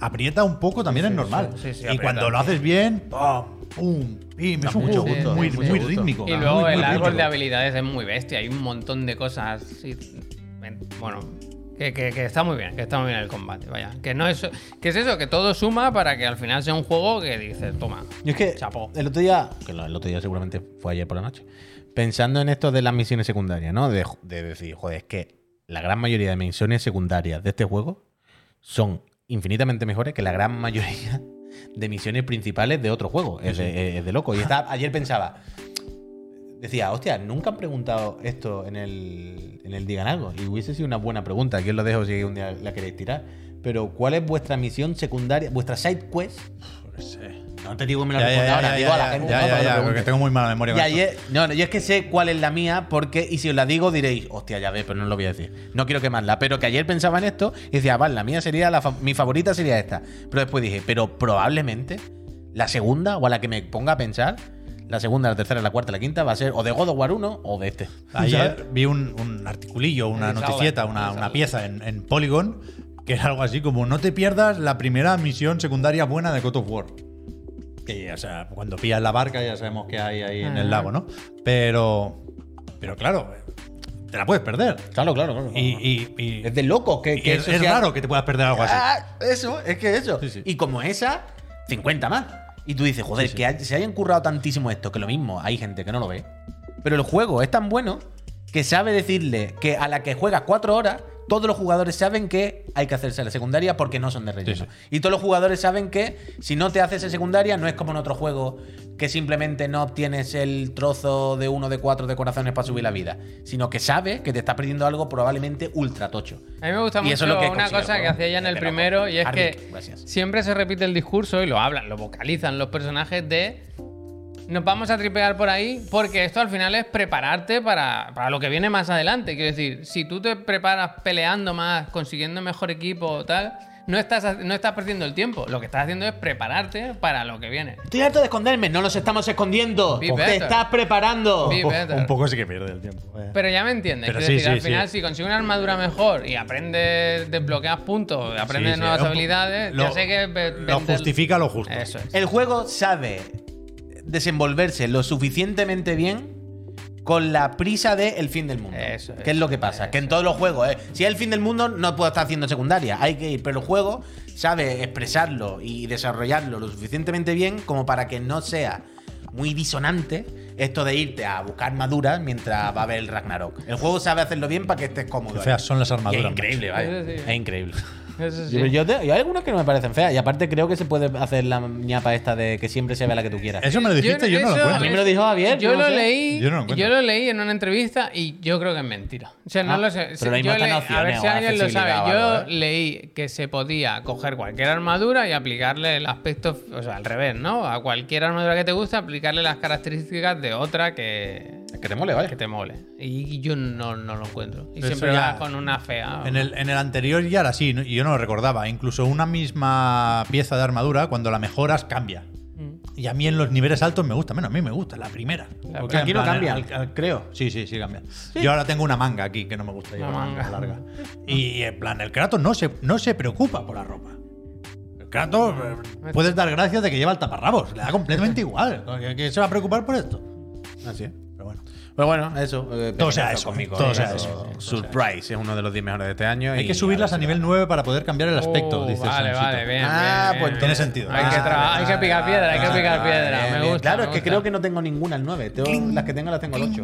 [SPEAKER 3] aprieta un poco también es normal.
[SPEAKER 1] sí, sí,
[SPEAKER 3] y
[SPEAKER 1] aprieta,
[SPEAKER 3] cuando lo
[SPEAKER 1] sí.
[SPEAKER 3] haces bien, ¡pum! ¡pum! pim, es un
[SPEAKER 1] mucho
[SPEAKER 3] juego
[SPEAKER 1] gusto,
[SPEAKER 3] muy,
[SPEAKER 1] da
[SPEAKER 3] muy
[SPEAKER 1] mucho
[SPEAKER 3] rítmico.
[SPEAKER 1] Y
[SPEAKER 3] muy,
[SPEAKER 1] luego
[SPEAKER 3] muy
[SPEAKER 1] el árbol
[SPEAKER 3] rítmico.
[SPEAKER 1] de habilidades es muy bestia, hay un montón de cosas. y- bueno, que, que- que está muy bien, que está muy bien el combate, vaya. Que no es, que es eso, que todo suma para que al final sea un juego que dices, toma.
[SPEAKER 4] Yo es que
[SPEAKER 1] Chapó.
[SPEAKER 4] el otro día, que lo- el otro día seguramente fue ayer por la noche, pensando en esto de las misiones secundarias, ¿no? De, de decir, joder, es que la gran mayoría de misiones secundarias de este juego son infinitamente mejores que la gran mayoría de misiones principales de otro juego. Es de, es de loco. Y estaba- ayer pensaba, decía, hostia, nunca han preguntado esto en el, en el Digan Algo. Y hubiese sido una buena pregunta. Aquí os lo dejo si un día la queréis tirar. Pero, ¿cuál es vuestra misión secundaria, vuestra side quest? No te digo que me la
[SPEAKER 3] Ya, ya,
[SPEAKER 4] responda
[SPEAKER 3] ya,
[SPEAKER 4] ahora,
[SPEAKER 3] ya,
[SPEAKER 4] digo a la
[SPEAKER 3] ya,
[SPEAKER 4] gente.
[SPEAKER 3] ya,
[SPEAKER 4] ¿no?
[SPEAKER 3] ya,
[SPEAKER 4] Para que
[SPEAKER 3] ya,
[SPEAKER 4] me
[SPEAKER 3] porque
[SPEAKER 4] pregunte.
[SPEAKER 3] tengo muy mala memoria.
[SPEAKER 4] Y
[SPEAKER 3] con esto.
[SPEAKER 4] ayer, no, no, yo es que sé cuál es la mía, porque, y si os la digo diréis, hostia, ya ves, pero no lo voy a decir. No quiero quemarla, pero que ayer pensaba en esto y decía, vale, la mía sería, la fa- mi favorita sería esta. Pero después dije, pero probablemente la segunda, o a la que me ponga a pensar, la segunda, la tercera, la cuarta, la quinta, va a ser o de God of War 1 o de este.
[SPEAKER 3] Ayer vi un, un articulillo, una
[SPEAKER 1] El
[SPEAKER 3] noticieta,
[SPEAKER 1] sábado, el
[SPEAKER 3] una, una
[SPEAKER 1] sábado.
[SPEAKER 3] pieza en, en Polygon que era algo así como no te pierdas la primera misión secundaria buena de God of War. Que, o sea, cuando pillas la barca ya sabemos que hay ahí en el lago, ¿no? Pero, pero claro, te la puedes perder.
[SPEAKER 4] Claro, claro, claro.
[SPEAKER 3] Y, y- y-
[SPEAKER 4] es de locos que,
[SPEAKER 3] y
[SPEAKER 4] que
[SPEAKER 3] es,
[SPEAKER 4] eso
[SPEAKER 3] es
[SPEAKER 4] sea-
[SPEAKER 3] raro que te puedas perder algo así.
[SPEAKER 4] Ah, eso, es que eso.
[SPEAKER 3] Sí, sí.
[SPEAKER 4] Y como esa, 50 más. Y tú dices, joder, que hay- se hayan currado tantísimo esto, que lo mismo, hay gente que no lo ve. Pero el juego es tan bueno que sabe decirle que a la que juegas 4 horas, todos los jugadores saben que hay que hacerse la secundaria porque no son de relleno.
[SPEAKER 3] Sí,
[SPEAKER 4] Y todos los jugadores saben que si no te haces la secundaria, no es como en otro juego que simplemente no obtienes el trozo de uno de cuatro de corazones para subir la vida. Sino que sabes que te estás perdiendo algo probablemente ultra tocho.
[SPEAKER 1] A mí me gusta
[SPEAKER 4] Y
[SPEAKER 1] mucho
[SPEAKER 4] eso es lo que
[SPEAKER 1] una
[SPEAKER 4] consigue el
[SPEAKER 1] cosa que
[SPEAKER 4] juego.
[SPEAKER 1] hacía ya en el
[SPEAKER 4] Te la
[SPEAKER 1] primero
[SPEAKER 4] compro.
[SPEAKER 1] y es que
[SPEAKER 4] Arbic, gracias.
[SPEAKER 1] siempre se repite el discurso y lo hablan, lo vocalizan los personajes de nos vamos a tripear por ahí porque esto al final es prepararte para, para lo que viene más adelante. Quiero decir, si tú te preparas peleando más, consiguiendo mejor equipo tal, no estás, ha- no estás perdiendo el tiempo. Lo que estás haciendo es prepararte para lo que viene.
[SPEAKER 4] Estoy harto de esconderme, no los estamos escondiendo.
[SPEAKER 1] Be
[SPEAKER 4] Te
[SPEAKER 1] better.
[SPEAKER 4] estás preparando.
[SPEAKER 1] Be better.
[SPEAKER 3] un poco sí que pierde el tiempo. eh. vaya.
[SPEAKER 1] Pero ya me entiendes.
[SPEAKER 3] Pero
[SPEAKER 1] quiero decir,
[SPEAKER 3] sí, sí,
[SPEAKER 1] al
[SPEAKER 3] sí.
[SPEAKER 1] final, si consigues una armadura mejor y aprendes, desbloqueas puntos, aprendes
[SPEAKER 3] Sí, sí,
[SPEAKER 1] nuevas
[SPEAKER 3] es un po-
[SPEAKER 1] habilidades,
[SPEAKER 3] lo-
[SPEAKER 1] ya sé que. ve-
[SPEAKER 3] Lo
[SPEAKER 1] vender-
[SPEAKER 3] justifica lo justo.
[SPEAKER 1] Eso es.
[SPEAKER 4] El juego sabe desenvolverse lo suficientemente bien con la prisa de el fin del mundo.
[SPEAKER 1] Eso es.
[SPEAKER 4] ¿Qué es lo que pasa? Que en todos los juegos, eh, si es el fin del mundo, no puedo estar haciendo secundaria. Hay que ir. Pero el juego sabe expresarlo y desarrollarlo lo suficientemente bien como para que no sea muy disonante esto de irte a buscar armaduras mientras va a haber el Ragnarok. El juego sabe hacerlo bien para que estés cómodo.
[SPEAKER 3] Qué feas son las
[SPEAKER 4] Y es
[SPEAKER 3] armaduras.
[SPEAKER 4] increíble, vaya.
[SPEAKER 1] Eso sí.
[SPEAKER 4] Es increíble.
[SPEAKER 1] Eso sí.
[SPEAKER 4] Yo- yo te- y hay algunas que no me parecen feas. Y aparte creo que se puede hacer la ñapa esta de que siempre se ve la que tú quieras.
[SPEAKER 3] macho. Eso me lo dijiste, yo, no lo
[SPEAKER 1] eso-
[SPEAKER 3] encuentro.
[SPEAKER 4] A mí me lo dijo Javier,
[SPEAKER 1] Yo
[SPEAKER 4] yo no
[SPEAKER 1] lo
[SPEAKER 4] sé.
[SPEAKER 1] leí. Yo
[SPEAKER 3] Yo no lo
[SPEAKER 1] lo,
[SPEAKER 3] encuentro.
[SPEAKER 1] leí en una entrevista y yo creo que es mentira. O sea, no
[SPEAKER 4] Ah,
[SPEAKER 1] lo sé.
[SPEAKER 4] pero
[SPEAKER 1] Si-
[SPEAKER 4] lo mismo
[SPEAKER 1] yo
[SPEAKER 4] está en
[SPEAKER 1] leí- a ver
[SPEAKER 4] opciones
[SPEAKER 1] si
[SPEAKER 4] o
[SPEAKER 1] alguien lo sabe.
[SPEAKER 4] accesibilidad o
[SPEAKER 1] Yo
[SPEAKER 4] algo, ¿eh?
[SPEAKER 1] leí que se podía coger cualquier armadura y aplicarle el aspecto, o sea, al revés, ¿no? A cualquier armadura que te guste, aplicarle las características de otra que,
[SPEAKER 4] Que te mole, vaya.
[SPEAKER 1] que te mole. Y yo no, no lo encuentro. Y
[SPEAKER 3] Eso
[SPEAKER 1] siempre
[SPEAKER 3] ya-
[SPEAKER 1] va con una fea.
[SPEAKER 3] En el, en el anterior ya era así, ¿no? y yo no lo recordaba. Incluso una misma pieza de armadura, cuando la mejoras, cambia. Y a mí en los niveles altos me gusta menos. A mí me gusta la primera.
[SPEAKER 1] La
[SPEAKER 3] Porque
[SPEAKER 4] Aquí
[SPEAKER 3] en
[SPEAKER 4] no
[SPEAKER 3] plan,
[SPEAKER 4] cambia,
[SPEAKER 3] al-
[SPEAKER 4] creo.
[SPEAKER 3] Sí, sí, sí cambia. Yo ahora tengo una manga aquí que no me gusta llevar
[SPEAKER 1] Una
[SPEAKER 3] manga.
[SPEAKER 1] manga.
[SPEAKER 3] larga. Y en plan, el Kratos no se, no se preocupa por la ropa. El Kratos eh, puedes dar gracias de que lleva el taparrabos. Le da completamente igual. ¿Qué- qué se va a preocupar por esto? Ah,
[SPEAKER 4] Así es.
[SPEAKER 3] Pero bueno.
[SPEAKER 4] Pero bueno, eso. eh,
[SPEAKER 3] Todo sea
[SPEAKER 4] pequeñazo
[SPEAKER 3] eso,
[SPEAKER 4] cómico,
[SPEAKER 3] todo
[SPEAKER 4] eh,
[SPEAKER 3] sea
[SPEAKER 4] eso.
[SPEAKER 3] eso.
[SPEAKER 4] Surprise es uno de los 10 mejores de este año.
[SPEAKER 3] Hay
[SPEAKER 4] y
[SPEAKER 3] que subirlas a
[SPEAKER 4] ver si
[SPEAKER 3] nivel 9 para poder cambiar el aspecto,
[SPEAKER 1] Oh,
[SPEAKER 3] dice
[SPEAKER 1] Vale,
[SPEAKER 3] Sansito.
[SPEAKER 1] vale, bien.
[SPEAKER 4] Ah,
[SPEAKER 1] bien,
[SPEAKER 4] pues
[SPEAKER 1] bien,
[SPEAKER 3] tiene
[SPEAKER 1] bien.
[SPEAKER 3] sentido.
[SPEAKER 1] Hay,
[SPEAKER 3] Ah,
[SPEAKER 1] que, tra-
[SPEAKER 4] vale,
[SPEAKER 1] hay que picar
[SPEAKER 4] vale,
[SPEAKER 1] piedra, hay que
[SPEAKER 4] vale,
[SPEAKER 1] picar
[SPEAKER 4] vale,
[SPEAKER 1] piedra.
[SPEAKER 4] bien,
[SPEAKER 1] me
[SPEAKER 4] bien.
[SPEAKER 1] gusta,
[SPEAKER 4] Claro,
[SPEAKER 1] me
[SPEAKER 4] es que
[SPEAKER 1] gusta.
[SPEAKER 4] creo que no tengo ninguna al 9. Tengo- las que tengo las tengo al 8.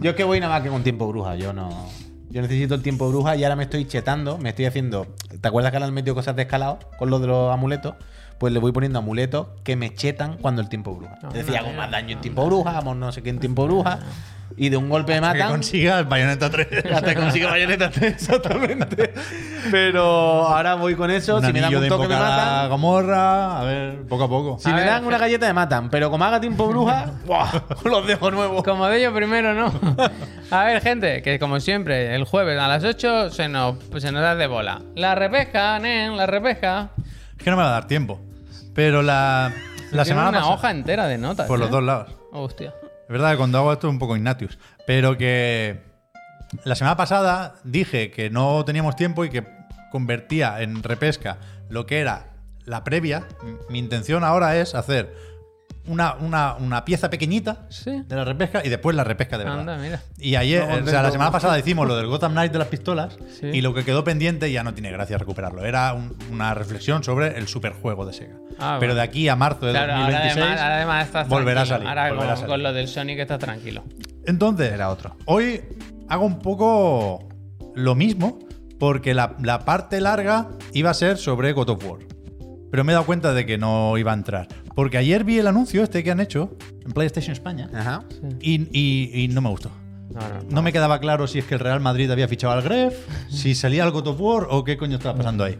[SPEAKER 4] yo es que voy nada más que con tiempo bruja. Yo no. Yo necesito el tiempo bruja y ahora me estoy chetando. Me estoy haciendo. ¿Te acuerdas que ahora han metido cosas de escalado con lo de los amuletos? Pues le voy poniendo amuletos que me chetan cuando el tiempo bruja.
[SPEAKER 1] No,
[SPEAKER 4] es decir,
[SPEAKER 1] no,
[SPEAKER 4] hago
[SPEAKER 1] no,
[SPEAKER 4] más daño en tiempo bruja, hago no sé qué en tiempo
[SPEAKER 1] Ah.
[SPEAKER 4] bruja. Y de un golpe me
[SPEAKER 3] Que
[SPEAKER 4] matan.
[SPEAKER 3] consigas Bayonetta 3.
[SPEAKER 4] Hasta que consiga bayoneta 3, exactamente. Pero ahora voy con eso.
[SPEAKER 3] Un
[SPEAKER 4] si me dan
[SPEAKER 3] anillo
[SPEAKER 4] un
[SPEAKER 3] de
[SPEAKER 4] toque, me
[SPEAKER 3] invocar a
[SPEAKER 4] matan.
[SPEAKER 3] Gomorra, a ver, poco a poco.
[SPEAKER 4] Si
[SPEAKER 1] A
[SPEAKER 4] me
[SPEAKER 1] ver.
[SPEAKER 4] dan una galleta me matan, pero como haga tiempo bruja, ¡buah! los dejo nuevos.
[SPEAKER 1] Como de ello primero, ¿no? A ver, gente, que como siempre, el jueves a las 8 se nos, se nos da de bola. La repesca, nen, la repesca.
[SPEAKER 3] Es que no me va a dar tiempo. Pero la, la
[SPEAKER 1] Tiene
[SPEAKER 3] semana
[SPEAKER 1] una
[SPEAKER 3] pasada.
[SPEAKER 1] hoja entera de notas.
[SPEAKER 3] Por los
[SPEAKER 1] ¿eh?
[SPEAKER 3] dos lados.
[SPEAKER 1] Hostia.
[SPEAKER 3] Es verdad que cuando hago esto es un poco Ignatius. Pero que la semana pasada dije que no teníamos tiempo y que convertía en repesca lo que era la previa. M- Mi intención ahora es hacer una, una- una pieza pequeñita
[SPEAKER 1] Sí.
[SPEAKER 3] de la repesca y después la repesca de verdad.
[SPEAKER 1] Anda, mira.
[SPEAKER 3] Y ayer,
[SPEAKER 5] No,
[SPEAKER 3] o sea, la
[SPEAKER 5] no.
[SPEAKER 3] semana pasada hicimos lo del Gotham Knight de las pistolas
[SPEAKER 1] Sí.
[SPEAKER 3] y lo que quedó pendiente ya no tiene gracia recuperarlo. Era un- una reflexión sobre el superjuego de Sega.
[SPEAKER 1] Ah,
[SPEAKER 3] Pero
[SPEAKER 1] vale.
[SPEAKER 3] de aquí a marzo de
[SPEAKER 1] Claro, ahora
[SPEAKER 3] 2026
[SPEAKER 1] además, ahora además estás
[SPEAKER 3] volverá a
[SPEAKER 1] tranquilo.
[SPEAKER 3] salir,
[SPEAKER 1] Ahora
[SPEAKER 3] volverá
[SPEAKER 1] con,
[SPEAKER 3] a salir.
[SPEAKER 1] con lo del Sonic estás tranquilo.
[SPEAKER 3] Entonces, otro. Hoy hago un poco lo mismo, porque la, la parte larga iba a ser sobre God of War. Pero me he dado cuenta de que no iba a entrar. Porque ayer vi el anuncio este que han hecho en PlayStation España
[SPEAKER 4] Ajá.
[SPEAKER 3] y, y- y no me gustó.
[SPEAKER 1] No, no, no.
[SPEAKER 3] No me quedaba claro si es que el Real Madrid había fichado al Gref, si salía el God of War o qué coño estaba pasando ahí.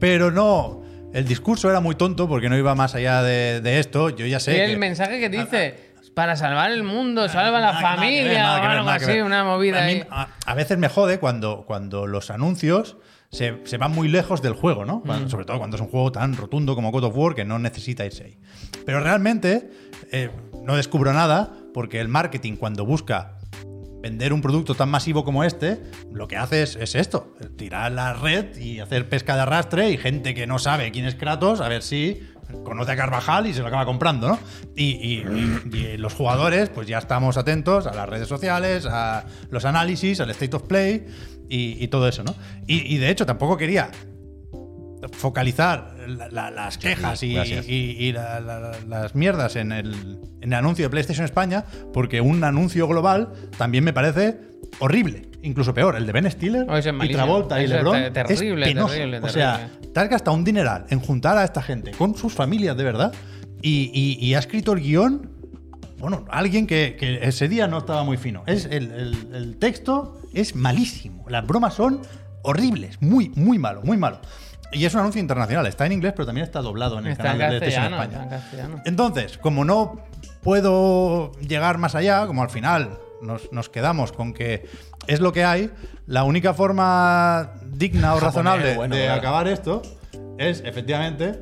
[SPEAKER 3] Pero no, el discurso era muy tonto porque no iba más allá de, de esto. Yo ya sé.
[SPEAKER 1] Y
[SPEAKER 3] que- Ah,
[SPEAKER 1] el mensaje que dice. Para salvar el mundo, salva la
[SPEAKER 3] Nada que ver,
[SPEAKER 1] familia o
[SPEAKER 3] nada que ver,
[SPEAKER 1] algo
[SPEAKER 3] nada que
[SPEAKER 1] así,
[SPEAKER 3] ver.
[SPEAKER 1] una movida
[SPEAKER 3] a, mí,
[SPEAKER 1] ahí.
[SPEAKER 3] a- a veces me jode cuando, cuando los anuncios se, se van muy lejos del juego, ¿no?
[SPEAKER 1] Mm.
[SPEAKER 3] Cuando- Sobre todo cuando es un juego tan rotundo como God of War que no necesita irse ahí. Pero realmente eh, no descubro nada porque el marketing cuando busca vender un producto tan masivo como este, lo que hace es, es esto, tirar la red y hacer pesca de arrastre y gente que no sabe quién es Kratos, a ver si conoce a Carvajal y se lo acaba comprando, ¿no? Y, y- y- y los jugadores, pues ya estamos atentos a las redes sociales, a los análisis, al state of play y, y todo eso, ¿no? Y, y de hecho tampoco quería focalizar la- la- las quejas y,
[SPEAKER 4] gracias.
[SPEAKER 3] y- y la- la- la- las mierdas en el, en el anuncio de PlayStation España, porque un anuncio global también me parece horrible, incluso peor, el de Ben Stiller
[SPEAKER 1] Oh, ese es
[SPEAKER 3] y
[SPEAKER 1] malísimo.
[SPEAKER 3] Travolta y
[SPEAKER 1] Ese es
[SPEAKER 3] LeBron.
[SPEAKER 1] te- terrible,
[SPEAKER 3] es penoso.
[SPEAKER 1] terrible,
[SPEAKER 3] O sea, te has gastado un dineral en juntar a esta gente con sus familias de verdad y, y- y ha escrito el guión. Bueno, alguien que, que ese día no estaba muy fino. Es el, el- el texto es malísimo. Las bromas son horribles. Muy, muy malo, muy malo. Y es un anuncio internacional. Está en inglés, pero también está doblado en el
[SPEAKER 1] Está
[SPEAKER 3] canal
[SPEAKER 1] en
[SPEAKER 3] de PlayStation
[SPEAKER 1] castellano, está
[SPEAKER 3] España.
[SPEAKER 1] en castellano.
[SPEAKER 3] Entonces, como no puedo llegar más allá, como al final nos, nos quedamos con que es lo que hay, la única forma digna o razonable
[SPEAKER 4] bueno,
[SPEAKER 3] de
[SPEAKER 4] claro.
[SPEAKER 3] acabar esto es efectivamente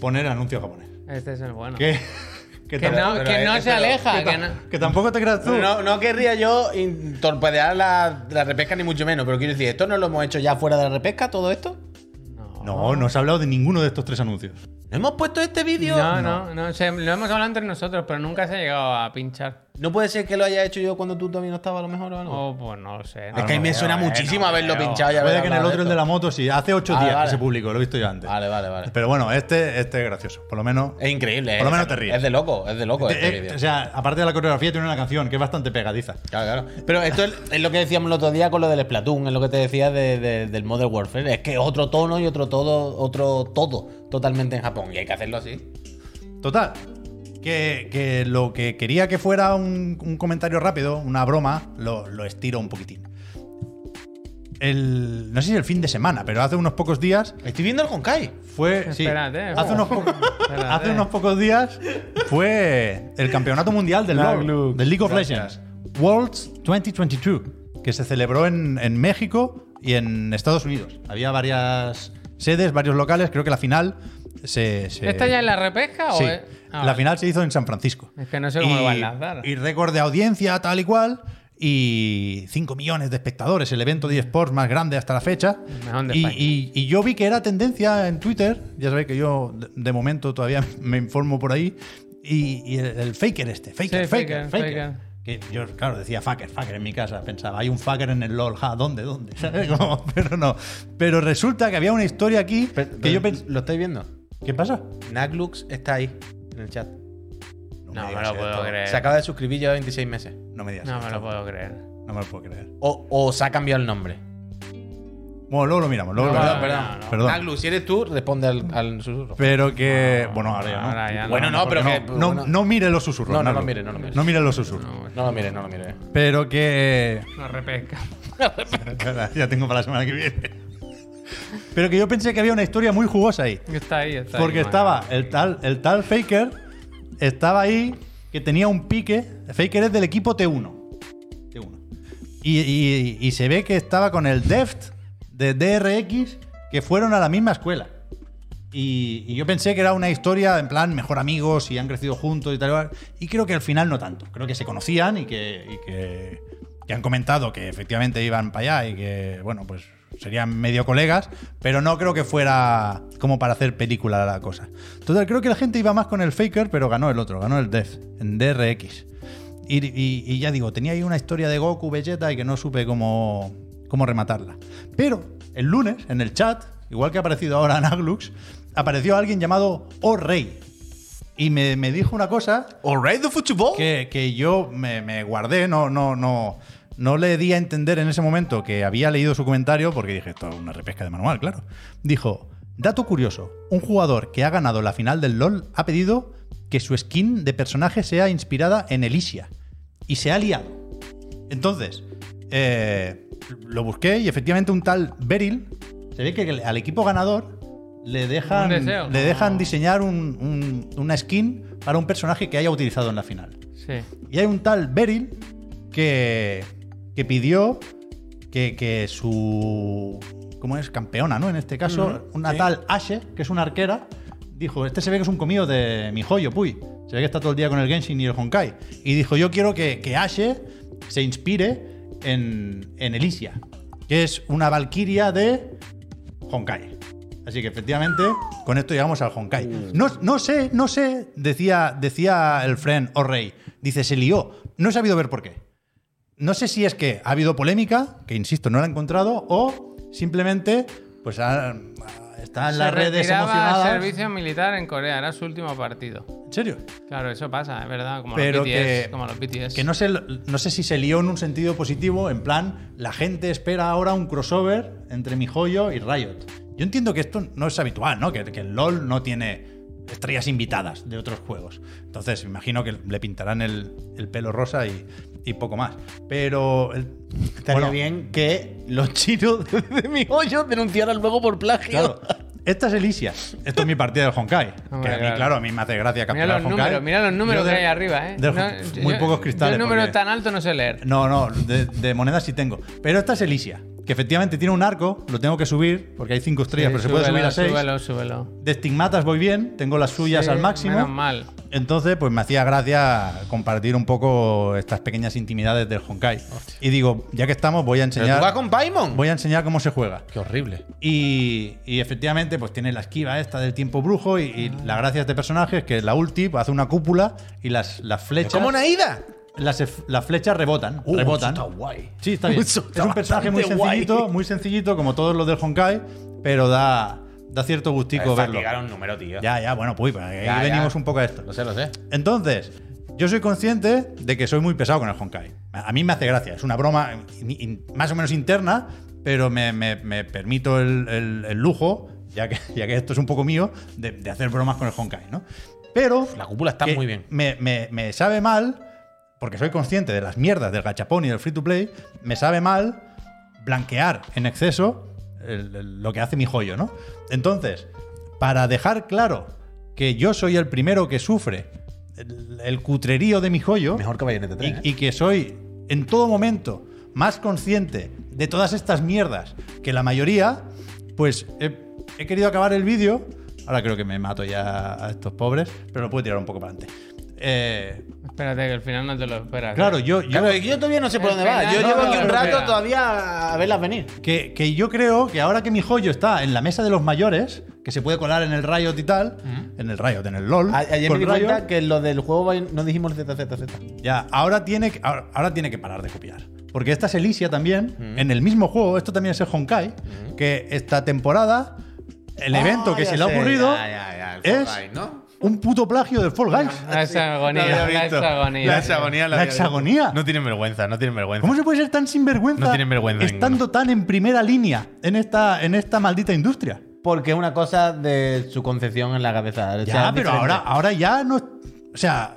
[SPEAKER 3] poner anuncio japonés.
[SPEAKER 1] Este es el bueno.
[SPEAKER 3] Que, que
[SPEAKER 1] Que
[SPEAKER 3] tam-
[SPEAKER 1] no, que
[SPEAKER 3] eh,
[SPEAKER 1] no se aleja.
[SPEAKER 3] que
[SPEAKER 1] Que
[SPEAKER 3] tam-
[SPEAKER 1] no.
[SPEAKER 3] que tampoco te creas tú.
[SPEAKER 4] Ah, No, no querría yo in- torpedear la, la repesca ni mucho menos, pero quiero decir, ¿esto no lo hemos hecho ya fuera de la repesca, todo esto?
[SPEAKER 3] No, no se ha hablado de ninguno de estos tres anuncios.
[SPEAKER 4] ¿No hemos puesto este vídeo?
[SPEAKER 1] No, no, no, se- lo hemos hablado entre nosotros, pero nunca se ha llegado a pinchar.
[SPEAKER 4] ¿No puede ser que lo haya hecho yo cuando tú también no estabas a lo mejor o algo?
[SPEAKER 1] Oh, pues no lo sé.
[SPEAKER 4] es que a mí me suena muchísimo haberlo pinchado
[SPEAKER 3] Puede
[SPEAKER 4] y haber
[SPEAKER 3] que en el
[SPEAKER 4] hablado
[SPEAKER 3] otro, el de la moto, sí. Hace ocho
[SPEAKER 4] Vale,
[SPEAKER 3] días
[SPEAKER 4] vale.
[SPEAKER 3] que se publicó, lo he visto yo antes.
[SPEAKER 4] Vale, vale, vale.
[SPEAKER 3] Pero bueno, este, este es gracioso. Por lo menos
[SPEAKER 4] Es increíble,
[SPEAKER 3] Por lo
[SPEAKER 4] eh.
[SPEAKER 3] menos te ríes.
[SPEAKER 4] Es de loco, es de loco este
[SPEAKER 3] Eh,
[SPEAKER 4] vídeo.
[SPEAKER 3] O sea, aparte de la coreografía, tiene una canción que es bastante pegadiza.
[SPEAKER 4] Claro, claro. Pero esto es, es lo que decíamos el otro día con lo del Splatoon, es lo que te decía de- de- del Modern Warfare. Es que es otro tono y otro todo, otro todo totalmente en Japón. Y hay que hacerlo así.
[SPEAKER 3] Total, que, que lo que quería que fuera un, un comentario rápido, una broma, lo, lo estiro un poquitín. El, no sé si el fin de semana, pero hace unos pocos días
[SPEAKER 4] Estoy viendo el Honkai.
[SPEAKER 3] fue. sí,
[SPEAKER 1] Espérate, ¿eh?
[SPEAKER 3] hace, unos pocos,
[SPEAKER 1] Espérate.
[SPEAKER 3] hace unos pocos días fue el campeonato mundial del
[SPEAKER 4] Dark
[SPEAKER 3] LoL,
[SPEAKER 4] Lux.
[SPEAKER 3] del League of
[SPEAKER 4] Gracias.
[SPEAKER 3] Legends, Worlds 2022, que se celebró en, en México y en Estados Unidos. Había varias sedes, varios locales. Creo que la final se. se-
[SPEAKER 1] ¿Esta ya es la repesca o
[SPEAKER 3] Sí.
[SPEAKER 1] es.? Ah,
[SPEAKER 3] la
[SPEAKER 1] vale.
[SPEAKER 3] final se hizo en San Francisco.
[SPEAKER 1] Es que no sé cómo lo van a lanzar.
[SPEAKER 3] Y récord de audiencia, tal y cual. Y 5 millones de espectadores, el evento de esports más grande hasta la fecha.
[SPEAKER 1] mejor de
[SPEAKER 3] Y,
[SPEAKER 1] España.
[SPEAKER 3] y- y yo vi que era tendencia en Twitter. Ya sabéis que yo, de, de momento, todavía me informo por ahí. Y, y el, el faker este, faker,
[SPEAKER 1] Sí,
[SPEAKER 3] faker,
[SPEAKER 1] faker,
[SPEAKER 3] faker.
[SPEAKER 1] faker.
[SPEAKER 3] Que yo, claro, decía faker, faker en mi casa. Pensaba, hay un faker en el LOL. Ja, ¿Dónde? ¿Dónde? ¿Sabes? Como, pero no. Pero resulta que había una historia aquí que yo pensé.
[SPEAKER 4] ¿Lo estáis viendo?
[SPEAKER 3] ¿Qué pasa?
[SPEAKER 4] Naglux está ahí, en el chat.
[SPEAKER 1] No me
[SPEAKER 3] digas
[SPEAKER 1] lo puedo
[SPEAKER 3] esto.
[SPEAKER 1] creer.
[SPEAKER 4] Se acaba de suscribir, lleva 26 meses.
[SPEAKER 3] No me digas.
[SPEAKER 1] No me
[SPEAKER 3] esto.
[SPEAKER 1] lo puedo creer.
[SPEAKER 3] No me lo puedo creer.
[SPEAKER 4] O, o se ha cambiado el nombre.
[SPEAKER 3] Bueno, luego lo miramos. Luego lo
[SPEAKER 1] No,
[SPEAKER 3] miramos.
[SPEAKER 1] no, no,
[SPEAKER 4] Naglux,
[SPEAKER 1] no.
[SPEAKER 3] Perdón.
[SPEAKER 4] si Ah, eres tú, responde al, al susurro.
[SPEAKER 3] Pero que. bueno, ahora ya no.
[SPEAKER 1] Ahora ya no.
[SPEAKER 4] Bueno, no, pero
[SPEAKER 3] Porque
[SPEAKER 4] que.
[SPEAKER 3] no,
[SPEAKER 4] pues,
[SPEAKER 3] no-
[SPEAKER 4] bueno,
[SPEAKER 3] no mire los susurros.
[SPEAKER 4] No, no
[SPEAKER 3] Nalu.
[SPEAKER 4] lo mire, no lo mire.
[SPEAKER 3] No mire los susurros.
[SPEAKER 4] no lo mire, no lo mire.
[SPEAKER 3] Pero que.
[SPEAKER 1] No repesca.
[SPEAKER 3] Cara, ya tengo para la semana que viene. Pero que yo pensé que había una historia muy jugosa ahí.
[SPEAKER 1] Está ahí, está ahí.
[SPEAKER 3] Porque
[SPEAKER 1] bueno.
[SPEAKER 3] estaba el tal, el tal Faker, estaba ahí, que tenía un pique. Faker es del equipo T1. T1. Y, y- y se ve que estaba con el Deft de DRX, que fueron a la misma escuela. Y, y yo pensé que era una historia en plan mejor amigos y han crecido juntos y tal. y cual. Y creo que al final no tanto. Creo que se conocían y que, y que, que han comentado que efectivamente iban para allá y que, bueno, pues serían medio colegas, pero no creo que fuera como para hacer película la cosa. Total, creo que la gente iba más con el Faker, pero ganó el otro, ganó el Death, en DRX. Y, y- y ya digo, tenía ahí una historia de Goku, Vegeta y que no supe cómo, cómo rematarla. Pero el lunes, en el chat, igual que ha aparecido ahora en Aglux, apareció alguien llamado O Rey. Y me, me dijo una cosa
[SPEAKER 4] Alright, the football.
[SPEAKER 3] que, que yo me, me guardé, no, no, no, no le di a entender en ese momento que había leído su comentario, porque dije, esto es una repesca de manual, claro. Dijo, dato curioso, un jugador que ha ganado la final del LOL ha pedido que su skin de personaje sea inspirada en Elysia. Y se ha liado. Entonces, eh, lo busqué y efectivamente un tal Beryl, se ve que al equipo ganador le dejan,
[SPEAKER 1] Un deseo,
[SPEAKER 3] le
[SPEAKER 1] ¿no?
[SPEAKER 3] dejan diseñar un- un- una skin para un personaje que haya utilizado en la final.
[SPEAKER 1] Sí.
[SPEAKER 3] Y hay un tal Beryl que, que pidió que, que su. ¿Cómo es? Campeona, ¿no? En este caso, una tal Ashe, que es una arquera, dijo: Este se ve que es un comido de mi joyo, puy. Se ve que está todo el día con el Genshin y el Honkai. Y dijo: Yo quiero que, que Ashe se inspire en, en Elysia, que es una valquiria de Honkai. Así que efectivamente, con esto llegamos al Honkai. No, no sé, no sé, decía, decía el friend o rey. Dice, se lió. No he sabido ver por qué. No sé si es que ha habido polémica, que insisto, no la he encontrado, o simplemente, pues ha- están
[SPEAKER 1] Se
[SPEAKER 3] las redes
[SPEAKER 1] retiraba al
[SPEAKER 3] emocionadas.
[SPEAKER 1] servicio militar en Corea, era su último partido.
[SPEAKER 3] ¿En serio?
[SPEAKER 1] Claro, eso pasa, es verdad, como
[SPEAKER 3] Pero
[SPEAKER 1] los BTS,
[SPEAKER 3] que-
[SPEAKER 1] como los BTS.
[SPEAKER 3] Que no sé, no sé si se lió en un sentido positivo, en plan, la gente espera ahora un crossover entre mi joyo y Riot. Yo entiendo que esto no es habitual, ¿no? Que, que el LOL no tiene estrellas invitadas de otros juegos. Entonces, imagino que le pintarán el, el pelo rosa y, y poco más. Pero. el-
[SPEAKER 4] Estaría
[SPEAKER 3] bueno,
[SPEAKER 4] bien que los chinos de mi hoyo denunciaran luego por plagio.
[SPEAKER 3] Claro. Esta es Elysia. Esto es mi partida del Honkai. que
[SPEAKER 1] Hombre,
[SPEAKER 3] a mí,
[SPEAKER 1] claro.
[SPEAKER 3] claro, a mí me hace
[SPEAKER 1] Mira
[SPEAKER 3] gracia capturar
[SPEAKER 1] los
[SPEAKER 3] al Honkai.
[SPEAKER 1] números, mira los números
[SPEAKER 3] Yo de-
[SPEAKER 1] que hay arriba, ¿eh?
[SPEAKER 3] de-
[SPEAKER 1] No,
[SPEAKER 3] muy
[SPEAKER 1] yo-
[SPEAKER 3] pocos
[SPEAKER 1] yo
[SPEAKER 3] cristales.
[SPEAKER 1] el número
[SPEAKER 3] porque-
[SPEAKER 1] tan alto no sé leer.
[SPEAKER 3] No, no, de, de monedas sí tengo. Pero esta es Elysia, que efectivamente tiene un arco, lo tengo que subir, porque hay cinco estrellas,
[SPEAKER 1] Sí,
[SPEAKER 3] pero se puede subir
[SPEAKER 1] súbelo,
[SPEAKER 3] a seis.
[SPEAKER 1] Súbelo, súbelo.
[SPEAKER 3] De estigmatas voy bien, tengo las suyas
[SPEAKER 1] Sí,
[SPEAKER 3] al máximo.
[SPEAKER 1] Menos mal.
[SPEAKER 3] Entonces, pues me hacía gracia compartir un poco estas pequeñas intimidades del Honkai. Y digo, ya que estamos, voy a
[SPEAKER 4] ¿Pero tú vas
[SPEAKER 3] enseñar.
[SPEAKER 4] con Paimon?
[SPEAKER 3] Voy a enseñar cómo se juega.
[SPEAKER 4] Qué horrible.
[SPEAKER 3] Y, y efectivamente, pues tiene la esquiva esta del tiempo brujo. Y, y la gracia de este personaje es que la ulti pues, hace una cúpula y las, las flechas.
[SPEAKER 4] ¿Cómo Naida?
[SPEAKER 3] las, ef- las flechas rebotan.
[SPEAKER 4] Uh,
[SPEAKER 3] rebotan.
[SPEAKER 4] eso está guay.
[SPEAKER 3] Sí, está bien.
[SPEAKER 4] Eso está
[SPEAKER 3] es un personaje muy
[SPEAKER 4] bastante guay.
[SPEAKER 3] sencillito, muy sencillito, como todos los del Honkai, pero da, da cierto gustico verlo.
[SPEAKER 4] Fatigar un número, tío.
[SPEAKER 3] Ya, ya, bueno, pues ahí
[SPEAKER 4] Ya, ya.
[SPEAKER 3] venimos un poco a esto.
[SPEAKER 4] Lo sé, lo sé.
[SPEAKER 3] Entonces, yo soy consciente de que soy muy pesado con el Honkai. A a mí me hace gracia, es una broma in- in- más o menos interna, pero me, me- me permito el, el- el lujo, ya que, ya que esto es un poco mío, de, de hacer bromas con el Honkai, ¿no? Pero
[SPEAKER 4] La cúpula está
[SPEAKER 3] que
[SPEAKER 4] muy bien.
[SPEAKER 3] Me, me- me sabe mal, porque soy consciente de las mierdas del gachapón y del free to play, me sabe mal blanquear en exceso el- el- lo que hace mi joyo, ¿no? Entonces, para dejar claro que yo soy el primero que sufre el, el cutrerío de mi joyo
[SPEAKER 4] Mejor que Bayonetta 3. ¿eh?
[SPEAKER 3] y, y que soy en todo momento más consciente de todas estas mierdas que la mayoría, pues he, he querido acabar el vídeo. Ahora creo que me mato ya a estos pobres, pero lo puedo tirar un poco para adelante. Eh,
[SPEAKER 1] Espérate, que al final no te lo esperas.
[SPEAKER 3] claro,
[SPEAKER 1] ¿eh?
[SPEAKER 3] yo, yo-
[SPEAKER 4] Claro, yo todavía no sé por
[SPEAKER 1] El
[SPEAKER 4] dónde va. Yo
[SPEAKER 1] penal,
[SPEAKER 4] llevo
[SPEAKER 1] no,
[SPEAKER 4] aquí un
[SPEAKER 1] no,
[SPEAKER 4] rato
[SPEAKER 1] espera.
[SPEAKER 4] todavía a verlas venir.
[SPEAKER 3] que, que yo creo que ahora que mi joyo está en la mesa de los mayores, que se puede colar en el Riot y tal, en el Riot, en el LOL,
[SPEAKER 4] A- Ayer me
[SPEAKER 3] con
[SPEAKER 4] di
[SPEAKER 3] Riot,
[SPEAKER 4] cuenta que lo del juego Bayon- no dijimos ZZZ.
[SPEAKER 3] Ya, ahora tiene, que- ahora, ahora tiene que parar de copiar. Porque esta es Elysia también, en el mismo juego, esto también es el Honkai, que esta temporada, el evento que
[SPEAKER 4] Ah, ya
[SPEAKER 3] se le ha
[SPEAKER 4] sé,
[SPEAKER 3] ocurrido
[SPEAKER 4] ya, ya, ya, el Fall
[SPEAKER 3] es
[SPEAKER 4] Guys, ¿no?
[SPEAKER 3] un puto plagio del Fall Guys.
[SPEAKER 1] La hexagonía,
[SPEAKER 4] lo había
[SPEAKER 1] la
[SPEAKER 4] visto.
[SPEAKER 1] hexagonía.
[SPEAKER 4] La hexagonía
[SPEAKER 3] la hexagonía.
[SPEAKER 4] No tienen vergüenza, no tienen vergüenza.
[SPEAKER 3] ¿Cómo se puede ser tan sinvergüenza,
[SPEAKER 4] No tienen vergüenza
[SPEAKER 3] estando tan en primera línea en esta, en esta maldita industria?
[SPEAKER 4] Porque es una cosa de su concepción en la cabeza. O sea,
[SPEAKER 3] Ya,
[SPEAKER 4] es
[SPEAKER 3] pero
[SPEAKER 4] diferente.
[SPEAKER 3] ahora, ahora ya no. O sea,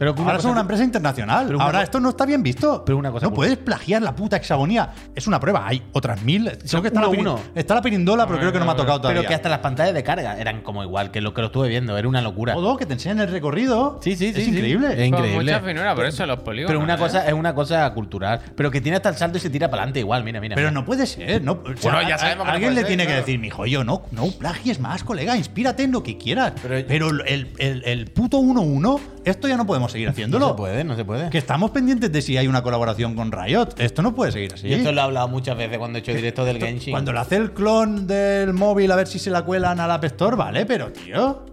[SPEAKER 4] Pero que una
[SPEAKER 3] Ahora
[SPEAKER 4] cosa
[SPEAKER 3] son una
[SPEAKER 4] que-
[SPEAKER 3] empresa internacional.
[SPEAKER 4] Pero una
[SPEAKER 3] Ahora
[SPEAKER 4] co-
[SPEAKER 3] esto no está bien visto.
[SPEAKER 4] Pero una cosa
[SPEAKER 3] No
[SPEAKER 4] muy-
[SPEAKER 3] puedes plagiar la puta hexagonía. Es una prueba. Hay otras mil. Creo que está, la,
[SPEAKER 4] uno,
[SPEAKER 3] pirin-
[SPEAKER 4] uno.
[SPEAKER 3] está la pirindola, pero creo que no me ha tocado todavía.
[SPEAKER 4] Pero que hasta las pantallas de carga eran como igual, que lo que lo estuve viendo, era una locura.
[SPEAKER 3] O dos que te enseñan el recorrido.
[SPEAKER 4] Sí, sí, sí,
[SPEAKER 3] Es
[SPEAKER 4] sí. Eh,
[SPEAKER 3] increíble.
[SPEAKER 4] Es
[SPEAKER 1] Con
[SPEAKER 4] increíble.
[SPEAKER 1] Mucha finura, por eso los polígonos.
[SPEAKER 4] Pero una
[SPEAKER 1] ¿eh?
[SPEAKER 4] cosa es una cosa cultural. Pero que tiene hasta el salto y se tira para adelante igual, mira, mira.
[SPEAKER 3] Pero
[SPEAKER 4] mira.
[SPEAKER 3] no puede ser. No, o sea,
[SPEAKER 1] Bueno, ya sabemos que no
[SPEAKER 3] alguien
[SPEAKER 1] puede
[SPEAKER 3] le
[SPEAKER 1] ser,
[SPEAKER 3] tiene que
[SPEAKER 1] claro.
[SPEAKER 3] decir, mijo, yo no, no plagies más, colega. Inspírate en lo que quieras. Pero,
[SPEAKER 4] Pero-
[SPEAKER 3] el, el- el puto 1-1, esto ya no podemos seguir
[SPEAKER 4] no
[SPEAKER 3] haciéndolo.
[SPEAKER 4] se puede, no se puede.
[SPEAKER 3] Que estamos pendientes de si hay una colaboración con Riot. Esto no puede seguir así.
[SPEAKER 4] Y esto lo he hablado muchas veces cuando he hecho directo del Genshin.
[SPEAKER 3] Cuando lo hace el clon del móvil a ver si se la cuelan al App Store, vale, pero tío.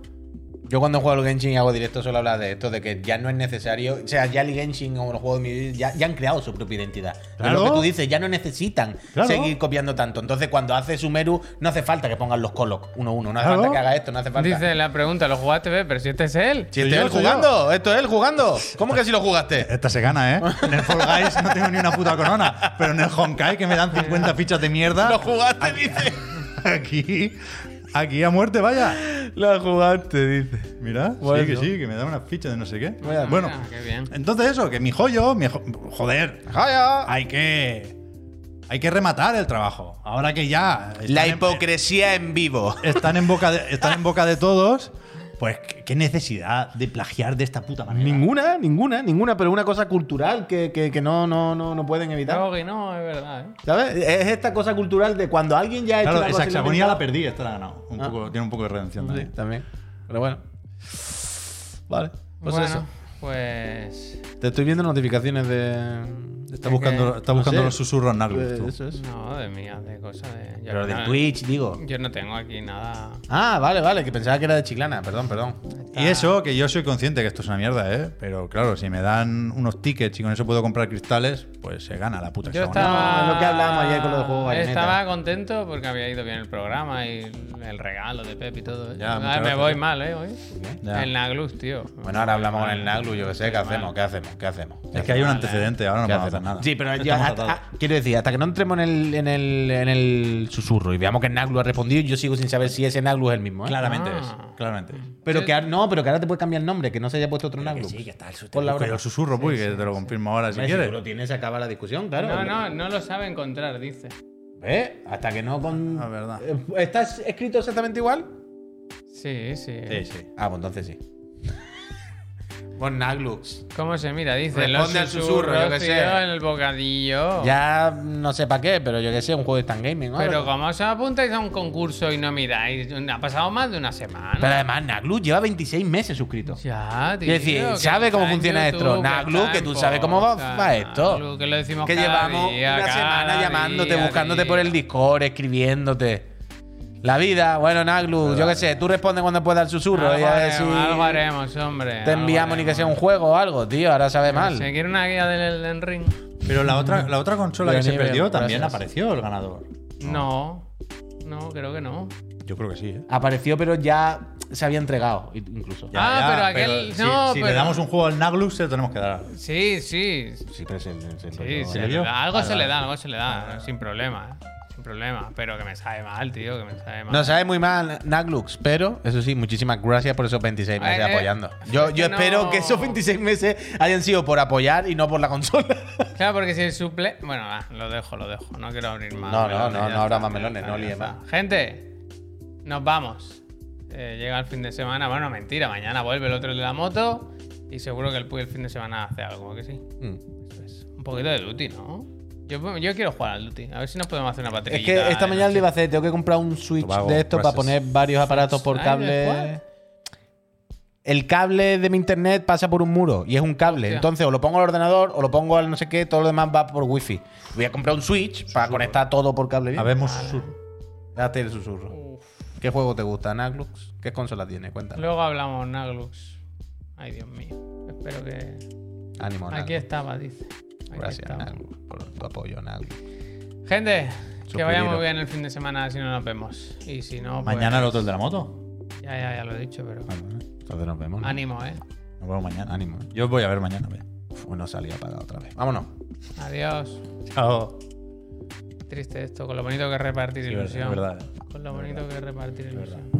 [SPEAKER 4] Yo cuando juego al Genshin y hago directo solo hablar de esto, de que ya no es necesario. O sea, ya el Genshin o los juegos de mi vida ya, ya han creado su propia identidad. Pero
[SPEAKER 3] Claro.
[SPEAKER 4] lo que tú dices, ya no necesitan
[SPEAKER 3] Claro.
[SPEAKER 4] seguir copiando tanto. Entonces, cuando hace Sumeru, no hace falta que pongan los colos uno a uno. No hace
[SPEAKER 3] Claro.
[SPEAKER 4] falta que haga esto, no hace falta.
[SPEAKER 1] Dice la pregunta, ¿lo jugaste, ve? Pero si este es él.
[SPEAKER 4] si
[SPEAKER 3] Soy
[SPEAKER 4] este es
[SPEAKER 3] yo,
[SPEAKER 4] él
[SPEAKER 3] soy yo.
[SPEAKER 4] jugando, esto es él jugando. ¿Cómo que si lo jugaste?
[SPEAKER 3] Esta se gana, ¿eh? En el Fall Guys no tengo ni una puta corona, pero en el Honkai que me dan 50 fichas de
[SPEAKER 4] Lo
[SPEAKER 3] mierda,
[SPEAKER 4] jugaste, dice.
[SPEAKER 3] aquí, aquí a muerte, vaya.
[SPEAKER 4] Lo jugaste, dice.
[SPEAKER 3] Mira,
[SPEAKER 4] Bueno.
[SPEAKER 3] sí, que sí, que me dan unas fichas de no sé qué.
[SPEAKER 4] Bueno,
[SPEAKER 1] Ah,
[SPEAKER 3] bueno,
[SPEAKER 1] mira, qué bien.
[SPEAKER 3] entonces eso, que mi joyo, mi jo- joder,
[SPEAKER 4] Jaya.
[SPEAKER 3] hay que, hay que rematar el trabajo. Ahora que ya están
[SPEAKER 4] La
[SPEAKER 3] en-
[SPEAKER 4] hipocresía en vivo.
[SPEAKER 3] están en boca de, están en boca de todos, pues qué qué necesidad de plagiar de esta puta manera.
[SPEAKER 4] Ninguna, ninguna, ninguna, pero una cosa cultural que, que- que no, no, no, no pueden evitar.
[SPEAKER 1] Creo que no, es verdad, ¿eh?
[SPEAKER 4] ¿Sabes? Es esta cosa cultural de cuando alguien ya ha hecho
[SPEAKER 3] Claro,
[SPEAKER 4] una
[SPEAKER 3] esa
[SPEAKER 4] cosa y lo ha
[SPEAKER 3] hexagonía la
[SPEAKER 4] inventado.
[SPEAKER 3] perdí, esta la he ganado. Un
[SPEAKER 4] Ah.
[SPEAKER 3] poco, tiene un poco de redención
[SPEAKER 4] Sí,
[SPEAKER 3] también.
[SPEAKER 4] también. Pero bueno. Vale. Pues
[SPEAKER 1] bueno,
[SPEAKER 4] eso.
[SPEAKER 1] pues.
[SPEAKER 4] Te estoy viendo notificaciones de.
[SPEAKER 3] Está
[SPEAKER 1] Es
[SPEAKER 3] buscando,
[SPEAKER 1] que-
[SPEAKER 3] está buscando
[SPEAKER 4] no sé.
[SPEAKER 3] los susurros
[SPEAKER 4] de-
[SPEAKER 3] narcos. tú.
[SPEAKER 4] eso es.
[SPEAKER 1] No, de mí, de cosas de. yo
[SPEAKER 4] Pero
[SPEAKER 1] no-
[SPEAKER 4] del Twitch, digo.
[SPEAKER 1] Yo no tengo aquí nada.
[SPEAKER 4] Ah, vale, vale, que pensaba que era de Chiclana, perdón, perdón.
[SPEAKER 3] Y eso, que yo soy consciente que esto es una mierda, ¿eh? Pero claro, si me dan unos tickets y con eso puedo comprar cristales, pues se gana la puta
[SPEAKER 1] Yo
[SPEAKER 3] hexagonal.
[SPEAKER 1] estaba.
[SPEAKER 4] No, lo que hablábamos ayer con lo del juego de bayoneta.
[SPEAKER 1] Estaba contento porque había ido bien el programa y el regalo de Pep y todo. ¿eh?
[SPEAKER 3] Ya,
[SPEAKER 1] Ay,
[SPEAKER 3] muchas
[SPEAKER 1] me
[SPEAKER 3] gracias.
[SPEAKER 1] voy mal, ¿eh? Hoy.
[SPEAKER 3] Ya.
[SPEAKER 1] El Naglus, tío.
[SPEAKER 4] Bueno, ahora hablamos con el Naglu, yo qué sé, ¿qué hacemos? ¿Qué hacemos? ¿Qué hacemos?
[SPEAKER 3] Es que hay un antecedente, ahora no
[SPEAKER 4] ¿Qué
[SPEAKER 3] podemos hacer
[SPEAKER 4] hacemos?
[SPEAKER 3] nada.
[SPEAKER 4] Sí, pero ya
[SPEAKER 3] Estamos
[SPEAKER 4] hasta-
[SPEAKER 3] atados.
[SPEAKER 4] ah, quiero decir, hasta que no entremos en el, en el, en el susurro y veamos que Naglu ha respondido, yo sigo sin saber si ese Naglu es el mismo. ¿eh?
[SPEAKER 3] Claramente
[SPEAKER 1] Ah.
[SPEAKER 3] es, claramente es.
[SPEAKER 4] Pero que ahora- no, pero que ahora te puede cambiar el nombre, que no se haya puesto otro Naglu.
[SPEAKER 2] sí, que está el susurro.
[SPEAKER 4] Por la
[SPEAKER 3] Busca yo
[SPEAKER 4] broma.
[SPEAKER 3] el susurro, pues, que te lo confirmo ahora si
[SPEAKER 4] Hombre,
[SPEAKER 3] quieres.
[SPEAKER 4] tú lo tienes, se acaba la discusión, claro.
[SPEAKER 1] No, no, no lo sabe encontrar, dice.
[SPEAKER 4] ¿Eh? Hasta que no con.
[SPEAKER 3] Ah, verdad.
[SPEAKER 4] Eh, ¿Está escrito exactamente igual?
[SPEAKER 1] Sí, sí.
[SPEAKER 4] sí. Ah, pues entonces sí. Pues Con Naglux.
[SPEAKER 1] ¿Cómo se mira? Dice.
[SPEAKER 4] Responde
[SPEAKER 1] los
[SPEAKER 4] al susurro, yo
[SPEAKER 1] susurros,
[SPEAKER 4] qué sé.
[SPEAKER 1] tío, En el bocadillo.
[SPEAKER 4] Ya no sé para qué, pero yo que sé, un juego de stand gaming, ¿no?
[SPEAKER 1] Pero como os apuntáis a un concurso y no miráis, ha pasado más de una semana.
[SPEAKER 4] Pero además, Naglux lleva 26 meses suscrito.
[SPEAKER 1] Ya, tío.
[SPEAKER 4] Es decir,
[SPEAKER 1] que
[SPEAKER 4] sabe cómo
[SPEAKER 1] está en
[SPEAKER 4] funciona esto.
[SPEAKER 1] YouTube,
[SPEAKER 4] Naglu,
[SPEAKER 1] está
[SPEAKER 4] que
[SPEAKER 1] en
[SPEAKER 4] tú sabes cómo va-
[SPEAKER 1] podcast,
[SPEAKER 4] va esto.
[SPEAKER 1] Naglu, que lo decimos
[SPEAKER 4] que
[SPEAKER 1] cada
[SPEAKER 4] llevamos
[SPEAKER 1] día,
[SPEAKER 4] una
[SPEAKER 1] cada
[SPEAKER 4] semánate
[SPEAKER 1] día,
[SPEAKER 4] llamándote,
[SPEAKER 1] día.
[SPEAKER 4] buscándote por el Discord, escribiéndote. La vida, bueno, Naglux, yo qué sé, tú respondes cuando puedas al susurro
[SPEAKER 1] Algo,
[SPEAKER 4] y a ver si
[SPEAKER 1] haremos, algo haremos, hombre.
[SPEAKER 4] te enviamos ni que sea un juego o algo, tío, ahora sabe mal.
[SPEAKER 1] Se quiere una guía del Elden Ring.
[SPEAKER 3] Pero la otra, la otra consola
[SPEAKER 4] Pero
[SPEAKER 3] que se
[SPEAKER 4] nivel,
[SPEAKER 3] perdió también
[SPEAKER 4] gracias.
[SPEAKER 3] apareció el ganador.
[SPEAKER 1] No. No, creo que no.
[SPEAKER 3] Yo creo que sí, ¿eh?
[SPEAKER 4] Apareció, pero ya se había entregado, incluso.
[SPEAKER 1] Ya. Ah, pero aquel-
[SPEAKER 3] si-
[SPEAKER 1] no,
[SPEAKER 3] si, le
[SPEAKER 1] pero-
[SPEAKER 3] damos un juego al Naglus, se lo tenemos que dar.
[SPEAKER 1] Sí, sí.
[SPEAKER 4] Sí, pero se, se- se
[SPEAKER 1] Sí,
[SPEAKER 4] enrolló.
[SPEAKER 1] se
[SPEAKER 3] serio?
[SPEAKER 1] le da. Algo
[SPEAKER 3] Vale,
[SPEAKER 1] se le
[SPEAKER 3] vale.
[SPEAKER 1] da, algo se le da. Sin problema. eh, Sin problema. Pero que me sabe mal, tío. Que me sabe mal.
[SPEAKER 4] No sabe muy mal Naglux, pero eso sí, muchísimas gracias por esos 26 meses
[SPEAKER 1] Eh, eh,
[SPEAKER 4] apoyando. Yo, yo
[SPEAKER 1] no.
[SPEAKER 4] espero que esos 26 meses hayan sido por apoyar y no por la consola.
[SPEAKER 1] Claro, porque si el suple. Bueno, va, lo dejo, lo dejo. No quiero abrir más.
[SPEAKER 4] No, no, no,
[SPEAKER 1] ya
[SPEAKER 4] no
[SPEAKER 1] está,
[SPEAKER 4] habrá
[SPEAKER 1] ya
[SPEAKER 4] más melones,
[SPEAKER 1] está,
[SPEAKER 4] no
[SPEAKER 1] ya
[SPEAKER 4] líe
[SPEAKER 1] está.
[SPEAKER 4] más.
[SPEAKER 1] Gente, nos vamos. Eh, llega el fin de semana. Bueno, mentira, mañana vuelve el otro de la moto. Y seguro que el Puy el fin de semana hace algo, ¿a que sí.
[SPEAKER 4] Mm.
[SPEAKER 1] Eso es. Un poquito de duty, ¿no? Yo, yo quiero jugar al duty. A ver si nos podemos hacer una
[SPEAKER 4] Es
[SPEAKER 1] patrillita.
[SPEAKER 4] que esta
[SPEAKER 1] de
[SPEAKER 4] mañana le
[SPEAKER 1] noche.
[SPEAKER 4] iba a hacer, tengo que comprar un switch
[SPEAKER 3] Tobago,
[SPEAKER 4] de esto para
[SPEAKER 3] gracias.
[SPEAKER 4] poner varios aparatos por
[SPEAKER 1] Ay,
[SPEAKER 4] cable.
[SPEAKER 1] ¿cuál?
[SPEAKER 4] El cable de mi internet pasa por un muro y es un cable.
[SPEAKER 1] Hostia.
[SPEAKER 4] Entonces, o lo pongo al ordenador o lo pongo al no sé qué, todo lo demás va por wifi. Voy a comprar un switch para conectar todo por cable. bien.
[SPEAKER 3] Habemos
[SPEAKER 4] Hazte el susurro.
[SPEAKER 1] Uf.
[SPEAKER 4] ¿Qué juego te gusta, Naglux? ¿Qué consola tiene? Cuéntame.
[SPEAKER 1] Luego hablamos, Naglux. Ay, Dios mío. Espero que.
[SPEAKER 4] Ánimo,
[SPEAKER 1] Aquí
[SPEAKER 4] Naglux.
[SPEAKER 1] estaba, dice. Aquí
[SPEAKER 4] Gracias,
[SPEAKER 1] estaba.
[SPEAKER 4] Naglux, por tu apoyo, Naglux.
[SPEAKER 1] Gente, que vaya muy
[SPEAKER 4] Suspiriro.
[SPEAKER 1] bien el fin de semana si no nos vemos. Y si no, pues,
[SPEAKER 3] mañana el otro de la moto.
[SPEAKER 1] Ya, ya, ya lo he dicho, pero.
[SPEAKER 4] Entonces nos vemos. ¿no?
[SPEAKER 1] Ánimo, eh.
[SPEAKER 3] Nos vemos mañana. ¿eh?
[SPEAKER 4] Ánimo.
[SPEAKER 3] Yo voy a ver mañana. vaya.
[SPEAKER 4] Uf, no salía apagado otra vez. Vámonos.
[SPEAKER 1] Adiós.
[SPEAKER 3] Chao.
[SPEAKER 1] Triste esto, con lo bonito que es repartir
[SPEAKER 3] Sí,
[SPEAKER 1] ilusión.
[SPEAKER 3] es verdad.
[SPEAKER 1] Con lo bonito que es repartir ilusión.